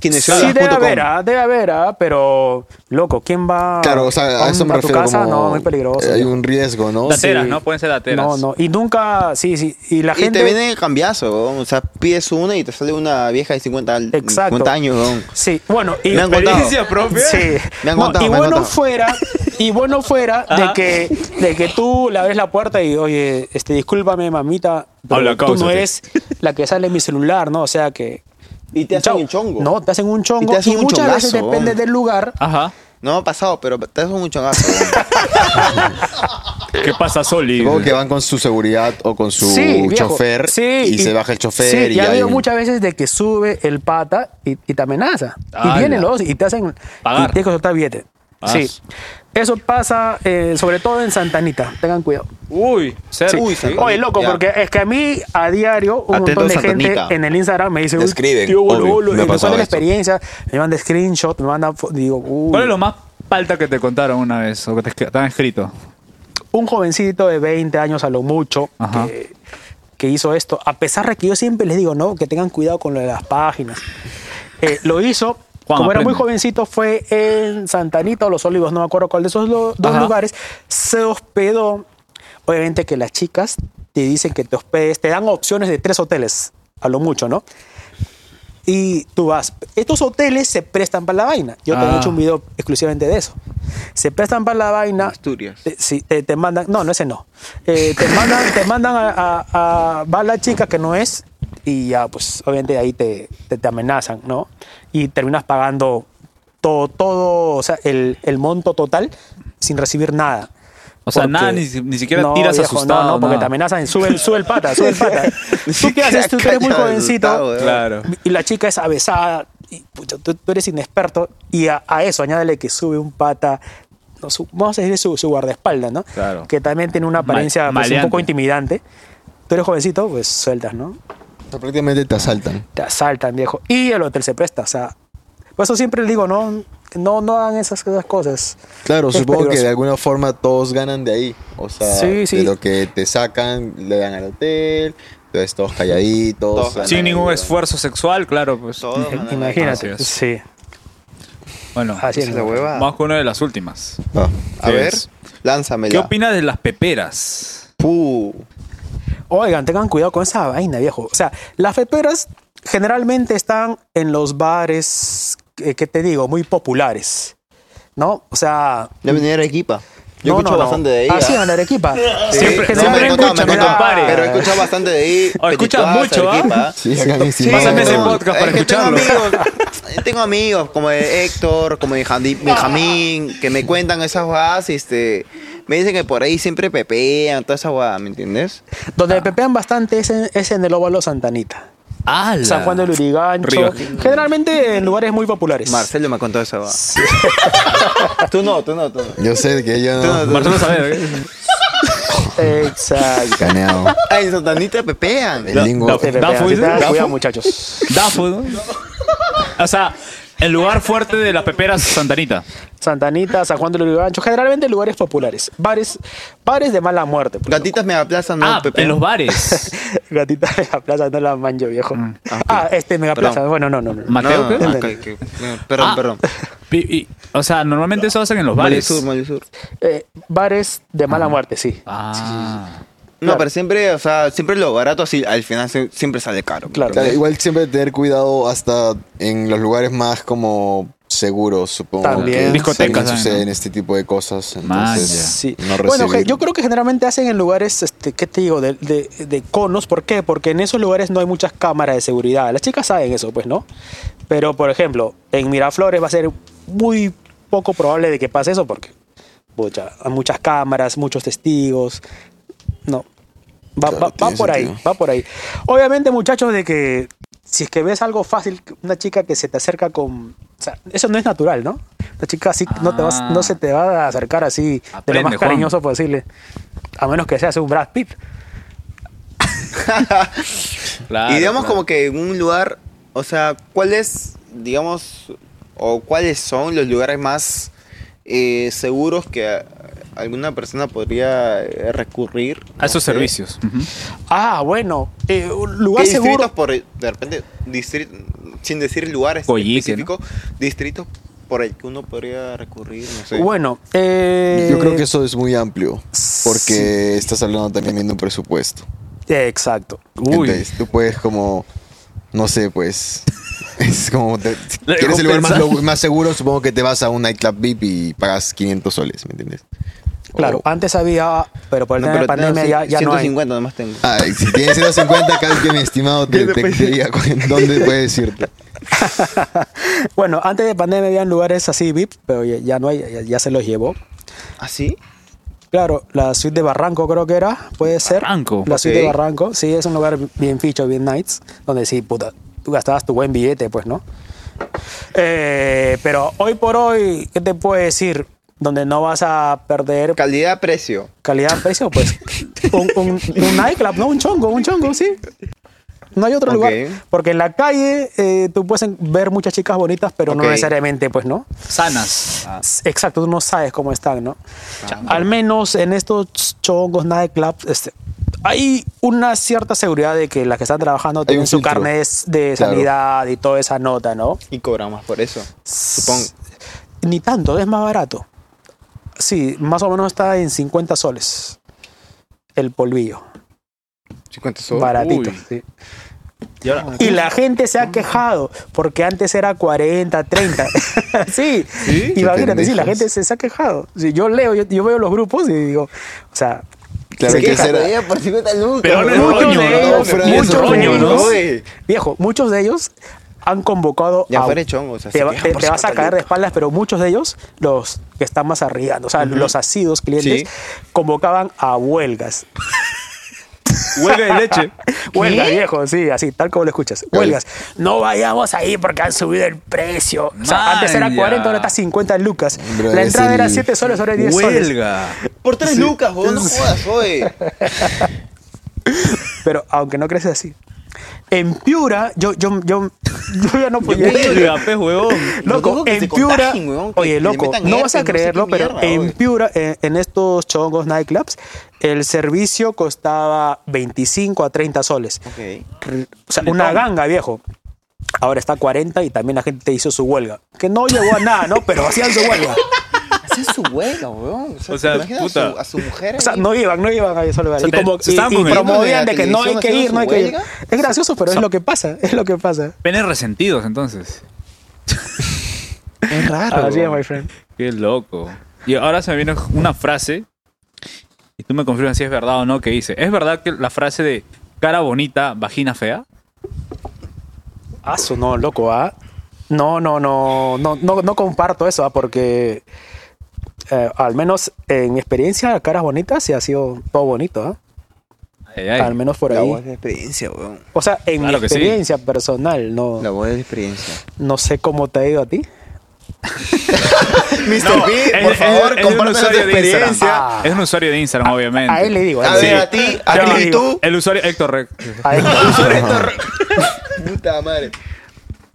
G: Sí, debe haber, ah, debe haber, ah, pero loco, ¿quién va
C: Claro, o sea, a
G: un-
C: eso me
G: Ah, tu
C: refiero.
G: casa?
C: como,
G: no, muy peligroso.
C: eh, Hay
G: viejo.
C: un riesgo, ¿no?
A: Dateras,
C: Sí.
A: ¿no? Pueden ser dateras.
G: No, no, y nunca, sí, sí, y la gente...
B: Y te viene el cambiazo, weón. o sea, pides una y te sale una vieja de 50, al- 50 años, weón.
G: Sí, bueno, y
B: Me han
A: ¿Experiencia
B: contado.
A: propia?
G: Sí.
B: Me han
G: No,
B: contado,
G: y
B: me han
G: bueno
B: contado.
G: fuera, y bueno fuera de
B: Ajá.
G: que, de que tú le abres la puerta y, oye, este, discúlpame, mamita, pero
A: Habla,
G: tú
A: cáusate.
G: no eres la que sale en mi celular, ¿no? O sea que.
B: Y te hacen un chongo.
G: No, te hacen un chongo.
B: Y te hacen un
G: muchas veces
B: chongazo,
G: depende
B: hombre.
G: del lugar.
A: Ajá.
B: No me ha pasado, pero te haces un chongazo.
G: (laughs)
B: weón.
A: ¿Qué pasa, Soli?
C: Supongo que van con su seguridad o con su
G: Sí, viejo.
C: chofer
G: Sí,
C: y, se baja el chofer
G: sí,
C: y,
G: y ha
C: hay
G: habido
C: un-
G: muchas veces de que sube el pata y, y te amenaza.
A: ¡Hala!
G: Y vienen los dos y te hacen.
A: Ah, Pagar.
G: Y tienes que soltar billete.
A: Ah,
G: Sí.
A: su-
G: Eso pasa eh, sobre todo en Santanita. Tengan cuidado.
A: Uy, ser.
G: Sí. Oye, loco, porque es que a mí a diario un
A: Atento,
G: montón de
A: Santanita.
G: gente en el Instagram me dice,
C: Te
G: "Uy,
C: escriben,
G: tío, bolo,
C: obvio,
G: bolo",
C: me
G: y
C: ha
G: me
C: pasado
G: cuentan la
C: esto.
G: experiencia, me mandan screenshot, me mandan, fo- digo, "Uy".
A: ¿Cuál es lo más falta que te contaron una vez o que te, que te han escrito?
G: un jovencito de 20 años a lo mucho que, que hizo esto, a pesar de que yo siempre les digo, no, que tengan cuidado con lo de las páginas. Eh, lo hizo Como era
A: aprende.
G: muy jovencito, fue en Santanita o Los Olivos, no me acuerdo cuál de esos lo- dos
A: Ajá.
G: lugares, se hospedó. Obviamente que las chicas te dicen que te hospedes, te dan opciones de tres hoteles, a lo mucho, ¿no? Y tú vas. Estos hoteles se prestan para la vaina. Yo te he
A: Ah.
G: hecho un video exclusivamente de eso. Se prestan para la vaina.
B: Asturias.
G: Te, eh, sí, te, te mandan. No, no, ese no. Eh, te mandan, te mandan a, a- a- Va la chica que no es. Y ya, pues, obviamente ahí te, te, te amenazan, ¿no? Y terminas pagando todo, todo, o sea, el, el monto total sin recibir nada.
A: O sea,
G: Porque-
A: nada, ni, si- ni siquiera
G: No,
A: tiras
G: viejo,
A: asustado.
G: No, no, porque
A: nada.
G: te amenazan. Sube el, sube el pata, sube
A: (laughs)
G: el pata. ¿Tú qué haces? Tú tú eres muy
A: Callado,
G: jovencito.
A: asustado, Claro.
G: Y la chica es avesada. Y, pucha, tú, tú eres inexperto. Y a, a eso añádele que sube un pata. no, su- vamos a decir su, su guardaespaldas, ¿no?
A: Claro.
G: Que también tiene una apariencia pues, un
A: maleante.
G: poco intimidante. Tú eres jovencito, pues sueltas, ¿no?
C: prácticamente te asaltan.
G: Te asaltan, viejo. Y el hotel se presta. O sea, por eso siempre le digo, no, no, no hagan esas, esas cosas.
C: Claro,
G: Es
C: supongo que
G: peligroso.
C: de alguna forma todos ganan de ahí. O sea,
G: Sí, sí.
C: de lo que te sacan, le dan al hotel, entonces todos calladitos. ganan
A: Sin
C: ahí.
A: ningún esfuerzo sexual, claro, pues.
G: Imagínate.
A: Así es.
G: Sí.
A: Bueno,
G: Así es. La hueva.
A: vamos con una de las últimas.
B: A
G: Oh,
A: Sí,
B: ver,
A: es.
B: lánzamela.
A: ¿Qué opinas de las peperas?
G: Oigan, tengan cuidado con esa vaina, viejo. O sea, las peperas generalmente están en los bares, eh, ¿qué te digo? Muy populares, ¿no? O sea...
B: La avenida Arequipa. Yo he escuchado bastante de ella.
G: Ah, sí, en Arequipa.
B: Sí.
G: Siempre,
B: No,
G: siempre
B: me
G: escucho,
B: contaba, me
G: mira. ah,
B: contaba, Pero he escuchado bastante de ahí.
A: Oh, escuchas
B: Peticuaz,
A: mucho, ¿ah?
B: Arequipa.
C: Sí, acá en Simón.
A: Pásame ese
B: no,
A: podcast
B: es
A: para
B: que
A: escucharlo.
B: Tengo amigos, tengo amigos como de Héctor, como de Jandi- Benjamín, que me cuentan esas huevadas y este, me dicen que por ahí siempre pepean, toda esa hueá, ¿me entiendes?
G: Donde pepean bastante es en, es en el óvalo Santanita.
A: ¡Hala!
G: San Juan del Urigancho.
B: Río.
G: Generalmente en lugares muy populares.
B: Marcelo me contó esa hueá. (laughs) tú no, tú no, tú no.
C: Yo sé que yo no.
A: Marcelo sabe. ¿eh?
G: Exacto.
B: (laughs)
C: Caneado.
B: Ay, Santanita pepean.
C: El lingo.
A: Da-
G: Pepean,
A: Dafo,
G: sí,
A: dice.
G: tengan
A: Dafo.
G: Cuidado, muchachos.
A: Dafo, ¿no? O sea, el lugar fuerte de las peperas es Santanita.
G: Santanita, San Juan del Urigancho. Generalmente lugares populares. Bares, bares de mala muerte. pues.
B: Gatitas me aplazan, no,
A: Ah,
B: pepean.
A: en los bares.
G: (laughs) Gatita de la plaza, no la manjo, viejo. Ah, este mega plaza.
B: Perdón.
G: Bueno, no, no, no.
A: Mateo,
B: No,
A: ¿qué?
B: ah, que- que- Perdón,
A: Ah,
B: perdón.
A: pi- y- o sea, normalmente eso hacen en los bares.
B: Malisur, Malisur.
G: Eh, bares de mala muerte, sí.
A: Ah.
B: No, pero siempre, o sea, siempre lo barato así, al final se- siempre sale caro.
G: Claro.
C: Claro, igual siempre tener cuidado hasta en los lugares más como seguros, supongo.
G: También.
C: que
A: Discotecas
C: también
A: también,
C: suceden
A: ¿no?
C: este tipo de cosas.
A: Maya.
C: Entonces,
G: Sí.
C: no
G: bueno,
C: recibir-
G: je- yo creo que generalmente hacen en lugares, este, ¿qué te digo? De, de- de conos. ¿Por qué? Porque en esos lugares no hay muchas cámaras de seguridad. Las chicas saben eso, pues, ¿no? Pero, por ejemplo, en Miraflores va a ser muy poco probable de que pase eso porque pucha, hay muchas cámaras, muchos testigos. No. Va,
C: Claro,
G: va- va
C: tiene
G: por ahí,
C: sentido.
G: va por ahí. Obviamente, muchachos, de que si es que ves algo fácil, una chica que se te acerca con. O sea, eso no es natural, ¿no? La chica así no, te vas,
A: Ah.
G: no se te va a acercar así de lo
A: Aprende,
G: más
A: Juan.
G: cariñoso posible. A menos que seas un Brad Pitt.
A: Claro,
B: y digamos
A: claro.
B: como que en un lugar, o sea, ¿cuál es, digamos, o cuáles son los lugares más eh, seguros que eh, alguna persona podría eh, recurrir?
A: A esos
B: No sé.
A: servicios. eh, Ujú.
G: Ah, bueno, eh, un
B: ¿Qué
G: lugar
B: distritos
G: seguro.
B: por, de repente, distri- sin decir lugares
A: Coyique,
B: específicos, distritos por el que uno podría recurrir, no sé.
G: Bueno, eh,
C: Yo creo que eso es muy amplio, porque estás hablando también de un presupuesto.
G: Exacto.
A: Uy.
C: Entonces, tú puedes como, no sé, pues, (laughs) es como, te- si
A: Le
C: quieres el lugar más,
A: compensa.
C: lo- más seguro, supongo que te vas a un nightclub VIP y pagas 500 soles, ¿me entiendes?
G: Claro,
C: O-
G: antes había, pero por el
B: No,
G: tema de
B: pero
G: eh, pandemia
B: tengo
G: ya, ya no hay.
B: 150 nomás tengo.
C: Ah, y si tienes 150, acá que mi estimado te, te, te diga cu- en dónde puedes irte.
G: Bueno, antes de pandemia había lugares así VIP, pero ya, ya no hay, ya, ya se los llevó. Ah,
B: ¿Así?
G: Claro, la suite de Barranco creo que era, puede ser.
A: Barranco.
G: La suite de
B: Ok.
G: Barranco, sí, es un lugar bien ficho, bien nights, donde sí, puta, tú gastabas tu buen billete, pues, ¿no? Eh, pero hoy por hoy, ¿qué te puedo decir? Donde no vas a perder
B: Calidad-precio. (laughs)
G: calidad-precio, pues. un, un, un nightclub, ¿no? Un chongo, un chongo, sí. No hay otro
B: Ok.
G: lugar. Porque en la calle eh, tú puedes en- ver muchas chicas bonitas, pero
B: Ok.
G: no necesariamente, pues, ¿no?
A: Sanas.
G: Exacto, tú no sabes cómo están, ¿no? Al menos en estos chongos, nightclubs, este, hay una cierta seguridad de que las que están trabajando tienen su
B: filtro.
G: carne de
B: Claro.
G: sanidad y toda esa nota, ¿no?
B: Y cobran más por eso. Supongo.
G: Ni tanto, es más barato. Sí, más o menos está en 50 soles el polvillo.
B: 50 soles.
G: Baratito,
B: Uy.
G: sí. Y la gente se
B: Mm.
G: ha quejado porque antes era 40,
B: (laughs)
G: 30. (laughs) sí.
B: Qué
G: Imagínate, sí,
B: pendejos.
G: la gente se, se ha quejado. Sí, yo leo, yo, yo veo los grupos y digo, o sea,
C: Claro,
G: se
C: que
G: quejan.
C: será-
B: Ella por 50 lucas.
G: Pero no es
C: Muchos
G: roño,
C: de
G: ¿no?
C: ellos,
G: Pero
C: muchos
G: es roño,
C: de
G: ¿no?
C: ellos.
G: (laughs) Viejo, muchos de ellos han convocado
B: Ya
G: a-
B: fuera de chongos, así
G: te, va-
B: que
G: te-
B: por
G: te vas a
B: 50
G: caer de espaldas, pero muchos de ellos, los que están más arriba, o sea, los asidos clientes, convocaban a huelgas.
A: Huelga de leche.
G: Huelgas, viejo, sí, así, tal como lo escuchas. Huelgas. No vayamos ahí porque han subido el precio. O sea, antes era
A: Manja.
G: 40, ahora está 50 lucas.
A: Bro,
G: La
A: es
G: entrada era
A: el-
G: 7 soles, ahora es 10 soles.
A: Huelga.
B: Por 3 lucas, vos, no jodas, (laughs) oye.
G: (laughs) Pero aunque no crees así. En Piura, yo, yo, yo, yo ya no podía.
A: Huelga, pe, huevón.
G: Loco,
A: que
G: en
A: se
G: Piura,
A: contagien, huevón, que
G: oye,
A: le
G: loco,
A: metan
G: no
A: herpes,
G: vas
A: no
G: a
A: sé
G: creerlo,
A: qué
G: pero
A: mierda,
G: en
A: oye.
G: Piura, en, en estos chongos nightclubs, el servicio costaba 25 a 30 soles. R- O sea, una ganga, viejo. Ahora está 40 y también la gente hizo su huelga. Que no llegó a nada, ¿no? Pero hacían su huelga.
B: Esa es su huelga, weón. O sea,
G: O sea,
B: ¿te imaginas
G: puta.
B: A, su, a su mujer.
G: O sea,
B: ahí?
G: no iban, no iban a esos lugares.
A: O sea,
G: y como,
A: te- estaban
G: y- y
A: con el-
G: promovían de
A: ¿De la
G: que no hay
A: televisión
G: que ir,
A: haciendo
G: no hay
A: su
G: que ir.
A: huelga?
G: Es gracioso, pero
A: Son-
G: es lo que pasa, es lo que pasa.
A: Penes resentidos, entonces.
G: Es raro. Así es, my friend.
A: Qué loco. Y ahora se me viene una frase, y tú me confirmas si es verdad o no, que dice, ¿es verdad que la frase de cara bonita, vagina fea?
G: Aso, no, loco, ¿ah? No, no, no, no, no, no comparto eso, ¿ah? Porque eh, al menos en mi experiencia, caras bonitas, sí ha sido todo bonito, ¿ah? Al menos por
B: La
G: ahí.
B: voz de experiencia, weón.
G: O sea, en
B: Claro
G: mi
B: que sí.
G: experiencia personal, no.
B: La voz de experiencia.
G: No sé cómo te ha ido a ti.
B: Mr. P, por favor, compártelo tu experiencia. (laughs)
A: Es un usuario de Instagram, obviamente.
G: a él le digo, a
A: A
G: él le
A: ver,
G: digo.
A: a ti,
G: Yo
A: a
G: le
A: ti y
G: digo.
A: tú. El usuario Héctor Rec.
G: A él- (laughs)
B: (laughs) Puta madre.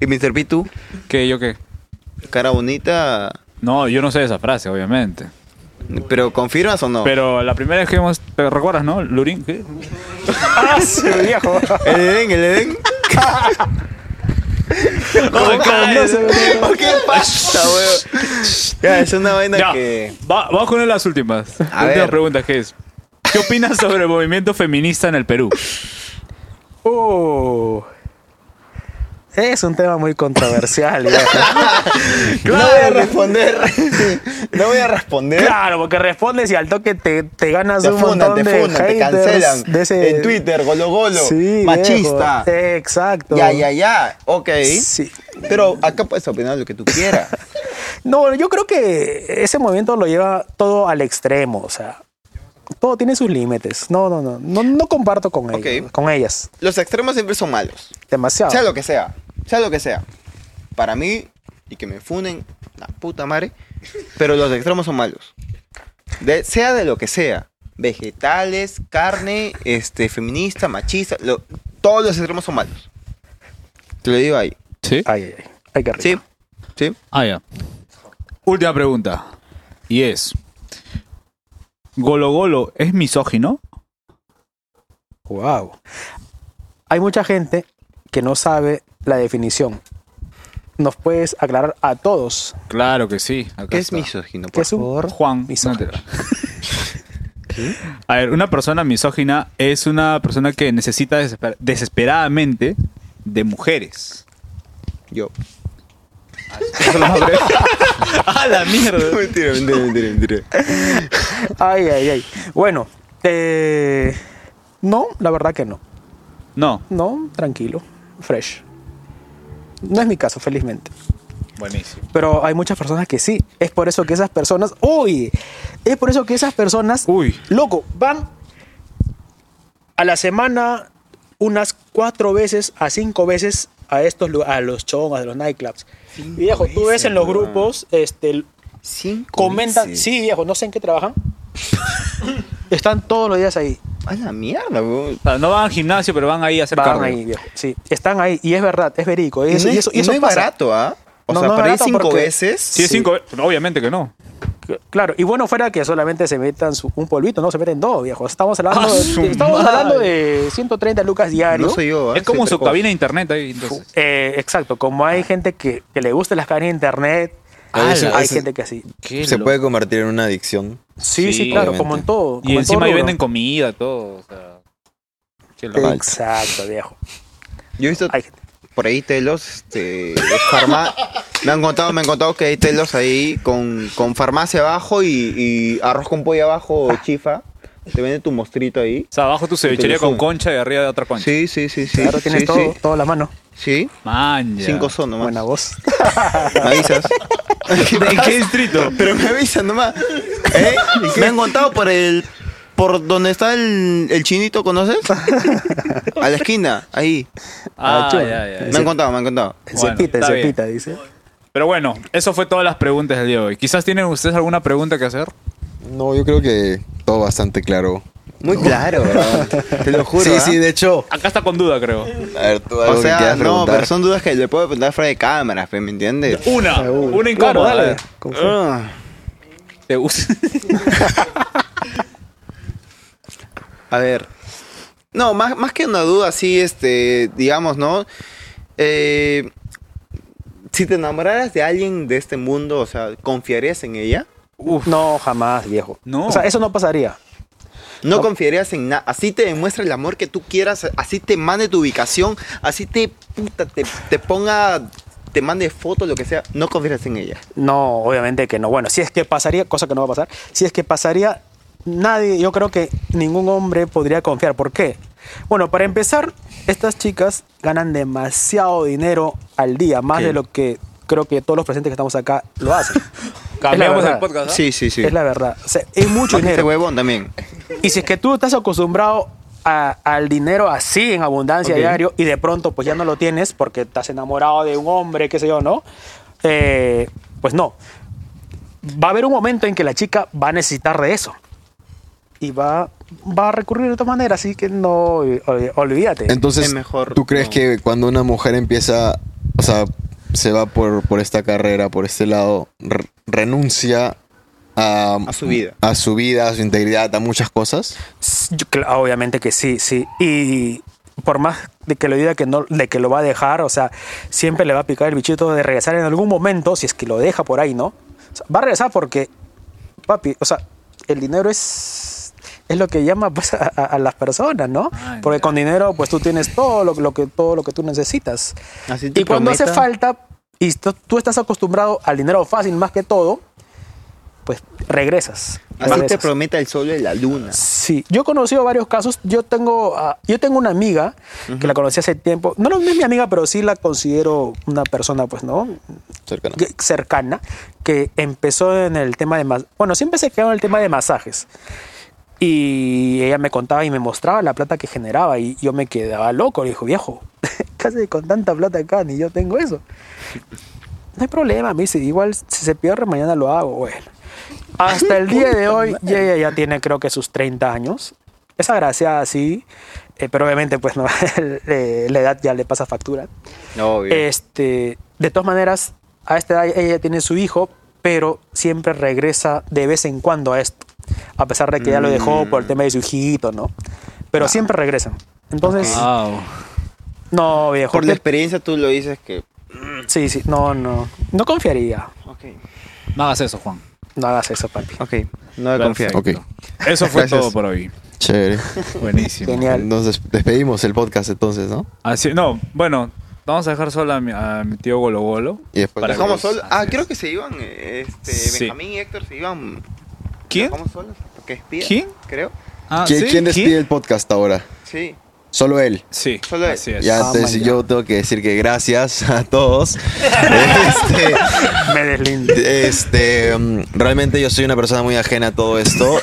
B: ¿Y Mr. P, tú?
A: ¿Qué? ¿Yo qué?
B: Cara bonita.
A: No, yo no sé esa frase, obviamente.
B: ¿Pero confirmas o no?
A: Pero la primera vez que hemos... ¿Te recuerdas, no? Lurín. ¿qué?
G: ¡Ah, su viejo!
B: El Edén, el Edén.
A: Ay, cae.
B: ¿Qué pasa, weón? Ya, es una vaina
A: Ya,
B: que.
A: va- vamos con las últimas. La última
B: ver.
A: pregunta que es: ¿Qué opinas sobre el movimiento feminista en el Perú?
B: Uh.
G: Oh. Es un tema muy controversial. (laughs) viejo.
B: No voy a responder. (laughs) No voy a responder.
G: claro, porque respondes y al toque te, te ganas
B: Te
G: un
B: fundan,
G: montón
B: te
G: de
B: fundan, te
G: haters
B: cancelan.
G: de ese-
B: En Twitter, golo golo.
G: Sí,
B: machista.
G: viejo. Exacto.
B: Ya, ya, ya. Ok.
G: Sí.
B: Pero acá puedes opinar lo que tú quieras.
G: No, yo creo que ese movimiento lo lleva todo al extremo, o sea, todo tiene sus límites. No, no, no, no, no comparto con ellos,
B: Ok.
G: con ellas
B: Los extremos siempre son malos.
G: demasiado.
B: Sea lo que sea. Sea lo que sea. Para mí, y que me funen, la puta madre. Pero los extremos son malos. De- sea de lo que sea. Vegetales, carne, este, feminista, machista. lo- todos los extremos son malos. Te lo digo ahí.
A: Sí.
G: Ay, ay, ay. Ay, qué rico.
B: Sí. Sí.
A: Ah, ya. Última pregunta. Y es: ¿Golo Golo es misógino?
G: Wow. Hay mucha gente que no sabe la definición. ¿Nos puedes aclarar a todos
A: Claro que sí.
B: ¿Qué es misógino?
G: qué es un
A: Juan A ver, una persona misógina es una persona que necesita desesper- desesperadamente de mujeres.
B: Yo. (laughs)
A: ¡A la mierda!
B: mentira, (laughs) mentira, mentira, mentira.
G: (laughs) Ay, ay, ay. Bueno, eh, no, la verdad que no.
A: No.
G: No, tranquilo, fresh. No es mi caso, felizmente.
A: Buenísimo.
G: Pero hay muchas personas que sí. Es por eso que esas personas. ¡Uy! Es por eso que esas personas. ¡Uy! Loco, van a la semana unas cuatro veces a cinco veces a estos lu- a los chongas, a los nightclubs. Viejo, tú ves en los grupos, este, comentan.
B: veces.
G: Sí, viejo, no sé en
B: (laughs)
G: qué trabajan. Están todos los días ahí.
B: A la mierda, weón.
A: O sea, no van al gimnasio, pero van ahí a hacer
G: Van
A: cardio.
G: ahí, viejo. Sí, están ahí. Y es verdad, es verídico. Y eso,
B: y no,
G: y eso-
B: y
G: y eso
B: no es
G: pasa.
B: barato, ¿ah? O
G: No,
B: sea,
G: no es
B: para ir
G: barato
B: cinco
G: porque-
B: veces.
A: Si es cinco veces, obviamente que no.
G: Claro, y bueno fuera que solamente se metan su- un polvito, no se meten dos, viejo. Estamos hablando,
A: ¡Ah, su
G: de, estamos
A: madre!
G: hablando de 130 lucas diario.
B: ¿ah?
A: Es como su cabina de internet ahí. Entonces.
G: Eh, exacto, como hay gente que, que le gusta las cadenas de internet,
C: A veces-
G: ala,
C: a
G: hay
C: veces-
G: gente que así.
C: Se puede convertir en una adicción.
G: Sí, sí, claro, como en todo. como
A: y
G: en
A: encima
G: todo
A: ahí
G: rubro.
A: venden comida, todo. O sea, qué loco.
G: Exacto, viejo.
B: Yo he visto por ahí telos, este, de farma- me han contado, me han contado que hay telos ahí con, con farmacia abajo y, y arroz con pollo abajo o chifa. Te venden tu mostrito ahí.
A: O sea, abajo tu cevichería con concha y arriba de otra concha.
B: Sí, sí, sí, sí.
A: Claro,
G: Tienes
B: sí,
G: todo,
B: sí.
G: todo a la mano.
B: Sí.
A: Man, ya.
B: Cinco son nomás.
G: Buena voz. (laughs)
B: Me avisas.
A: (laughs) ¿En qué distrito?
B: Pero me avisan nomás. ¿Eh? Me han contado por el. Por donde está el, el chinito, ¿conoces? A la esquina, ahí.
A: Ah,
B: Ah, chulo.
A: ya, ya, ya.
B: Me han contado, me han contado.
A: Bueno, Cepita, está bien. cepita,
G: dice.
A: Pero bueno, eso fue todas las preguntas del día de hoy. Quizás tienen ustedes alguna pregunta que hacer.
C: No, yo creo que todo bastante claro.
B: Muy (laughs) claro, te lo juro.
C: Sí,
B: ¿ah?
C: sí, de hecho.
A: Acá está con duda, creo.
C: A ver, tú algo
B: O
C: que
B: sea,
C: quieras
B: no,
C: preguntar.
B: pero son dudas que le puedo preguntar fuera de cámara, fe, ¿me entiendes?
A: Una, una incómoda. a ver.
B: Ah.
A: ¿Te gusta?
B: A ver. No, más, más que una duda, sí, este, digamos, ¿no? Eh, si te enamoraras de alguien de este mundo, o sea, ¿confiarías en ella?
G: No, jamás, viejo.
A: No.
G: O sea, eso no pasaría.
B: No, confiarías en nada. Así te demuestra el amor que tú quieras, así te mande tu ubicación, así te puta, te, te ponga, te mande fotos, lo que sea. No confiarías en ella.
G: No, obviamente que no. Bueno, si es que pasaría, cosa que no va a pasar, si es que pasaría, nadie, yo creo que ningún hombre podría confiar. ¿Por qué? Bueno, para empezar, estas chicas ganan demasiado dinero al día, más
B: Sí.
G: de lo que creo que todos los presentes que estamos acá lo hacen.
B: (laughs) Cambiamos
G: Es la
B: el
G: verdad.
B: podcast, ¿ah? Sí, sí, sí.
G: Es la verdad. O sea, es mucho
B: Más que
G: dinero.
B: Este huevón también.
G: Y si es que tú estás acostumbrado a- al dinero así, en abundancia
B: Ok.
G: diario, y de pronto pues ya no lo tienes porque estás enamorado de un hombre, qué sé yo, ¿no? Eh, pues no. Va a haber un momento en que la chica va a necesitar de eso. Y va, va a recurrir de otra manera, así que no, ol- olvídate.
B: Este,
C: Entonces, ¿tú crees que cuando una mujer empieza, o sea, se va por, por esta carrera, por este lado, re- renuncia a,
B: su vida.
C: a su vida, a su integridad, a muchas cosas?
G: Yo cl- ah, obviamente que sí, sí. Y por más de que lo diga que no, de que lo va a dejar, o sea, siempre le va a picar el bichito de regresar en algún momento, si es que lo deja por ahí, ¿no? O sea, va a regresar porque, papi, o sea, el dinero es, es lo que llama pues, a, a- a las personas, ¿no? Porque con dinero, pues tú tienes todo lo, lo que, todo lo que tú necesitas.
B: Así te
G: Y cuando hace
B: prometa.
G: falta, y tú- tú estás acostumbrado al dinero fácil más que todo, pues regresas.
B: Así te
G: regresas.
B: prometa el sol y la luna.
G: Sí, yo he conocido varios casos. Yo tengo, ah, yo tengo una amiga que la conocí hace tiempo. No, no es mi amiga, pero sí la considero una persona, pues, ¿no?
C: Cercana.
G: Que, cercana, que empezó en el tema de... mas- Bueno, siempre se quedó en el tema de masajes. Y ella me contaba y me mostraba la plata que generaba y yo me quedaba loco. Le dijo, viejo, (laughs) casi con tanta plata acá, ni yo tengo eso. No hay problema, me dice, igual si se pierde mañana lo hago. Bueno, hasta el día de hoy, y ella ya tiene creo que sus 30 años. Es agraciada, sí, eh, pero obviamente pues no, (laughs) le- la edad ya le pasa factura.
B: Obvio.
G: Este, de todas maneras, a esta edad ella tiene su hijo, pero siempre regresa de vez en cuando a esto. A pesar de que ya lo
B: Mm.
G: dejó por el tema de su hijito, ¿no?
B: Ah.
G: Pero siempre regresan. Entonces, no, viejo.
B: Por la
G: te-
B: experiencia tú lo dices que...
G: Sí, sí, no, no. No confiaría.
A: No hagas eso, Juan.
G: No hagas eso, papi.
B: Ok, no de confiar.
C: Ok.
A: Eso fue
C: Gracias.
A: todo por hoy.
C: Chévere.
A: Buenísimo.
G: Genial.
C: Nos des- despedimos el podcast entonces, ¿no?
A: Así, no, bueno, vamos a dejar sola a mi, a mi tío Golo Golo.
C: Y después-
A: que
B: Dejamos
A: los-
B: solo. Ah, creo que se iban. eh, Este,
A: Sí.
B: Benjamín y Héctor se iban.
A: ¿Quién?
B: Dejamos solos. Que despidan,
A: ¿Quién?
B: Creo.
A: Ah,
C: ¿Qui-
A: ¿sí?
C: ¿Quién despide el podcast ahora?
B: Sí.
C: Solo él.
A: Sí,
B: Solo él.
A: así es.
C: Ya, entonces yo tengo que decir que gracias a todos. Este,
G: Me deslindo.
B: (laughs)
C: Este, mm, realmente yo soy una persona muy ajena a todo esto.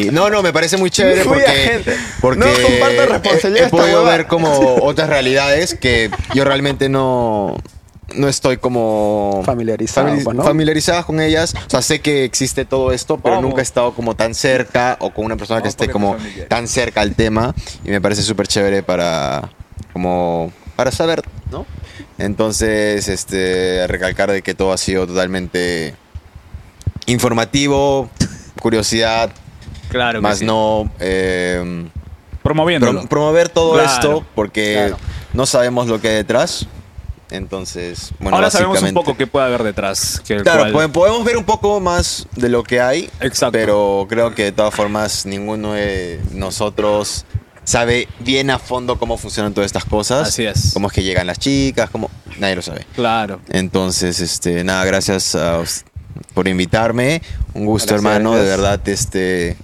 C: Y no, no, me parece muy chévere
B: Muy
C: porque,
B: ajena.
C: porque
B: No comparto responsabilidad
C: he, he
B: esta
C: podido
B: huevada.
C: ver
B: (laughs)
C: como otras realidades que yo realmente no, no estoy como
G: Familiarizado,
C: famili-
G: pues, ¿no?
C: familiarizadas con ellas. O sea, sé que existe todo esto, pero nunca he estado como tan cerca o con una persona que esté como tan cerca al tema. Y me parece súper chévere para como para saber, ¿no? Entonces, este, recalcar de que todo ha sido totalmente informativo, curiosidad. Claro. Más no. eh,
A: Promoviéndolo.
C: prom- promover todo
A: Claro,
C: esto porque
A: claro.
C: no sabemos lo que hay detrás. Entonces, bueno,
A: Ahora sabemos un
C: básicamente-
A: poco qué puede haber detrás. que el
C: Claro,
A: cual-
C: po- podemos ver un poco más de lo que hay. Pero creo que de todas formas ninguno de nosotros sabe bien a fondo cómo funcionan todas estas cosas. Así es. Cómo es que llegan las chicas, cómo... Nadie lo sabe.
A: Claro.
C: Entonces, este, nada, gracias a us- por invitarme. Un gusto,
A: Gracias,
C: hermano. De
A: gracias.
C: verdad, este...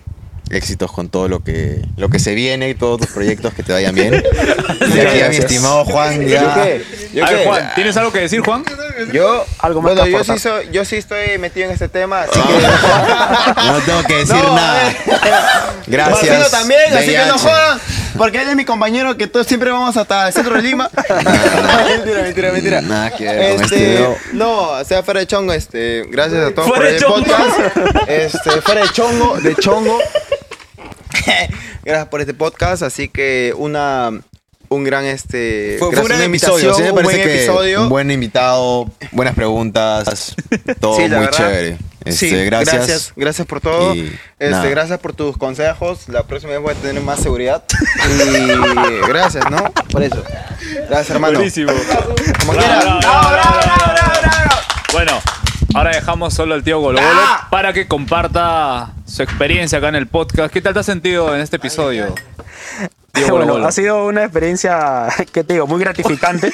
C: Éxitos con todo lo que lo que se viene y todos tus proyectos que te
B: (laughs)
C: vayan bien. Y aquí a mi
A: gracias.
C: estimado Juan ya.
B: ¿Yo qué? ¿Yo
C: A ver,
B: qué?
C: Juan,
A: ¿Tienes algo que decir, Juan?
B: Yo,
G: algo
A: más
B: bueno,
A: que
B: yo sí,
A: aportar.
B: soy- yo sí estoy metido en este tema, así que
C: Ah. (laughs) No tengo que decir
B: No, a
C: nada. Gracias.
B: Marcelo también, así que no
C: VIH.
B: jodan, porque él es mi compañero que todos siempre vamos hasta el centro de
C: (laughs)
B: Lima. (laughs) mentira, mentira, mentira.
C: Nada que ver con este
B: Este,
C: video.
B: no, o sea, fuera de chongo, este, gracias a todos
C: Fuera
B: por
C: de
B: el
C: chongo. (laughs)
B: podcast. Este, fuera de chongo, de chongo. (laughs) gracias por este podcast, así que una un gran este
C: Fue, fue
B: gracias,
C: un gran
B: una
C: episodio,
B: invitación,
C: sí me
B: un
C: parece
B: buen
C: que
B: episodio.
C: un buen invitado, buenas preguntas, todo
B: Sí, la
C: Oh, muy
B: verdad.
C: chévere. Este,
B: Sí,
C: gracias.
B: gracias. gracias por todo.
C: Y
B: Este,
C: nada.
B: gracias por tus consejos. La próxima vez voy a tener más seguridad.
C: (laughs)
B: Y gracias, ¿no? Por eso. Gracias, hermano.
A: Buenísimo.
B: Como
A: Bravo,
B: quieras.
A: bravo, bravo, bravo, Bueno, ahora dejamos solo al tío Golo Golo
G: Ah.
A: para que comparta su experiencia acá en el podcast. ¿Qué tal te has sentido en este episodio? Tío Golo
G: (laughs) Bueno,
A: Golo.
G: ha sido una experiencia, (laughs) que te digo,
A: (laughs)
G: muy gratificante.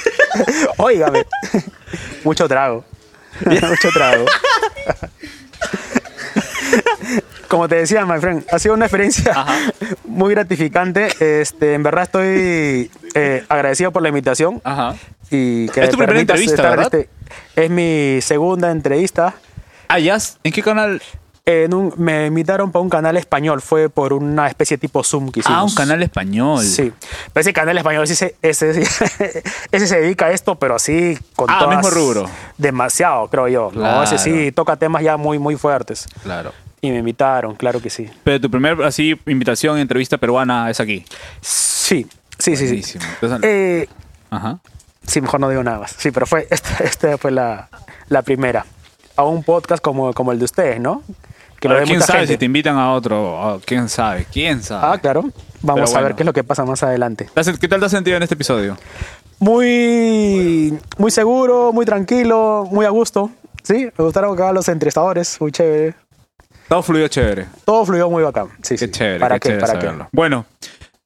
G: Óigame. Mucho trago. (laughs) Mucho trago. Como te decía, my friend, ha sido una experiencia (laughs) muy gratificante. Este, en verdad estoy eh, agradecido por la invitación. Y que
A: Es tu
G: me
A: primera
G: permitas
A: entrevista,
G: estar,
A: ¿verdad?
G: este, es mi segunda entrevista.
A: Ah, ya. ¿En qué canal?
G: me invitaron para un canal español. Fue por una especie tipo Zoom que hicimos.
A: Ah, un canal español.
G: Sí. Pero ese canal español, sí se- ese, (laughs) sí- ese se dedica a esto, pero así con
A: Ah,
G: todas-
A: mismo rubro.
G: Demasiado, creo yo. No, ese sí toca temas ya muy, muy fuertes.
A: Claro.
G: Y me invitaron, claro que sí.
A: Pero tu primer así invitación, entrevista peruana es aquí.
G: Sí, sí, sí, sí.
A: Entonces,
G: Eh,
A: Ajá.
G: sí, mejor no digo nada más. Sí, pero fue, (laughs) esta, esta fue la, la primera. A un podcast como, como el de ustedes, ¿no? Que lo
A: Ahora,
G: ve
A: ¿Quién
G: mucha
A: sabe
G: gente.
A: si te invitan a otro? Ah, ¿Quién sabe? ¿Quién sabe?
G: Ah, claro. Vamos
A: Pero
G: a ver
A: bueno.
G: qué es lo que pasa más adelante.
A: ¿Te has- ¿Qué tal te has sentido en este episodio?
G: Muy, muy seguro, muy tranquilo, muy a gusto. Sí, me gustaron acá los entrevistadores, muy chévere.
A: Todo fluyó chévere.
G: Todo fluyó muy bacán. Sí,
A: qué chévere.
G: ¿Para qué?
A: chévere
G: ¿Para qué?
A: saberlo. Bueno,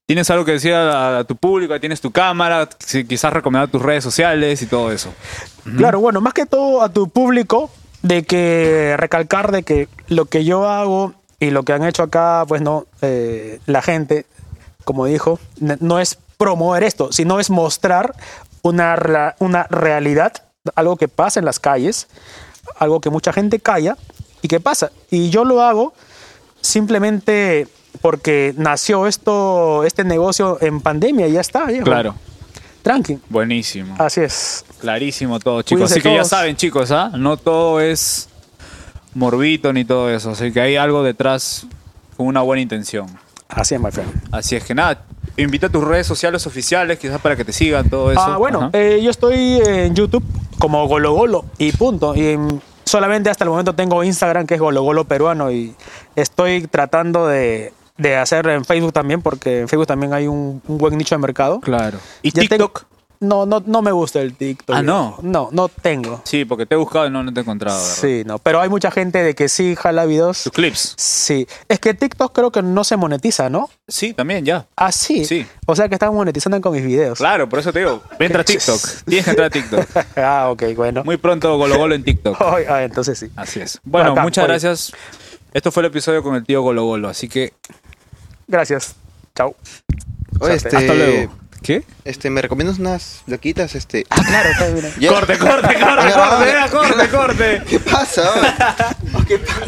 A: ¿tienes algo que decir a, a tu público? Ahí Tienes tu cámara, si- quizás recomendar tus redes sociales y todo eso.
G: Claro, bueno, más que todo a tu público, de que recalcar de que lo que yo hago y lo que han hecho acá, pues no, eh, la gente, como dijo, n- no es promover esto, sino es mostrar una, rela- una realidad, algo que pasa en las calles, algo que mucha gente calla y que pasa. Y yo lo hago simplemente porque nació esto, este negocio en pandemia y ya está, viejo.
A: Claro.
G: Tranqui.
A: Buenísimo.
G: Así es.
A: Clarísimo todo, chicos.
G: Ah. Cuídense
A: Así que ya
G: todos.
A: saben, chicos, ¿ah? No todo es morbito ni todo eso. Así que hay algo detrás con una buena intención.
G: Así es, my friend.
A: Así es que nada, invita a tus redes sociales oficiales, quizás para que te sigan todo eso.
G: Ah, bueno,
A: Ajá.
G: eh, yo estoy en YouTube como Golo Golo y punto. Y mm, solamente hasta el momento tengo Instagram que es Golo Golo peruano y estoy tratando de, de hacer en Facebook también porque en Facebook también hay un, un buen nicho de mercado.
A: Claro. ¿Y
G: TikTok? no, no, no me gusta el TikTok.
A: Ah, no. Ah,
G: No, no tengo.
A: Sí, porque te he buscado y no, no te he encontrado. ¿verdad?
G: Sí, no, pero hay mucha gente de que sí jala videos. Sus
A: clips.
G: Sí, es que TikTok creo que no se monetiza, ¿no?
A: Sí, también ya.
G: Ah, sí.
A: Sí.
G: O sea que están monetizando con mis videos.
A: Claro, por eso te (laughs) digo, entra a TikTok. Tienes que entrar a (laughs) TikTok.
G: ah, ok, bueno.
A: Muy pronto Golo Golo en TikTok.
G: (laughs) Ay, ah, entonces sí.
A: Así es. Bueno,
G: Bacán,
A: muchas
G: oye.
A: gracias. Esto fue el episodio con el tío Golo Golo, así que
G: Gracias. Chao.
B: Oye,
A: Hasta
B: este,
A: luego. eh, ¿Qué?
B: Este, ¿me recomiendas unas loquitas? Este.
G: Ah, claro,
B: Ya-
A: Corte, corte, corte,
B: Ah,
A: corte, corte, corte.
B: ¿Qué pasa?